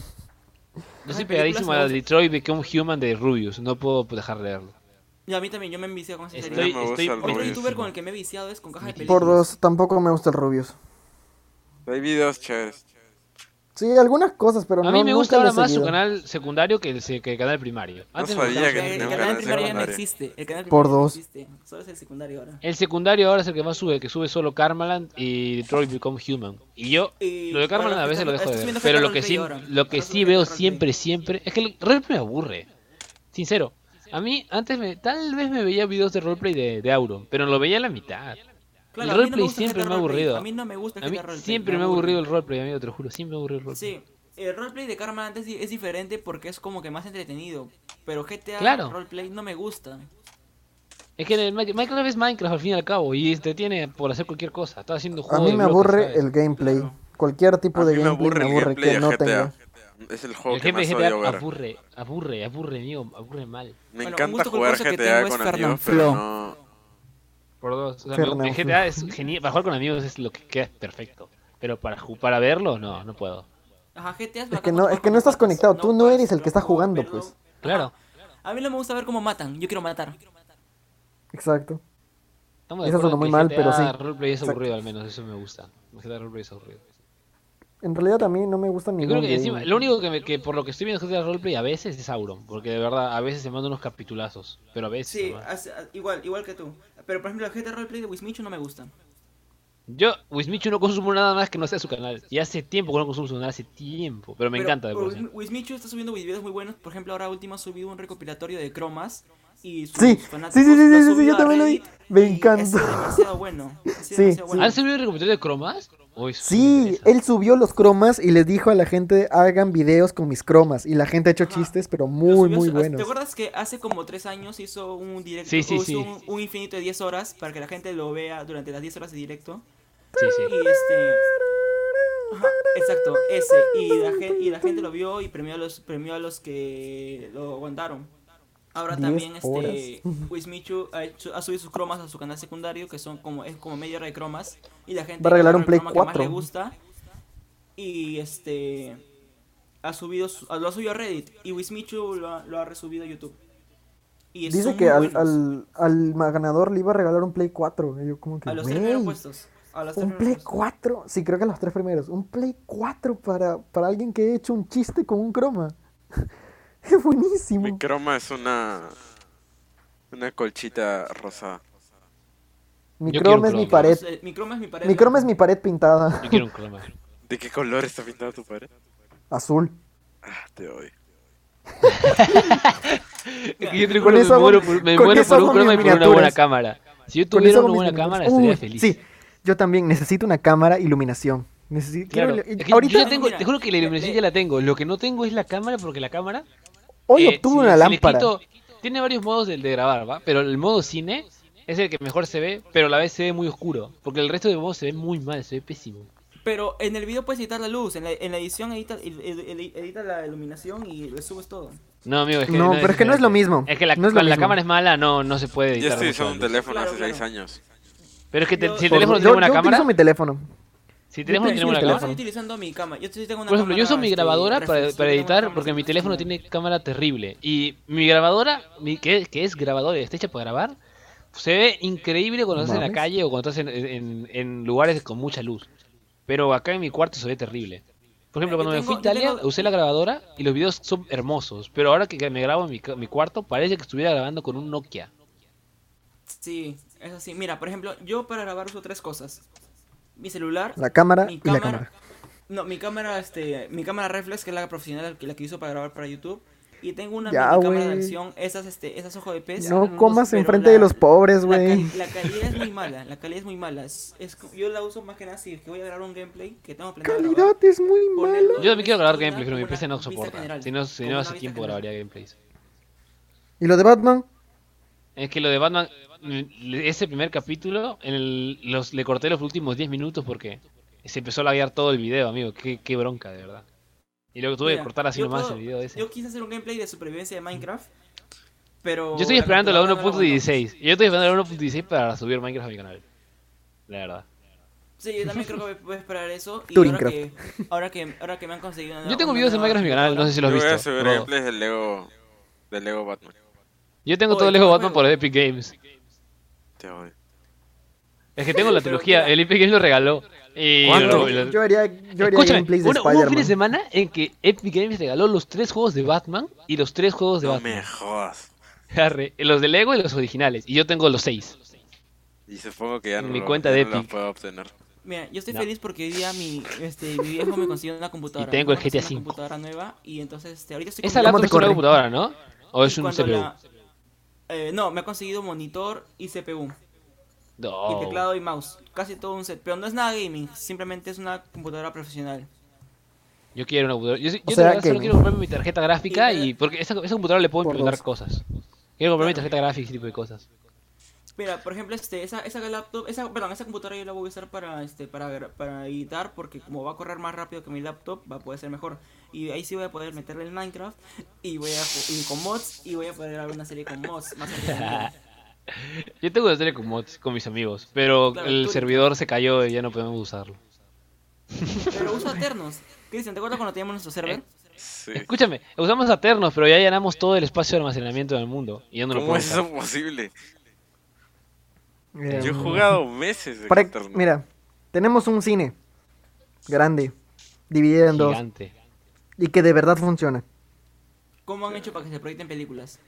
Speaker 3: estoy
Speaker 4: películas
Speaker 3: pegadísimo
Speaker 4: me
Speaker 3: a
Speaker 4: gustan.
Speaker 3: Detroit Become Human de Rubius. No puedo dejar de leerlo.
Speaker 4: Y a mí también, yo me envicié con esa serie.
Speaker 3: Estoy,
Speaker 1: me gusta
Speaker 3: estoy
Speaker 1: el
Speaker 4: Otro
Speaker 1: Rubius.
Speaker 4: youtuber con el que me he viciado es con caja de películas.
Speaker 2: Por dos, tampoco me gusta el Rubius.
Speaker 1: Hay videos chéveres.
Speaker 2: Sí, algunas cosas, pero
Speaker 3: A
Speaker 2: no.
Speaker 3: mí me gusta
Speaker 2: nunca
Speaker 3: ahora
Speaker 2: lo he
Speaker 3: más su
Speaker 2: seguido.
Speaker 3: canal secundario que el, se- que el canal primario. Antes me
Speaker 1: sabía
Speaker 3: gustaba
Speaker 1: que
Speaker 3: más
Speaker 4: El,
Speaker 1: tenía
Speaker 3: el
Speaker 1: un
Speaker 4: canal
Speaker 1: canal
Speaker 4: primario ya no
Speaker 1: secundario.
Speaker 4: existe. El canal primario
Speaker 2: Por
Speaker 4: ya no
Speaker 2: dos.
Speaker 4: existe, Solo es el secundario ahora.
Speaker 3: El secundario ahora es el que más sube, que sube solo Karmaland y Detroit Become Human. Y yo,
Speaker 4: Y-
Speaker 3: lo de Karmaland
Speaker 4: bueno,
Speaker 3: a veces lo dejo de
Speaker 4: estás
Speaker 3: ver.
Speaker 4: viendo
Speaker 3: Pero
Speaker 4: Henry
Speaker 3: lo que sí,
Speaker 4: Cavill
Speaker 3: lo
Speaker 4: ahora.
Speaker 3: que
Speaker 4: Ahora
Speaker 3: sí
Speaker 4: estás viendo
Speaker 3: veo
Speaker 4: Henry
Speaker 3: siempre, siempre, es que el roleplay me aburre. Sincero, a mí antes me, tal vez me veía videos de roleplay de, de Auron, pero lo veía a la mitad.
Speaker 4: Claro,
Speaker 3: el
Speaker 4: a mí no me
Speaker 3: roleplay
Speaker 4: gusta
Speaker 3: siempre
Speaker 4: GTA
Speaker 3: me ha
Speaker 4: roleplay.
Speaker 3: aburrido.
Speaker 4: A mí no me gusta
Speaker 3: A mí
Speaker 4: GTA roleplay,
Speaker 3: siempre me ha
Speaker 4: aburre.
Speaker 3: aburrido el roleplay, amigo, te lo juro, siempre me ha aburrido el roleplay.
Speaker 4: Sí, el roleplay de Karma antes sí- es diferente porque es como que más entretenido. Pero GTA
Speaker 3: Claro.
Speaker 4: roleplay no me gusta.
Speaker 3: Es que en el Mi- Minecraft es Minecraft al fin y al cabo y te tiene por hacer cualquier cosa. Estás haciendo
Speaker 2: A
Speaker 3: juego
Speaker 2: mí
Speaker 3: de
Speaker 2: me
Speaker 3: bloques,
Speaker 2: aburre
Speaker 3: ¿sabes?
Speaker 2: el gameplay.
Speaker 4: Claro.
Speaker 2: Cualquier tipo
Speaker 1: A
Speaker 2: de
Speaker 1: mí me
Speaker 2: gameplay me
Speaker 1: aburre el
Speaker 2: aburre
Speaker 1: gameplay
Speaker 2: que
Speaker 1: de
Speaker 2: no
Speaker 1: GTA.
Speaker 2: tenga.
Speaker 1: Es el juego
Speaker 3: El
Speaker 1: que
Speaker 3: gameplay
Speaker 1: más
Speaker 3: de
Speaker 1: odio
Speaker 3: GTA
Speaker 1: ver.
Speaker 3: aburre, aburre, aburre, amigo, aburre mal.
Speaker 1: Me
Speaker 4: Bueno, un
Speaker 1: encanta
Speaker 4: gusto
Speaker 1: jugar
Speaker 4: culposo que
Speaker 1: GTA
Speaker 4: tengo es
Speaker 1: con amigos,
Speaker 4: Fernanfloo.
Speaker 1: pero no...
Speaker 3: Por dos. O sea,
Speaker 2: Fernando.
Speaker 3: me- el GTA es genial. Para jugar con amigos es lo que queda perfecto. Pero para, ju- para verlo, no, no puedo.
Speaker 4: Ajá, GTA es,
Speaker 2: que no- es que no estás conectado, tú no eres el que está jugando, pues.
Speaker 3: Claro,
Speaker 4: A mí no me gusta ver cómo matan, yo quiero matar.
Speaker 2: Exacto.
Speaker 3: estamos de
Speaker 2: Eso
Speaker 3: acuerdo
Speaker 2: sonó
Speaker 3: en
Speaker 2: muy
Speaker 3: que
Speaker 2: mal,
Speaker 3: GTA
Speaker 2: pero sí.
Speaker 3: Roleplay es
Speaker 2: Exacto.
Speaker 3: aburrido, al menos, eso me gusta. El GTA Roleplay es aburrido.
Speaker 2: En realidad a mí no me gusta
Speaker 3: Yo
Speaker 2: ningún
Speaker 3: creo que encima,
Speaker 2: game.
Speaker 3: lo único que, me- que por lo que estoy viendo GTA Roleplay a veces es Auron. Porque de verdad, a veces se manda unos capitulazos. Pero a veces.
Speaker 4: Sí,
Speaker 3: nomás.
Speaker 4: as- a- igual, igual que tú. Pero por ejemplo, el GTA roleplay de Wismichu no me gusta.
Speaker 3: Yo, Wismichu no consumo nada más que no sea su canal. Y hace tiempo que no consumo su canal, hace tiempo. Pero me
Speaker 4: Pero,
Speaker 3: encanta de
Speaker 4: pero
Speaker 3: por sí.
Speaker 4: Wism- Wismichu está subiendo videos muy buenos. Por ejemplo, ahora último ha subido un recopilatorio de cromas. Y sus
Speaker 2: Sí, sí, sí,
Speaker 4: fanáticos
Speaker 2: sí,
Speaker 4: lo
Speaker 2: sí, sí,
Speaker 4: subió
Speaker 2: yo
Speaker 4: a
Speaker 2: también lo vi.
Speaker 4: Reddit
Speaker 2: Me
Speaker 4: y ha sido
Speaker 2: encantó.
Speaker 4: demasiado bueno. ha sido
Speaker 2: Sí,
Speaker 4: demasiado bueno.
Speaker 3: ¿Han subido el recopilatorio de cromas? Uy, eso me
Speaker 2: Sí,
Speaker 3: interesa.
Speaker 2: él subió los cromas y les dijo a la gente, hagan videos con mis cromas. Y la gente ha hecho
Speaker 4: Ajá.
Speaker 2: chistes, pero
Speaker 4: Lo
Speaker 2: muy,
Speaker 4: subió
Speaker 2: muy
Speaker 4: su-
Speaker 2: buenos.
Speaker 4: ¿Te acuerdas que hace como tres años hizo un directo?
Speaker 3: Sí, sí,
Speaker 4: hizo
Speaker 3: sí.
Speaker 4: Un, un infinito de 10 horas para que la gente lo vea durante las 10 horas de directo.
Speaker 3: Sí,
Speaker 4: Y
Speaker 3: sí.
Speaker 4: este. Ajá, exacto, ese. Y la, gen- y la gente lo vio y premió a los, premió a los que lo aguantaron. Ahora
Speaker 2: Diez
Speaker 4: también este
Speaker 2: horas.
Speaker 4: Wismichu ha, hecho- ha subido sus cromas a su canal secundario, que son como, es como media hora de cromas. Y la gente
Speaker 2: Va a regalar
Speaker 4: agarra
Speaker 2: un
Speaker 4: el
Speaker 2: Play
Speaker 4: croma que más
Speaker 2: 4.
Speaker 4: le gusta. Y este ha subido su- lo ha subido a Reddit. Y Wismichu lo ha, lo ha resubido a YouTube. Y
Speaker 2: Dice
Speaker 4: son
Speaker 2: que
Speaker 4: muy
Speaker 2: al,
Speaker 4: buenos.
Speaker 2: al, al ganador le iba a regalar un Play 4. Y yo como que,
Speaker 4: a los
Speaker 2: "Güey,
Speaker 4: tres primeros puestos. A los tres
Speaker 2: un
Speaker 4: primeros
Speaker 2: Play
Speaker 4: puestos.
Speaker 2: 4. Sí, creo que a los tres primeros. Un Play 4 para, para alguien que ha hecho un chiste con un croma. Es
Speaker 1: Mi
Speaker 2: buenísimo.
Speaker 1: croma es una. Una colchita rosada.
Speaker 2: Mi
Speaker 3: Yo quiero un
Speaker 2: croma es mi
Speaker 3: croma.
Speaker 2: pared.
Speaker 4: Eh, Mi croma es mi pared.
Speaker 2: Mi croma es mi pared pintada.
Speaker 3: Yo quiero un croma.
Speaker 1: ¿De qué color está pintada tu pared?
Speaker 2: Azul.
Speaker 1: Ah, te odio.
Speaker 3: Es que yo te
Speaker 2: Con
Speaker 3: recuerdo que
Speaker 2: eso
Speaker 3: me
Speaker 2: hago-
Speaker 3: muero por, me
Speaker 2: con
Speaker 3: muero
Speaker 2: eso
Speaker 3: por un
Speaker 2: hago mis
Speaker 3: croma y por una buena
Speaker 2: miniaturas.
Speaker 3: cámara. Si yo
Speaker 2: Con
Speaker 3: tuviera
Speaker 2: eso hago
Speaker 3: una
Speaker 2: mis
Speaker 3: buena
Speaker 2: miniaturas.
Speaker 3: cámara, estaría
Speaker 2: Uy,
Speaker 3: feliz.
Speaker 2: Sí, yo también necesito una cámara, iluminación. Necesito,
Speaker 3: Claro.
Speaker 2: quiero-
Speaker 3: Es que
Speaker 2: ahorita,
Speaker 3: yo tengo,
Speaker 4: Mira,
Speaker 3: te juro que la iluminación ya la tengo. Lo que no tengo es la cámara, porque la cámara.
Speaker 2: hoy
Speaker 3: eh,
Speaker 2: obtuve
Speaker 3: si-
Speaker 2: una
Speaker 3: si le
Speaker 2: lámpara.
Speaker 3: quito- tiene varios modos del de grabar, ¿va? Pero el modo cine es el que mejor se ve, pero a la vez se ve muy oscuro. Porque el resto de modos se ve muy mal, se ve pésimo.
Speaker 4: Pero en el video puedes editar la luz, en la, en la edición edita, ed- ed- edita la iluminación y le subes todo.
Speaker 3: No, amigo, es que.
Speaker 2: No, pero es que no es lo
Speaker 3: diferente.
Speaker 2: mismo.
Speaker 3: Es que la,
Speaker 2: No es lo
Speaker 3: cuando la
Speaker 2: mismo.
Speaker 3: cámara es mala, no, no se puede
Speaker 1: Yo
Speaker 3: editar.
Speaker 1: estoy
Speaker 3: mucho
Speaker 1: usando un
Speaker 3: la luz.
Speaker 1: teléfono
Speaker 4: Claro,
Speaker 1: hace
Speaker 4: claro.
Speaker 1: 6 años.
Speaker 3: Pero es que te-
Speaker 4: Yo-
Speaker 3: si el
Speaker 4: Por-
Speaker 3: teléfono no
Speaker 2: yo,
Speaker 3: tenemos una
Speaker 2: yo utilizo
Speaker 3: cámara.
Speaker 2: mi teléfono.
Speaker 3: Si el teléfono no tenemos
Speaker 2: yo utilizo
Speaker 3: una
Speaker 2: mi
Speaker 4: Yo
Speaker 3: cámara.
Speaker 4: estoy utilizando mi cámara. este, Yo sí tengo una
Speaker 3: Por ejemplo, yo uso
Speaker 4: uso
Speaker 3: mi grabadora para, para
Speaker 4: este,
Speaker 3: editar porque mi teléfono tiene cámara terrible. Y mi grabadora, mi, que, que es grabadora y está hecha para grabar, se ve increíble cuando estás en la
Speaker 2: Mames.
Speaker 3: calle o cuando estás en, en- en lugares con mucha luz. Pero acá en mi cuarto se ve terrible. Por ejemplo,
Speaker 4: Yo
Speaker 3: cuando me fui a
Speaker 4: tengo- yo
Speaker 3: Italia
Speaker 4: tengo-
Speaker 3: usé la grabadora y los videos son hermosos. Pero ahora que me grabo en mi, ca- mi cuarto parece que estuviera grabando con un Nokia.
Speaker 4: Sí, es así. Mira, por ejemplo, yo para grabar uso tres cosas. Mi celular,
Speaker 2: La cámara
Speaker 4: mi
Speaker 2: y la cámara.
Speaker 4: No, mi cámara, este, mi cámara reflex, que es la profesional, que la que uso para grabar para YouTube. Y tengo una
Speaker 2: Ya,
Speaker 4: mini cámara de
Speaker 2: güey.
Speaker 4: acción, esas, este, esas ojo de pez.
Speaker 2: No
Speaker 4: unos-
Speaker 2: comas
Speaker 4: pero
Speaker 2: enfrente
Speaker 4: la-
Speaker 2: de los pobres,
Speaker 4: La,
Speaker 2: güey.
Speaker 4: ca- la calidad es muy mala, la calidad es muy mala. Es, es co- yo la uso más que nada si es que voy a grabar un gameplay que tengo planeado. grabar.
Speaker 2: Calidad es muy
Speaker 4: Ponerlo-
Speaker 2: mala.
Speaker 3: Yo también quiero grabar
Speaker 4: Una-
Speaker 3: gameplays, pero mi
Speaker 4: una
Speaker 3: PC no
Speaker 4: vista
Speaker 3: soporta.
Speaker 4: general,
Speaker 3: Si no, si
Speaker 4: como
Speaker 3: no
Speaker 4: una
Speaker 3: hace
Speaker 4: vista
Speaker 3: tiempo
Speaker 4: general.
Speaker 3: grabaría gameplays.
Speaker 2: ¿Y lo de Batman?
Speaker 3: Es que lo de Batman, l- ese primer capítulo, en el- los, le corté los últimos 10 minutos porque se empezó a laguear todo el video, amigo. Qué, qué bronca, de verdad. Y luego tuve
Speaker 4: Mira,
Speaker 3: que cortar así
Speaker 4: yo
Speaker 3: nomás
Speaker 4: puedo-
Speaker 3: el video ese.
Speaker 4: Yo
Speaker 3: Yo,
Speaker 4: quise hacer un gameplay de supervivencia de Minecraft, pero...
Speaker 3: estoy esperando la
Speaker 4: computadora no aguantó.
Speaker 3: 1.16. Yo estoy esperando la 1.16 para subir Minecraft a mi canal. La verdad.
Speaker 4: Sí, yo también creo que voy- voy a esperar eso. Y ahora
Speaker 2: Turingcraft.
Speaker 4: que, ahora, que, ahora que me han conseguido... una-
Speaker 3: Yo tengo
Speaker 4: una
Speaker 3: videos de
Speaker 4: nueva
Speaker 3: Minecraft en mi canal, no sé si
Speaker 1: Yo
Speaker 3: los
Speaker 1: voy
Speaker 3: has
Speaker 1: a
Speaker 3: visto.
Speaker 1: subir
Speaker 3: Rodo.
Speaker 1: gameplays del Lego. Del Lego Batman.
Speaker 3: Yo tengo todo
Speaker 4: Oye,
Speaker 3: el Lego
Speaker 4: ¿cómo
Speaker 3: Batman por
Speaker 4: juego?
Speaker 3: Epic Games.
Speaker 1: Te odio.
Speaker 3: Es que tengo la
Speaker 4: Pero
Speaker 3: trilogía,
Speaker 4: mira.
Speaker 3: el Epic Games lo regaló. Y
Speaker 1: ¿Cuánto?
Speaker 3: lo-
Speaker 2: Yo,
Speaker 3: lo-
Speaker 2: yo haría, yo haría
Speaker 3: Escúchame,
Speaker 2: gameplays de
Speaker 3: una- hubo un fin de
Speaker 2: Spider-Man.
Speaker 3: semana en que Epic Games regaló los tres juegos de Batman y los tres juegos de
Speaker 1: No
Speaker 3: Batman.
Speaker 1: me jodas.
Speaker 3: Arre, los de Lego y los originales. Y yo tengo los seis.
Speaker 1: Y supongo que ya
Speaker 3: En
Speaker 1: no,
Speaker 3: mi
Speaker 1: lo-
Speaker 3: cuenta
Speaker 1: ya
Speaker 3: de
Speaker 1: no lo
Speaker 3: Epic.
Speaker 1: puedo obtener.
Speaker 4: Mira, yo estoy
Speaker 3: No.
Speaker 4: feliz porque hoy día mi, este, mi viejo me consiguió una computadora.
Speaker 3: Y tengo
Speaker 4: Me
Speaker 3: el GTA
Speaker 4: consiguió
Speaker 3: V.
Speaker 4: Una computadora nueva y entonces este, ahorita estoy...
Speaker 3: Esa
Speaker 4: con-
Speaker 3: laptop
Speaker 2: ¿Cómo te
Speaker 3: es una
Speaker 2: corre?
Speaker 3: computadora, ¿no? ¿O es
Speaker 4: y
Speaker 3: un
Speaker 4: cuando
Speaker 3: CPU?
Speaker 4: la- eh, no, me ha conseguido monitor y CPU.
Speaker 3: No.
Speaker 4: Y teclado y mouse. Casi todo un set. Pero no es nada gaming, simplemente es una computadora profesional.
Speaker 3: Yo quiero una computadora. Yo, sí-
Speaker 2: O
Speaker 3: yo
Speaker 2: sea,
Speaker 3: de verdad solo
Speaker 2: gaming.
Speaker 3: quiero comprarme mi tarjeta gráfica
Speaker 4: Y-
Speaker 3: y. Porque esa, esa computadora le puedo
Speaker 2: Por
Speaker 3: implementar
Speaker 2: dos.
Speaker 3: cosas. Quiero comprarme mi
Speaker 4: Claro.
Speaker 3: tarjeta gráfica y ese tipo de cosas.
Speaker 4: Mira, por ejemplo, este, esa, esa laptop, esa, perdón, esa computadora yo la voy a usar para, este, para, gra- para editar, porque como va a correr más rápido que mi laptop, va a poder ser mejor. Y ahí sí voy a poder meterle el Minecraft, y voy a, ju- y con mods, y voy a poder grabar una serie con mods, más adelante.
Speaker 3: Yo tengo una serie con mods con mis amigos, pero
Speaker 4: Claro,
Speaker 3: el
Speaker 4: tú-
Speaker 3: servidor se cayó y ya no podemos usarlo.
Speaker 4: Pero uso Eternos. Cristian, ¿te acuerdas cuando teníamos nuestro
Speaker 3: Eh.
Speaker 4: server?
Speaker 1: Sí.
Speaker 3: Escúchame, usamos Aternos, pero ya llenamos todo el espacio de almacenamiento del mundo. Y ya no lo
Speaker 1: ¿Cómo
Speaker 3: puedo
Speaker 1: es
Speaker 3: usar.
Speaker 1: eso posible?
Speaker 2: Eh,
Speaker 1: Yo he jugado meses de
Speaker 2: para-
Speaker 1: Eterno.
Speaker 2: mira, tenemos un cine grande, dividido en dos,
Speaker 3: Gigante.
Speaker 2: y que de verdad funciona.
Speaker 4: ¿Cómo han hecho para que se proyecten películas?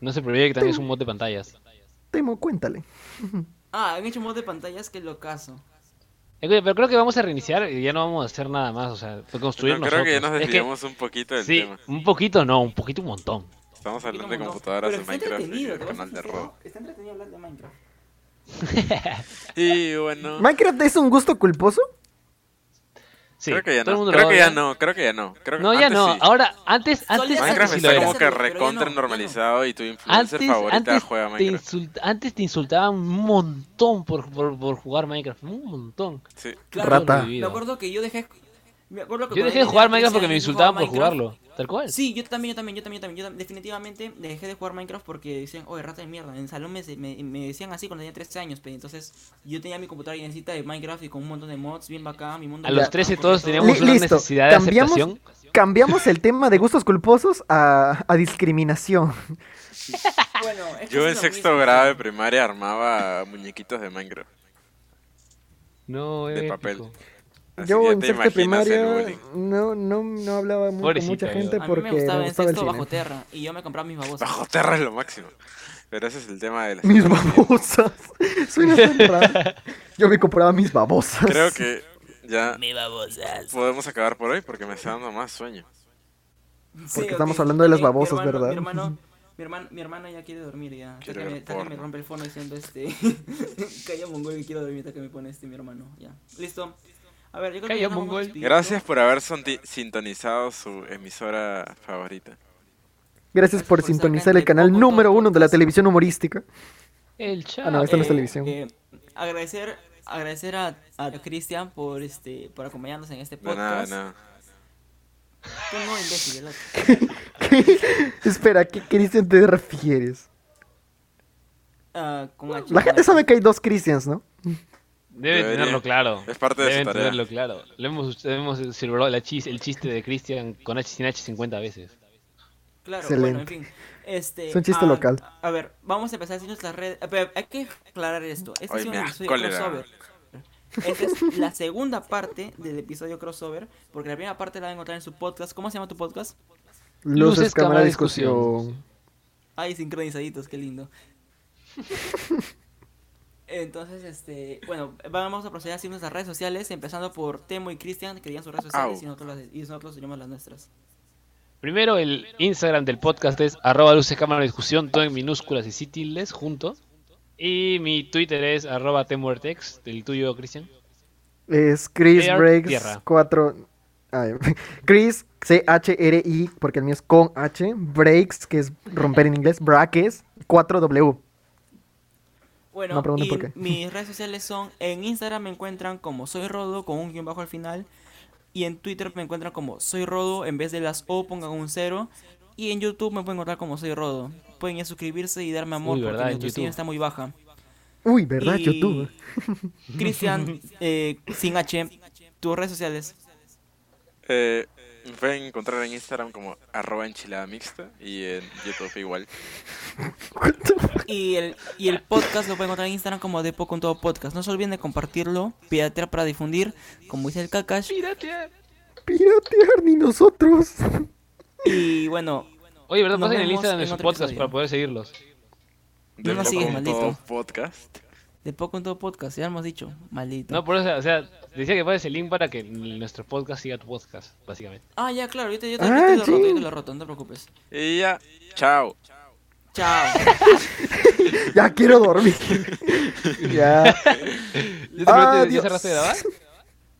Speaker 3: No se proyectan, es un mod de pantallas.
Speaker 2: Temo, cuéntale.
Speaker 4: Ah, han hecho mods de pantallas que lo caso.
Speaker 3: Eh, güey, Pero creo que vamos a reiniciar y ya no vamos a hacer nada más, o sea, fue construir
Speaker 1: No, creo que ya nos
Speaker 3: nosotros. Es
Speaker 1: desviamos un poquito del
Speaker 3: sí,
Speaker 1: tema.
Speaker 3: un poquito no, un poquito un montón.
Speaker 1: Estamos hablando de
Speaker 4: No, no,
Speaker 1: computadoras
Speaker 4: pero
Speaker 1: en
Speaker 4: está
Speaker 1: Minecraft y
Speaker 4: entretenido,
Speaker 1: el
Speaker 4: te voy a ser
Speaker 1: canal de
Speaker 4: sincero,
Speaker 1: Rob.
Speaker 4: Está entretenido hablar de Minecraft.
Speaker 1: Y bueno,
Speaker 2: ¿Minecraft es un gusto culposo?
Speaker 3: Sí,
Speaker 1: creo que ya
Speaker 3: todo el
Speaker 1: no.
Speaker 3: mundo
Speaker 1: Creo
Speaker 3: lo
Speaker 1: que ya
Speaker 3: odia.
Speaker 1: no, creo que ya no. Creo que
Speaker 3: No, ya
Speaker 1: antes
Speaker 3: no.
Speaker 1: sí.
Speaker 3: Ahora, antes,
Speaker 4: Solía
Speaker 3: antes,
Speaker 4: ser,
Speaker 1: Minecraft
Speaker 3: antes sí lo
Speaker 1: está
Speaker 3: era.
Speaker 1: como que
Speaker 4: Pero ya no,
Speaker 1: recontra
Speaker 4: ya no.
Speaker 1: normalizado y tu influencer
Speaker 3: Antes,
Speaker 1: favorita
Speaker 3: antes,
Speaker 1: juega
Speaker 3: te
Speaker 1: Minecraft.
Speaker 3: insult- antes te insultaban un montón por, por, por jugar Minecraft. Un montón.
Speaker 1: Sí.
Speaker 4: Claro,
Speaker 2: Rata.
Speaker 4: Me acuerdo que yo dejé. Me acuerdo
Speaker 3: Yo
Speaker 4: que
Speaker 3: dejé
Speaker 4: cuando
Speaker 3: de
Speaker 4: tenía
Speaker 3: jugar Minecraft
Speaker 4: 13
Speaker 3: porque me
Speaker 4: años, yo jugaba
Speaker 3: insultaban por
Speaker 4: Minecraft.
Speaker 3: jugarlo. Tal cual.
Speaker 4: Sí, yo también, yo también, yo también, yo también. Yo tam- definitivamente dejé de jugar Minecraft porque decían, oye, rata de mierda. En el salón me, se- me, me decían así cuando tenía 13 años, pe. Entonces, yo tenía mi computadora llenecita de Minecraft y con un montón de mods bien bacán. Mi mundo
Speaker 3: A los
Speaker 4: bacán,
Speaker 3: 13
Speaker 4: con
Speaker 3: todos
Speaker 4: todo.
Speaker 3: teníamos
Speaker 2: Li-
Speaker 3: una
Speaker 2: listo,
Speaker 3: necesidad de
Speaker 2: cambiamos-
Speaker 3: aceptación.
Speaker 2: Cambiamos el tema de gustos culposos a, a discriminación.
Speaker 4: Bueno, es que
Speaker 1: Yo
Speaker 4: es
Speaker 1: en
Speaker 4: lo
Speaker 1: sexto
Speaker 4: mismo,
Speaker 1: grado de
Speaker 4: pe.
Speaker 1: primaria armaba muñequitos de Minecraft.
Speaker 3: No,
Speaker 1: De
Speaker 3: épico.
Speaker 1: papel. Así que
Speaker 2: Yo
Speaker 1: ya
Speaker 2: en
Speaker 1: te
Speaker 2: sexto de
Speaker 1: imaginas el
Speaker 2: primaria
Speaker 1: bullying.
Speaker 2: no, no, no hablaba muy, con
Speaker 3: Pobrecita,
Speaker 2: mucha gente
Speaker 3: yo.
Speaker 4: A mí
Speaker 2: porque
Speaker 4: me gustaba en
Speaker 2: el
Speaker 4: sexto
Speaker 2: cine.
Speaker 4: bajo tierra y yo me compraba mis babosas.
Speaker 1: Bajo tierra es lo máximo. Pero ese es el tema de la
Speaker 2: Mis babosas. Suena tan raro. Yo me compraba mis babosas.
Speaker 1: Creo que ya
Speaker 4: Mis babosas.
Speaker 1: podemos acabar por hoy porque me está dando más sueño.
Speaker 2: Porque estamos hablando de las babosas, ¿verdad?
Speaker 4: Mi hermano, mi hermano, mi hermano ya quiere dormir ya. Hasta
Speaker 1: Quiere
Speaker 4: que,
Speaker 1: ver
Speaker 4: me, hasta que me
Speaker 1: porno.
Speaker 4: rompe el fono diciendo este. Calla mongol que quiero dormir hasta que me pone este mi hermano. Ya. Listo. A ver, yo creo
Speaker 3: Calla,
Speaker 4: que ya nos vamos
Speaker 3: mongol.
Speaker 4: despidiendo.
Speaker 1: Gracias por haber sonti- sintonizado su emisora favorita.
Speaker 2: Gracias por
Speaker 4: por estar
Speaker 2: sintonizar
Speaker 4: Pues, acá
Speaker 2: el
Speaker 4: en
Speaker 2: canal
Speaker 4: Poco
Speaker 2: número
Speaker 4: Todo
Speaker 2: uno de la
Speaker 4: Podcast.
Speaker 2: televisión humorística.
Speaker 3: El chat.
Speaker 2: Ah, no, esta no es
Speaker 4: Eh,
Speaker 2: televisión.
Speaker 4: eh, agradecer agradecer a, a Cristian por este por acompañarnos en este
Speaker 1: De nada,
Speaker 4: podcast.
Speaker 1: de nada.
Speaker 4: Tú no imbécil, el otro.
Speaker 2: Espera, ¿a ¿qué Cristian te refieres?
Speaker 4: Ah, con H.
Speaker 2: La gente sabe que hay dos Cristians, ¿no?
Speaker 3: Debe
Speaker 1: Debería.
Speaker 3: tenerlo claro.
Speaker 1: Es parte de su
Speaker 3: Deben
Speaker 1: tarea.
Speaker 3: tenerlo claro. Le hemos, le hemos celebrado la chis- el chiste de Cristian con H sin H 50 veces.
Speaker 4: Claro, bueno, en
Speaker 2: Excelente.
Speaker 4: fin. Este,
Speaker 2: Es un chiste local.
Speaker 4: A ver, vamos a empezar haciendo las redes. a ver, Hay que aclarar esto. Este
Speaker 1: Ay,
Speaker 4: es un
Speaker 1: me da
Speaker 4: episodio
Speaker 1: cólera.
Speaker 4: crossover. Esta es la segunda parte del episodio crossover. Porque la primera parte la van a encontrar en su podcast. ¿Cómo se llama tu podcast?
Speaker 2: Luces, cámara, discusión.
Speaker 4: Ay, sincronizaditos, qué lindo. Entonces, este, bueno, vamos a proceder haciendo nuestras redes sociales, empezando por Temo y Cristian, que digan sus redes sociales
Speaker 1: Au.
Speaker 4: y nosotros, las, y nosotros diremos las nuestras.
Speaker 3: Primero, el Instagram del podcast es arroba luces cámara discusión, todo en minúsculas y sí tildes junto. Y mi Twitter es arroba temuertex, el tuyo, Cristian.
Speaker 2: Es Chris
Speaker 3: Air,
Speaker 2: Breaks
Speaker 3: tierra.
Speaker 2: 4. ay, Chris C-H-R-I, porque el mío es con H. Breaks, que es romper en inglés. Brackets 4W.
Speaker 4: Bueno,
Speaker 2: No pregunten
Speaker 4: y
Speaker 2: por qué.
Speaker 4: mis redes sociales son, en Instagram me encuentran como soy Rodo, con un guión bajo al final, y en Twitter me encuentran como soy Rodo, en vez de las O pongan un cero, y en YouTube me pueden encontrar como soy Rodo. Pueden ir a suscribirse y darme amor
Speaker 3: Uy,
Speaker 4: porque
Speaker 3: ¿verdad?
Speaker 4: mi
Speaker 3: En
Speaker 4: autoestima
Speaker 3: YouTube.
Speaker 4: está muy baja.
Speaker 2: Uy, ¿verdad?
Speaker 4: Y-
Speaker 2: YouTube.
Speaker 4: Cristian, eh, sin H, tus redes sociales.
Speaker 1: Eh, me pueden encontrar en Instagram como arroba enchilada mixta y en YouTube igual.
Speaker 4: Y el, y el podcast lo pueden encontrar en Instagram como Depo con todo podcast. No se olviden de compartirlo, piratear para difundir, como dice el Kakash.
Speaker 2: Piratear ni nosotros.
Speaker 4: Y bueno,
Speaker 3: Oye, ¿verdad?
Speaker 4: Nos
Speaker 3: Pasen el
Speaker 4: vemos
Speaker 3: Instagram de
Speaker 4: en
Speaker 3: su
Speaker 4: otro
Speaker 3: podcast
Speaker 4: episodio.
Speaker 3: para poder seguirlos.
Speaker 1: De
Speaker 4: nos
Speaker 1: Poco
Speaker 4: sigues,
Speaker 1: con
Speaker 4: maldito.
Speaker 1: Todo podcast.
Speaker 4: Depo con todo podcast, ya lo hemos dicho. Maldito.
Speaker 3: No, por eso, o sea, decía que pases el link para que nuestro podcast siga tu podcast, básicamente.
Speaker 4: Ah, ya, claro, yo te, yo te,
Speaker 2: Ah,
Speaker 4: yo te lo roto, yo
Speaker 2: sí.
Speaker 4: te lo roto, no te preocupes.
Speaker 1: Y ya, chao.
Speaker 4: Chao.
Speaker 2: ya quiero dormir. ya.
Speaker 3: ¿Ya, te- ya
Speaker 2: Adiós.
Speaker 3: cerraste de grabar?